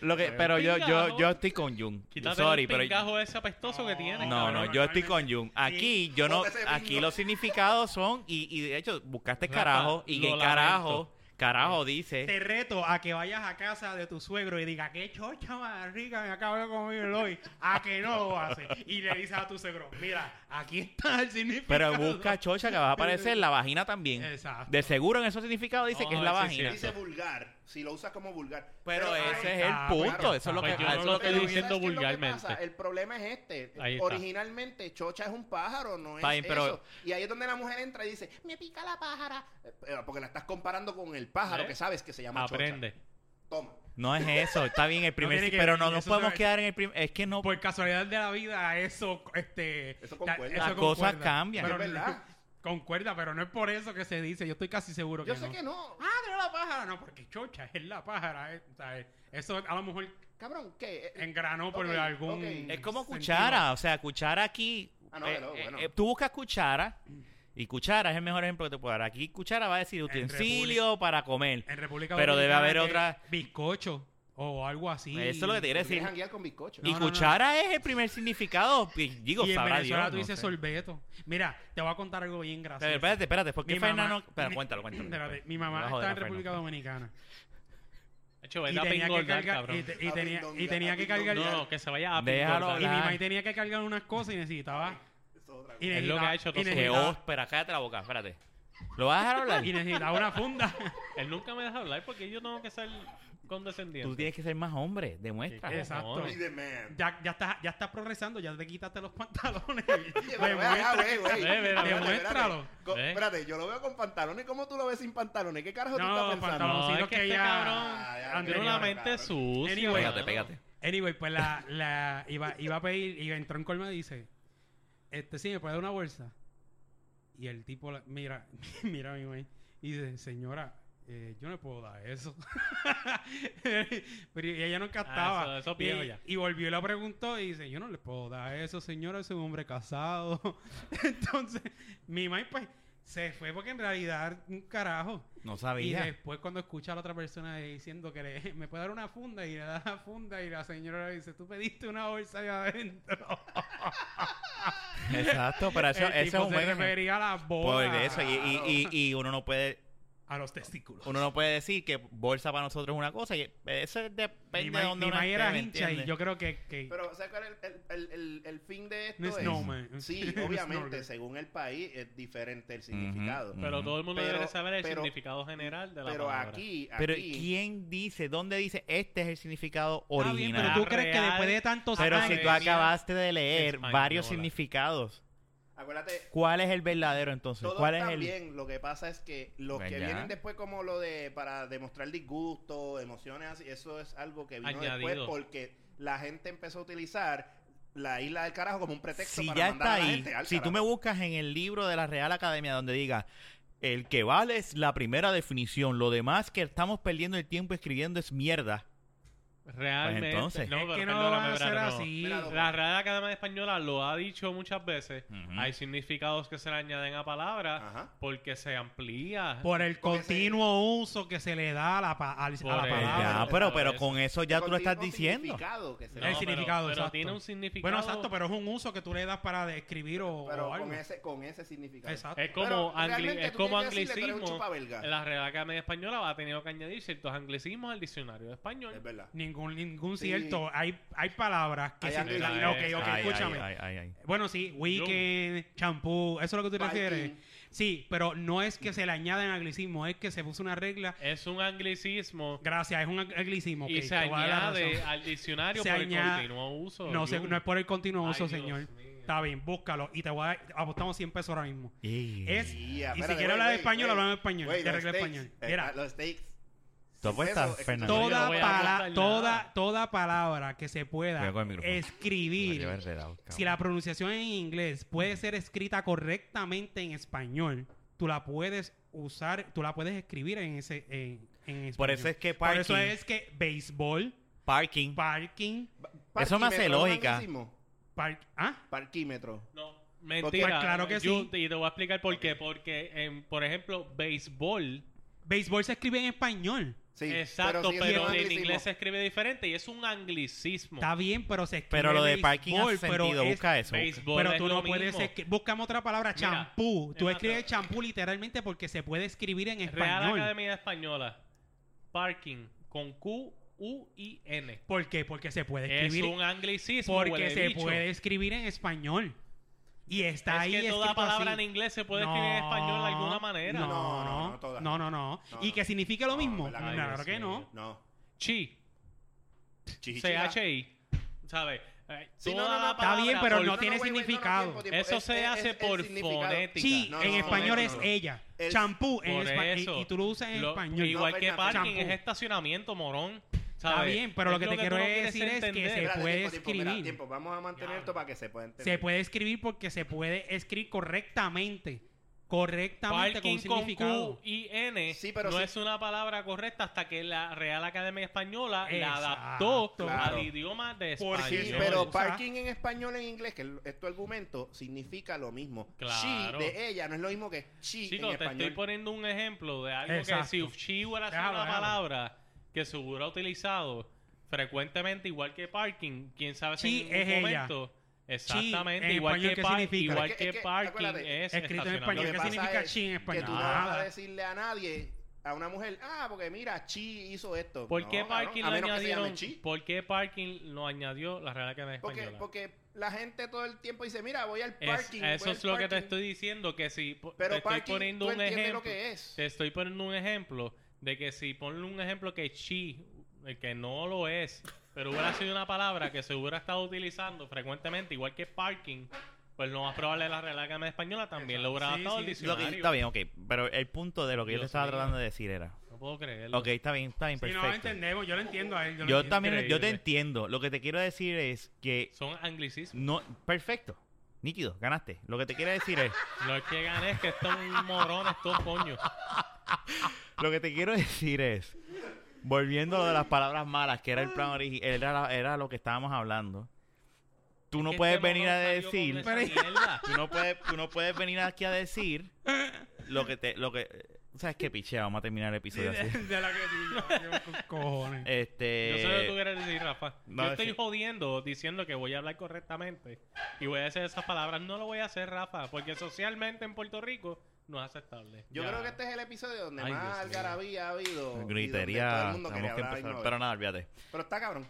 Speaker 1: lo que, pero yo, yo,
Speaker 4: Pingajo.
Speaker 1: yo estoy con Jun.
Speaker 4: Quítate
Speaker 1: Sorry,
Speaker 4: Pues
Speaker 1: pero
Speaker 4: el pingajo ese apestoso que tiene.
Speaker 1: No, no,
Speaker 3: Cabrón,
Speaker 1: yo estoy con
Speaker 3: realmente.
Speaker 1: Jun. Aquí yo no,
Speaker 2: Ponte ese
Speaker 1: aquí
Speaker 2: bingo.
Speaker 1: los significados son y, y de hecho buscaste
Speaker 4: Rafa,
Speaker 1: carajo y
Speaker 4: lo
Speaker 1: que
Speaker 4: lamento.
Speaker 1: carajo, carajo
Speaker 3: Te
Speaker 1: dice.
Speaker 3: reto a que vayas a casa de tu suegro y diga qué chocha más rica me acabo de comer hoy. A que no lo haces. Y le dices a tu suegro, mira, aquí está el significado.
Speaker 1: Pero busca chocha que va a aparecer la vagina también.
Speaker 3: Exacto.
Speaker 1: De seguro en esos significados dice que es
Speaker 4: No,
Speaker 1: la
Speaker 4: sí,
Speaker 1: vagina.
Speaker 4: sí.
Speaker 2: dice vulgar, si lo usas como vulgar.
Speaker 1: Pero
Speaker 2: ahí
Speaker 1: ese es
Speaker 3: está,
Speaker 1: el
Speaker 3: pues,
Speaker 1: punto,
Speaker 2: claro
Speaker 1: eso es lo que
Speaker 4: está. Pues yo
Speaker 1: eso es
Speaker 4: no lo
Speaker 1: lo que
Speaker 4: estoy
Speaker 2: Pero
Speaker 1: dice.
Speaker 2: ¿sabes
Speaker 4: diciendo
Speaker 2: qué es lo que
Speaker 4: vulgarmente.
Speaker 2: pasa? El problema es este.
Speaker 4: Ahí está.
Speaker 2: Originalmente, chocha es un pájaro, no es
Speaker 1: Está bien, pero-
Speaker 2: eso. Y ahí es donde la mujer entra y dice, me pica la pájara. Eh, pero Porque la estás comparando con el pájaro
Speaker 4: ¿Eh?
Speaker 2: que sabes que se llama
Speaker 4: Aprende.
Speaker 2: chocha. Toma.
Speaker 1: No es eso, está bien el primer,
Speaker 3: tiene que
Speaker 1: pero
Speaker 3: ver,
Speaker 1: no nos
Speaker 3: eso
Speaker 1: podemos
Speaker 3: sabe.
Speaker 1: quedar en el primer, es que no
Speaker 3: Por casualidad de la vida, eso, este,
Speaker 2: Eso concuerda.
Speaker 3: la-
Speaker 1: Las cosas
Speaker 3: concuerda.
Speaker 1: cambian.
Speaker 3: Pero
Speaker 2: Es verdad.
Speaker 3: no- concuerda, pero no es por eso que se dice. Yo estoy casi seguro
Speaker 2: Yo
Speaker 3: que
Speaker 2: sé
Speaker 3: no.
Speaker 2: que no.
Speaker 3: Ah, no la pájara, no, porque chocha es la pájara. eh, ¿sabes? Eso a lo mejor
Speaker 2: Cabrón, ¿qué? Eh,
Speaker 3: engranó por
Speaker 2: Ok,
Speaker 3: algún.
Speaker 2: ok.
Speaker 1: es como
Speaker 3: sentido.
Speaker 1: cuchara, o sea, cuchara aquí
Speaker 2: Ah, no,
Speaker 1: eh,
Speaker 2: hello,
Speaker 1: eh,
Speaker 2: bueno.
Speaker 1: eh, tú buscas cuchara y cuchara es el mejor ejemplo que te puedo dar. Aquí cuchara va a decir
Speaker 3: Entre
Speaker 1: utensilio para comer.
Speaker 3: En República
Speaker 1: Pero debe
Speaker 3: Dominicana
Speaker 1: haber
Speaker 3: que
Speaker 1: otra-
Speaker 3: Bizcocho o algo
Speaker 1: Eso
Speaker 3: así.
Speaker 1: es lo que te quiero
Speaker 2: Tú quieres
Speaker 1: decir.
Speaker 2: janguear con bizcocho.
Speaker 1: Y
Speaker 3: No, no, no.
Speaker 1: cuchara es el primer significado. y Digo,
Speaker 3: y en
Speaker 1: sabrá
Speaker 3: Venezuela
Speaker 1: Dios,
Speaker 3: tú
Speaker 1: no
Speaker 3: dices
Speaker 1: sé.
Speaker 3: sorbeto. Mira, te voy a contar algo bien gracioso.
Speaker 1: Pero espérate, espérate, ¿por qué
Speaker 3: Mi
Speaker 1: Fernando?
Speaker 3: mamá-
Speaker 1: Pero
Speaker 3: mi-
Speaker 1: cuéntalo, cuéntalo.
Speaker 3: Espérate,
Speaker 1: cuéntalo.
Speaker 3: mi mamá
Speaker 1: No
Speaker 3: estaba
Speaker 1: jodas,
Speaker 3: en
Speaker 1: Fernando. Pues
Speaker 3: República Dominicana.
Speaker 4: Hecho,
Speaker 3: Y
Speaker 4: vete a
Speaker 3: tenía que cargar.
Speaker 4: pengordar,
Speaker 3: Y,
Speaker 4: cabrón.
Speaker 3: te- y
Speaker 2: A
Speaker 3: tenía, y
Speaker 2: pingolgar,
Speaker 3: tenía
Speaker 2: a
Speaker 3: que cargar.
Speaker 4: No,
Speaker 2: pingolgar.
Speaker 4: no, que se vaya a
Speaker 3: Y
Speaker 1: Déjalo
Speaker 3: mi
Speaker 1: hablar.
Speaker 4: pingordar.
Speaker 3: mamá tenía que cargar unas cosas y necesitaba. Y
Speaker 4: Es lo que
Speaker 3: necesitaba-
Speaker 4: ha hecho
Speaker 3: y
Speaker 4: todo su
Speaker 1: Que
Speaker 4: vida.
Speaker 3: necesitaba-
Speaker 1: óspera, cállate la boca, espérate. ¿Lo vas a dejar hablar?
Speaker 3: Y necesitaba una funda.
Speaker 4: Él nunca me deja hablar porque yo tengo que ser condescendiente.
Speaker 1: Tú tienes que ser más hombre, demuestra.
Speaker 4: ¿Qué
Speaker 3: Exacto.
Speaker 4: cojones?
Speaker 2: Be the man.
Speaker 3: Ya, ya estás, ya estás progresando, ya te quitaste los pantalones.
Speaker 2: Oye, pero ve acá,
Speaker 3: Demuestra-
Speaker 2: güey, güey.
Speaker 4: Ve, ve,
Speaker 2: Espérate,
Speaker 3: demuéstralo.
Speaker 2: espérate. Co-
Speaker 4: Ve.
Speaker 2: Espérate, yo lo veo con pantalones. ¿Cómo tú lo ves sin pantalones? ¿Qué carajo tú
Speaker 3: No,
Speaker 2: estás pensando?
Speaker 3: pantalones.
Speaker 4: No,
Speaker 3: Conocido
Speaker 4: es que
Speaker 3: que
Speaker 4: este
Speaker 3: ya-
Speaker 4: cabrón
Speaker 2: Ah, ya,
Speaker 4: tiene una
Speaker 2: cabrón,
Speaker 4: mente
Speaker 2: cabrón.
Speaker 4: sucia.
Speaker 3: Anyway.
Speaker 1: Pégate,
Speaker 4: mano.
Speaker 1: pégate.
Speaker 3: Anyway, pues la, la iba, iba a pedir, y entró en colma y dice, este sí, me puede dar una bolsa. Y el tipo la- mira, mira a mi güey, y dice, señora, eh, yo no le puedo dar eso. Pero ella no captaba.
Speaker 4: Ah, eso- eso
Speaker 3: Y-
Speaker 4: viejo ya.
Speaker 3: y, volvió y la preguntó y dice, yo no le puedo dar eso, señora, soy un hombre casado. Entonces, mi mamá pues se fue porque en realidad un carajo.
Speaker 1: No
Speaker 3: Y
Speaker 1: sabía.
Speaker 3: después cuando escucha a la otra persona diciendo que le- me puede dar una funda y le da la funda y la señora le dice, tú pediste una bolsa de adentro.
Speaker 1: Exacto, pero eso,
Speaker 3: El
Speaker 1: eso
Speaker 3: tipo
Speaker 1: es un
Speaker 3: se
Speaker 1: buen ejemplo.
Speaker 3: refería a las
Speaker 1: Por
Speaker 3: bolas.
Speaker 1: eso, y, y, y, y uno no puede
Speaker 3: A los testículos.
Speaker 1: uno no puede decir que bolsa para nosotros es una cosa y eso es-
Speaker 3: Mi
Speaker 1: depende
Speaker 3: ma-
Speaker 1: de dónde
Speaker 3: mi
Speaker 1: uno
Speaker 3: ma era
Speaker 1: esté, ¿me
Speaker 3: hincha y
Speaker 1: entiendes?
Speaker 3: yo creo que...
Speaker 4: eh.
Speaker 3: que
Speaker 2: Pero, ¿sabes cuál es el, el, el, el fin de esto?
Speaker 3: No es
Speaker 2: es-
Speaker 3: snowman.
Speaker 2: Sí,
Speaker 3: Un
Speaker 2: obviamente,
Speaker 3: snorkel.
Speaker 2: según el país es diferente el significado.
Speaker 1: ujú.
Speaker 4: Pero todo el mundo
Speaker 2: Pero-
Speaker 4: debe saber el
Speaker 2: pero-
Speaker 4: significado general de la
Speaker 2: Pero
Speaker 4: palabra.
Speaker 2: aquí, aquí...
Speaker 1: Pero ¿quién dice? ¿Dónde dice este es el significado
Speaker 3: Está bien,
Speaker 1: original?
Speaker 3: pero
Speaker 1: pero
Speaker 3: tú crees que
Speaker 4: Real.
Speaker 3: después de tantos años...
Speaker 1: si tú
Speaker 4: Academia
Speaker 1: acabaste de leer
Speaker 4: Española.
Speaker 1: varios significados,
Speaker 2: Acuérdate,
Speaker 1: ¿cuál es el verdadero entonces?
Speaker 2: Todo
Speaker 1: ¿Cuál es
Speaker 2: está
Speaker 1: el
Speaker 2: bien, lo que pasa es que los
Speaker 1: Pues
Speaker 2: que
Speaker 1: ya.
Speaker 2: vienen después como lo de para demostrar disgusto, emociones, así, eso es algo que vino después
Speaker 4: Añadido.
Speaker 2: porque la gente empezó a utilizar la isla del carajo como un pretexto
Speaker 1: si
Speaker 2: para
Speaker 1: ya
Speaker 2: mandar
Speaker 1: está
Speaker 2: a la
Speaker 1: ahí,
Speaker 2: gente al
Speaker 1: si tú me
Speaker 2: carajo.
Speaker 1: buscas en el libro de la Real Academia donde diga el que vale es la primera definición, lo demás que estamos perdiendo el tiempo escribiendo es mierda.
Speaker 4: Realmente.
Speaker 1: Pues entonces.
Speaker 4: No,
Speaker 3: es
Speaker 4: pero
Speaker 3: que no
Speaker 4: perdóname,
Speaker 3: va a ser
Speaker 4: espérate, no.
Speaker 3: así.
Speaker 2: Mira, lo-
Speaker 4: La Real Academia Española lo ha dicho muchas veces.
Speaker 1: Ujú.
Speaker 4: Hay significados que se le añaden a palabras
Speaker 2: Ajá.
Speaker 4: porque se amplía.
Speaker 3: Por el
Speaker 2: Porque se-
Speaker 3: continuo uso que se le da a la, pa- al- a
Speaker 4: Por
Speaker 3: la
Speaker 1: Ah,
Speaker 4: el-
Speaker 1: pues Ya,
Speaker 3: palabra.
Speaker 4: Exacto,
Speaker 1: pero, pero
Speaker 4: eso.
Speaker 1: con eso ya
Speaker 2: Con
Speaker 1: tú lo estás
Speaker 2: tipo
Speaker 1: diciendo.
Speaker 2: significado que se
Speaker 4: No,
Speaker 2: le
Speaker 3: el
Speaker 2: da.
Speaker 4: pero-
Speaker 3: significado,
Speaker 4: pero
Speaker 3: exacto.
Speaker 4: tiene un significado.
Speaker 3: Bueno, exacto, pero es un uso que tú le das para describir o,
Speaker 2: pero
Speaker 3: o algo.
Speaker 2: con ese con ese significado.
Speaker 3: Exacto.
Speaker 4: Es como,
Speaker 2: Pero
Speaker 4: angli-
Speaker 2: realmente
Speaker 4: es
Speaker 2: tú
Speaker 4: como
Speaker 2: tienes que decirle, tú eres un
Speaker 4: anglicismo.
Speaker 2: chupavelga.
Speaker 4: La Real Academia Española ha tenido que añadir ciertos anglicismos al diccionario español.
Speaker 2: Es verdad.
Speaker 3: Ningún, ningún
Speaker 2: Sí.
Speaker 3: cierto. Hay, hay palabras que
Speaker 2: Hay
Speaker 3: se-
Speaker 2: anglicismos.
Speaker 3: Ok, ok,
Speaker 1: Ay, ay,
Speaker 3: escúchame.
Speaker 1: ay, ay, ay.
Speaker 3: Bueno, sí, weekend, champú, eso es lo que tú te
Speaker 2: Viking.
Speaker 3: refieres. Sí, pero no es que se le añaden anglicismo, es que se puso una regla.
Speaker 4: Es un anglicismo
Speaker 3: Gracias, es un anglicismo. ok,
Speaker 4: y se
Speaker 3: te voy a dar la
Speaker 4: añade
Speaker 3: razón.
Speaker 4: al diccionario
Speaker 3: Se
Speaker 4: por
Speaker 3: añade-
Speaker 4: el continuo uso.
Speaker 3: No, se-
Speaker 4: Jun.
Speaker 3: no es por el continuo
Speaker 4: Ay,
Speaker 3: uso,
Speaker 4: Dios
Speaker 3: señor.
Speaker 4: mío.
Speaker 3: Está bien, búscalo. Y te voy a dar- apostamos 100 pesos ahora mismo.
Speaker 1: Ey.
Speaker 3: Es,
Speaker 2: Ya,
Speaker 3: y si
Speaker 2: espérate,
Speaker 3: quieres
Speaker 2: güey,
Speaker 3: hablar de
Speaker 2: güey,
Speaker 3: español,
Speaker 2: güey.
Speaker 3: hablamos español.
Speaker 2: Güey,
Speaker 3: de
Speaker 2: los
Speaker 3: regla
Speaker 2: steaks,
Speaker 3: español.
Speaker 2: eh,
Speaker 3: Mira,
Speaker 2: los steaks.
Speaker 1: ¿Tú apuestas,
Speaker 2: Eso, es que
Speaker 1: Fernando?
Speaker 4: Yo ah, no
Speaker 3: toda,
Speaker 4: voy a
Speaker 3: pala-
Speaker 4: apostar
Speaker 3: toda,
Speaker 4: nada.
Speaker 3: toda palabra que se
Speaker 1: Cuidado
Speaker 3: pueda
Speaker 1: con el micrófono.
Speaker 3: escribir.
Speaker 1: Vale, enredado, cabrón.
Speaker 3: Si la pronunciación en inglés puede ser escrita correctamente en español, tú la puedes usar, tú la puedes escribir en ese en, en español.
Speaker 1: Por eso es que
Speaker 3: Por
Speaker 1: parking,
Speaker 3: eso es que béisbol,
Speaker 1: parking,
Speaker 3: parking,
Speaker 1: Eso me hace
Speaker 2: Parquímetro, ¿no es
Speaker 1: lógica.
Speaker 2: anglicismo?
Speaker 3: par- ¿ah?
Speaker 2: Parquímetro.
Speaker 4: No, mentira.
Speaker 3: Pues claro que
Speaker 4: Jun,
Speaker 3: sí.
Speaker 4: Y te voy a explicar por qué. Porque, en, por ejemplo, béisbol.
Speaker 3: Béisbol se escribe en español.
Speaker 2: Sí,
Speaker 4: exacto,
Speaker 2: sí
Speaker 4: pero,
Speaker 2: es un
Speaker 4: en
Speaker 2: anglicismo.
Speaker 4: inglés se escribe diferente y es un anglicismo.
Speaker 3: Está bien, pero se escribe
Speaker 1: pero lo de
Speaker 3: béisbol,
Speaker 1: parking hace
Speaker 3: pero
Speaker 1: sentido,
Speaker 3: es-
Speaker 1: busca eso. busca.
Speaker 4: Béisbol
Speaker 3: Pero
Speaker 4: es
Speaker 3: tú
Speaker 4: lo
Speaker 3: no puedes
Speaker 4: mismo.
Speaker 3: escribir. Buscamos otra palabra,
Speaker 4: Mira,
Speaker 3: champú. Tú
Speaker 4: Renato.
Speaker 3: escribes champú literalmente porque se puede escribir en
Speaker 4: Real
Speaker 3: español.
Speaker 4: Academia Española. Parking con Q, U y N.
Speaker 3: ¿Por qué? Porque se puede
Speaker 4: Es
Speaker 3: escribir
Speaker 4: un anglicismo.
Speaker 3: Porque
Speaker 4: huele
Speaker 3: se
Speaker 4: bicho.
Speaker 3: puede escribir en español. Y está
Speaker 4: Es
Speaker 3: ahí
Speaker 4: que toda
Speaker 3: escrito
Speaker 4: palabra
Speaker 3: así.
Speaker 4: en inglés se puede escribir en español de alguna manera.
Speaker 3: No,
Speaker 2: No, no,
Speaker 3: no, no,
Speaker 2: no todas.
Speaker 3: no, no, no.
Speaker 2: No,
Speaker 3: ¿Y
Speaker 2: no.
Speaker 3: que signifique lo
Speaker 2: No,
Speaker 3: mismo?
Speaker 2: ¿verdad?
Speaker 4: Ay,
Speaker 3: claro
Speaker 4: Dios
Speaker 3: que no.
Speaker 4: mío.
Speaker 2: No.
Speaker 4: Chi,
Speaker 2: Chichira.
Speaker 4: C-H-I. ¿Sabes? Eh,
Speaker 2: Sí,
Speaker 4: toda
Speaker 2: no, no, no,
Speaker 4: la
Speaker 2: está
Speaker 4: palabra
Speaker 3: bien, pero
Speaker 4: por-
Speaker 3: no tiene
Speaker 2: güey, güey,
Speaker 3: significado.
Speaker 2: tiempo, tiempo.
Speaker 4: Eso
Speaker 2: Es-
Speaker 4: se
Speaker 2: es-
Speaker 4: hace
Speaker 2: es
Speaker 4: por
Speaker 2: el significado.
Speaker 4: fonética.
Speaker 3: Sí,
Speaker 2: No,
Speaker 3: en
Speaker 2: no,
Speaker 3: español
Speaker 2: no,
Speaker 3: es
Speaker 2: no.
Speaker 3: ella.
Speaker 2: Es-
Speaker 3: champú en
Speaker 4: Por
Speaker 3: espa- y-
Speaker 4: eso.
Speaker 3: Y, tú lo usas en
Speaker 4: Lo-
Speaker 3: español.
Speaker 4: Igual
Speaker 2: No,
Speaker 4: que
Speaker 2: Fernando.
Speaker 4: parking
Speaker 3: Champú.
Speaker 4: es estacionamiento, morón.
Speaker 3: Está
Speaker 4: ¿sabes?
Speaker 3: bien, pero lo
Speaker 4: Es
Speaker 3: que te quiero
Speaker 4: tú no quieres
Speaker 3: decir es que se
Speaker 4: entender.
Speaker 2: Espérate,
Speaker 3: puede
Speaker 2: tiempo, tiempo, mira,
Speaker 3: escribir.
Speaker 2: tiempo. Vamos a mantener esto para que se pueda entender.
Speaker 3: Se puede escribir porque se puede escribir correctamente. correctamente con un
Speaker 4: Parking con
Speaker 3: significado.
Speaker 4: Q y N
Speaker 2: Sí, pero
Speaker 4: no
Speaker 2: sí.
Speaker 4: es una palabra correcta hasta que la Real Academia Española la
Speaker 3: Exacto.
Speaker 4: adaptó
Speaker 2: Claro.
Speaker 4: al idioma de
Speaker 3: Porque-
Speaker 4: España.
Speaker 2: Sí,
Speaker 3: Ay,
Speaker 2: pero
Speaker 3: Dios.
Speaker 2: parking en español en inglés, que es tu argumento, significa lo mismo. She
Speaker 4: Claro.
Speaker 2: de ella no es lo mismo que she
Speaker 4: Chicos,
Speaker 2: en
Speaker 4: te estoy
Speaker 2: español.
Speaker 4: poniendo un ejemplo de algo
Speaker 3: Exacto.
Speaker 4: que si She hubiera sido
Speaker 3: Déjalo,
Speaker 4: una
Speaker 3: déjalo.
Speaker 4: palabra que se hubiera utilizado frecuentemente, igual que parking, quién sabe si
Speaker 3: She
Speaker 4: en algún
Speaker 3: es
Speaker 4: momento. Exactamente,
Speaker 3: en
Speaker 4: igual
Speaker 3: español,
Speaker 4: que,
Speaker 3: ¿qué
Speaker 4: par-
Speaker 3: significa?
Speaker 4: igual
Speaker 2: Pero es
Speaker 4: que,
Speaker 2: que- es que,
Speaker 4: parking
Speaker 2: acuérdate,
Speaker 4: es
Speaker 3: escrito en
Speaker 4: estacionamiento.
Speaker 2: Lo
Speaker 3: español,
Speaker 2: que
Speaker 3: ¿qué
Speaker 2: pasa
Speaker 3: significa
Speaker 2: es
Speaker 3: she en
Speaker 2: Que
Speaker 3: español?
Speaker 2: tú no
Speaker 3: Nada.
Speaker 2: vas a decirle a nadie, a una mujer, ah, porque mira, chi hizo esto.
Speaker 4: ¿Por
Speaker 2: No,
Speaker 4: qué
Speaker 2: cabrón,
Speaker 4: parking
Speaker 2: a
Speaker 4: lo
Speaker 2: menos que se
Speaker 4: añadieron?
Speaker 2: llame chi.
Speaker 4: ¿Por qué parking lo añadió la Real Academia
Speaker 2: Porque,
Speaker 4: Española?
Speaker 2: porque la gente todo el tiempo dice, mira, voy al
Speaker 4: Es-
Speaker 2: parking. voy
Speaker 4: eso
Speaker 2: al
Speaker 4: es lo que te
Speaker 2: parking".
Speaker 4: estoy diciendo, que si po-
Speaker 2: Pero
Speaker 4: te estoy
Speaker 2: parking,
Speaker 4: poniendo
Speaker 2: tú
Speaker 4: un
Speaker 2: entiendes
Speaker 4: ejemplo,
Speaker 2: lo que es.
Speaker 4: te estoy poniendo un ejemplo de que si ponle un ejemplo que chi, eh, que no lo es, pero hubiera sido una palabra que se hubiera estado utilizando frecuentemente, igual que parking, pues lo más probable es la Real Academia Española también lo hubiera
Speaker 3: Sí,
Speaker 4: adaptado al
Speaker 3: sí,
Speaker 1: Lo que-
Speaker 4: diccionario.
Speaker 1: está bien, ok. Pero el punto de lo que yo te
Speaker 4: Dios
Speaker 1: estaba
Speaker 4: mío.
Speaker 1: tratando de decir era.
Speaker 4: No puedo creerlo.
Speaker 1: Ok, está bien, está bien,
Speaker 3: Si no lo
Speaker 1: perfecto.
Speaker 3: entendemos, yo lo entiendo a él. Yo, lo
Speaker 1: yo
Speaker 3: entiendo.
Speaker 1: también, yo te
Speaker 4: Increíble.
Speaker 1: entiendo. Lo que te quiero decir es que
Speaker 4: Son anglicismos.
Speaker 1: no, perfecto, nítido, ganaste. Lo que te quiero decir es,
Speaker 4: Lo que gané es que están morones todos coños.
Speaker 1: lo que te quiero decir es, volviendo a lo de las palabras malas, que era el plan original, era, la- era lo que estábamos hablando. Tú no
Speaker 4: Que
Speaker 1: puedes
Speaker 4: este
Speaker 1: venir a
Speaker 4: morón salió con
Speaker 1: decir,
Speaker 4: esa mierda.
Speaker 1: tú no puedes, tú no puedes venir aquí a decir lo que te, lo que, sabes qué pichea, vamos a terminar el
Speaker 3: Sí,
Speaker 1: episodio
Speaker 3: de,
Speaker 1: así.
Speaker 3: de la que sí, yo- yo con cojones.
Speaker 1: Este,
Speaker 4: Yo sé lo que tú quieres decir, Rafa.
Speaker 1: no,
Speaker 4: Yo estoy
Speaker 1: sí.
Speaker 4: jodiendo diciendo que voy a hablar correctamente y voy a decir esas palabras. No lo voy a hacer, Rafa, porque socialmente en Puerto Rico no es aceptable.
Speaker 2: Yo
Speaker 4: Ya.
Speaker 2: creo que este es el episodio donde
Speaker 4: Ay, Dios
Speaker 2: más
Speaker 4: mío.
Speaker 2: algarabía ha habido. y donde todo
Speaker 1: gritería,
Speaker 2: el mundo
Speaker 1: tenemos
Speaker 2: quería
Speaker 1: que
Speaker 2: hablar y
Speaker 1: empezar,
Speaker 2: no
Speaker 1: pero
Speaker 2: había.
Speaker 1: nada, olvídate.
Speaker 2: Pero está cabrón.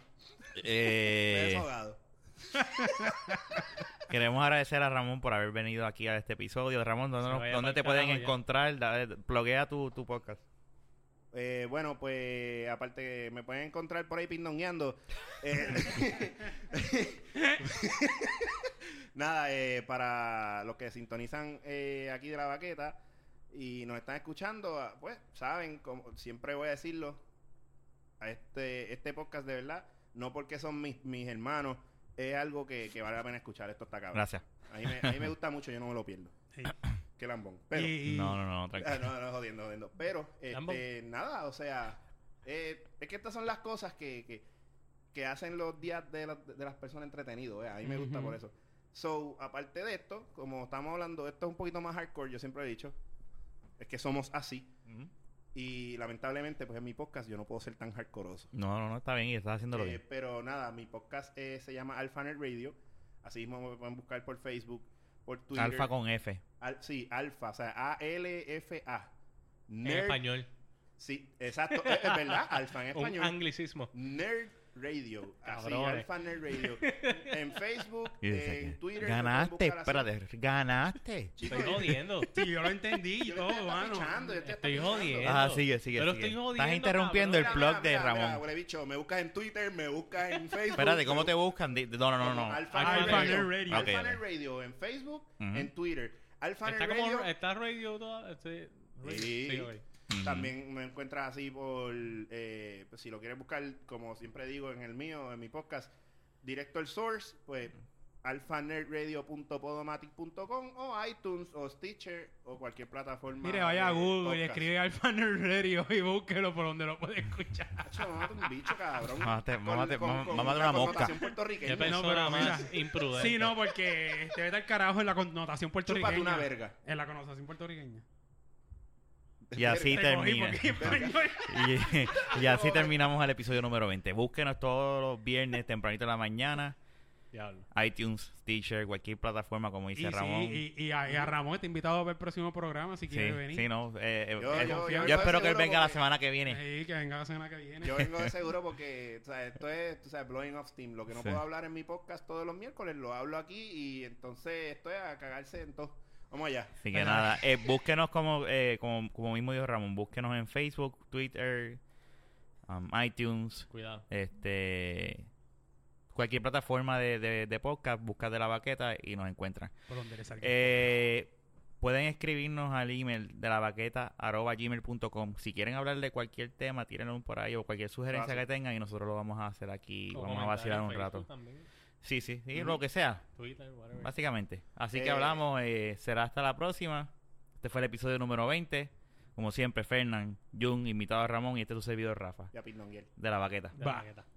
Speaker 2: me he
Speaker 1: Eh,
Speaker 2: desahogado.
Speaker 1: Queremos agradecer a Ramón por haber venido aquí a este episodio. Ramón, ¿dónde,
Speaker 4: Se
Speaker 1: nos-
Speaker 4: vaya
Speaker 1: dónde
Speaker 4: pa'l
Speaker 1: te pueden
Speaker 4: carajo ya.
Speaker 1: encontrar? Da- eh, Bloguea tu, tu podcast.
Speaker 2: Eh, bueno, pues aparte que me pueden encontrar por ahí pindoneando. Eh, nada, eh, para los que sintonizan eh, aquí de la baqueta y nos están escuchando, ah, pues saben, como siempre voy a decirlo, a este, este podcast de verdad, no porque son mis, mis hermanos, es algo que, que vale la pena escuchar. Esto está cabrón.
Speaker 1: Gracias.
Speaker 2: A mí, me, a mí me gusta mucho, yo no me lo pierdo.
Speaker 3: Sí.
Speaker 2: Qué lambón. Pero,
Speaker 3: Y- y-
Speaker 1: No, no, no,
Speaker 2: Ah,
Speaker 1: tranquilo.
Speaker 2: no, no, jodiendo, jodiendo. Pero, este,
Speaker 4: Lambo.
Speaker 2: nada, o sea, eh, es que estas son las cosas que, que, que hacen los días de, la- de las personas entretenidos. eh. A mí me gusta
Speaker 4: Ujú.
Speaker 2: por eso. So, aparte de esto, como estamos hablando, esto es un poquito más hardcore, yo siempre he dicho. Es que somos así.
Speaker 1: Ujú.
Speaker 2: Y lamentablemente, pues en mi podcast yo no puedo ser tan hardcoreoso.
Speaker 1: No, no, no, está bien y estás haciéndolo
Speaker 2: Eh,
Speaker 1: bien.
Speaker 2: pero nada, mi podcast eh, se llama Alpha Nerd Radio. Así mismo me pueden buscar por Facebook, por Twitter.
Speaker 1: Alfa con F.
Speaker 2: Al- sí, Alfa, o sea, A-L-F-A.
Speaker 4: En español.
Speaker 2: Sí, exacto. Es, es verdad, Alfa en
Speaker 4: Un
Speaker 2: español.
Speaker 4: anglicismo.
Speaker 2: Nerd Radio. Así,
Speaker 4: Cabrones.
Speaker 2: Alfa Nerd Radio. En Facebook,
Speaker 1: Y dice
Speaker 2: en
Speaker 1: que-
Speaker 2: Eh, Twitter. lo
Speaker 1: ganaste,
Speaker 2: pueden buscar así.
Speaker 1: espérate, ganaste.
Speaker 2: Chicos,
Speaker 4: Estoy jodiendo.
Speaker 3: Sí, yo lo entendí y
Speaker 2: yo te
Speaker 3: todo,
Speaker 2: estoy
Speaker 3: mano.
Speaker 2: pichando, yo te
Speaker 4: Estoy
Speaker 2: pichando.
Speaker 4: jodiendo.
Speaker 1: Ajá, Ah, sigue, sigue.
Speaker 4: Pero
Speaker 1: sigue.
Speaker 4: estoy jodiendo,
Speaker 1: Estás interrumpiendo
Speaker 4: cabrón.
Speaker 1: el plot de
Speaker 2: mira,
Speaker 1: Ramón.
Speaker 2: mira, huele bicho, me buscas en Twitter, me buscas en Facebook.
Speaker 1: espérate, ¿cómo
Speaker 2: me
Speaker 1: te buscan? Di- No, no, no,
Speaker 2: Como
Speaker 1: no.
Speaker 2: Alfa
Speaker 3: Alfa
Speaker 2: Nerd Radio.
Speaker 3: Nerd Radio.
Speaker 1: Ok,
Speaker 2: Alfa
Speaker 1: ok.
Speaker 2: Nerd Radio en Facebook,
Speaker 1: Ujú.
Speaker 2: en Twitter. Alfa
Speaker 4: Está
Speaker 2: Nerd
Speaker 4: como...
Speaker 2: Radio.
Speaker 4: Está radio toda... este- radio.
Speaker 2: Sí.
Speaker 4: Sí, ok.
Speaker 1: Ujú.
Speaker 2: También me encuentras así por, eh, pues, si lo quieres buscar, como siempre digo en el mío, en mi podcast, directo al source, pues alfanerdradio.podomatic.com o iTunes o Stitcher o cualquier plataforma.
Speaker 3: Mire, vaya a
Speaker 2: de
Speaker 3: Google y
Speaker 2: podcast.
Speaker 3: escribe Alfa Nerd Radio y búsquelo por donde lo puede escuchar.
Speaker 2: Acho, mámate un bicho, cabrón.
Speaker 1: Mámate- mámate- mam- mámate
Speaker 2: la
Speaker 1: una mosca.
Speaker 2: connotación
Speaker 4: Qué
Speaker 2: puertorriqueña.
Speaker 4: persona
Speaker 3: pero
Speaker 4: más
Speaker 3: mira.
Speaker 4: imprudente.
Speaker 3: Sí, no, porque este vete al carajo en la connotación puertorriqueña.
Speaker 2: Chúpate una verga.
Speaker 3: En la connotación puertorriqueña.
Speaker 1: Y así
Speaker 3: Te cogí
Speaker 1: termina.
Speaker 3: porque pues, español.
Speaker 1: Y, y así terminamos el episodio número 20. Búsquenos todos los viernes, tempranito en la mañana.
Speaker 4: Diablo.
Speaker 1: iTunes, Teacher, cualquier plataforma, como
Speaker 3: Y,
Speaker 1: dice
Speaker 3: sí,
Speaker 1: Ramón.
Speaker 3: y, y a, y a Ramón está invitado a ver el próximo programa si
Speaker 1: Sí,
Speaker 3: quiere venir.
Speaker 1: sí, no. eh, eh,
Speaker 2: Yo-
Speaker 1: eh,
Speaker 2: yo-
Speaker 1: yo
Speaker 2: yo
Speaker 1: espero que él
Speaker 2: seguro
Speaker 1: venga la
Speaker 2: porque-
Speaker 1: semana que viene.
Speaker 3: Sí, que venga la semana que viene.
Speaker 2: Yo vengo de seguro porque o sea, esto es tú sabes, blowing off steam. Lo que no
Speaker 1: Sí.
Speaker 2: puedo hablar en mi podcast todos los miércoles, lo hablo aquí y entonces estoy a cagarse en todo. Vamos allá.
Speaker 1: Así que nada, eh, búsquenos como, eh, como, como mismo dijo Ramón, búsquenos en Facebook, Twitter, um, iTunes,
Speaker 4: Cuidado.
Speaker 1: este cualquier plataforma de, de, de podcast, busca de la baqueta y nos encuentran.
Speaker 3: Por donde le salga.
Speaker 1: Eh, pueden escribirnos al email de la baqueta arroba gmail.com. Si quieren hablar de cualquier tema, tírenlo por ahí o cualquier sugerencia
Speaker 2: Fácil.
Speaker 1: que tengan y nosotros lo vamos a hacer aquí.
Speaker 4: O
Speaker 1: vamos a
Speaker 4: comentar
Speaker 1: vacilar
Speaker 4: en
Speaker 1: un
Speaker 4: Facebook
Speaker 1: rato.
Speaker 4: también,
Speaker 1: Sí, sí, sí,
Speaker 2: Ujú.
Speaker 1: lo que sea,
Speaker 4: Twitter, whatever.
Speaker 1: básicamente. Así que
Speaker 2: Eh,
Speaker 1: hablamos, eh, será hasta la próxima. Este fue el episodio número 20. Como siempre, Fernán, Jun, invitado a Ramón y este es tu servidor Rafa,
Speaker 2: Ya, Pindonguel.
Speaker 1: de la baqueta.
Speaker 4: Ya,
Speaker 3: Va.
Speaker 4: ya está.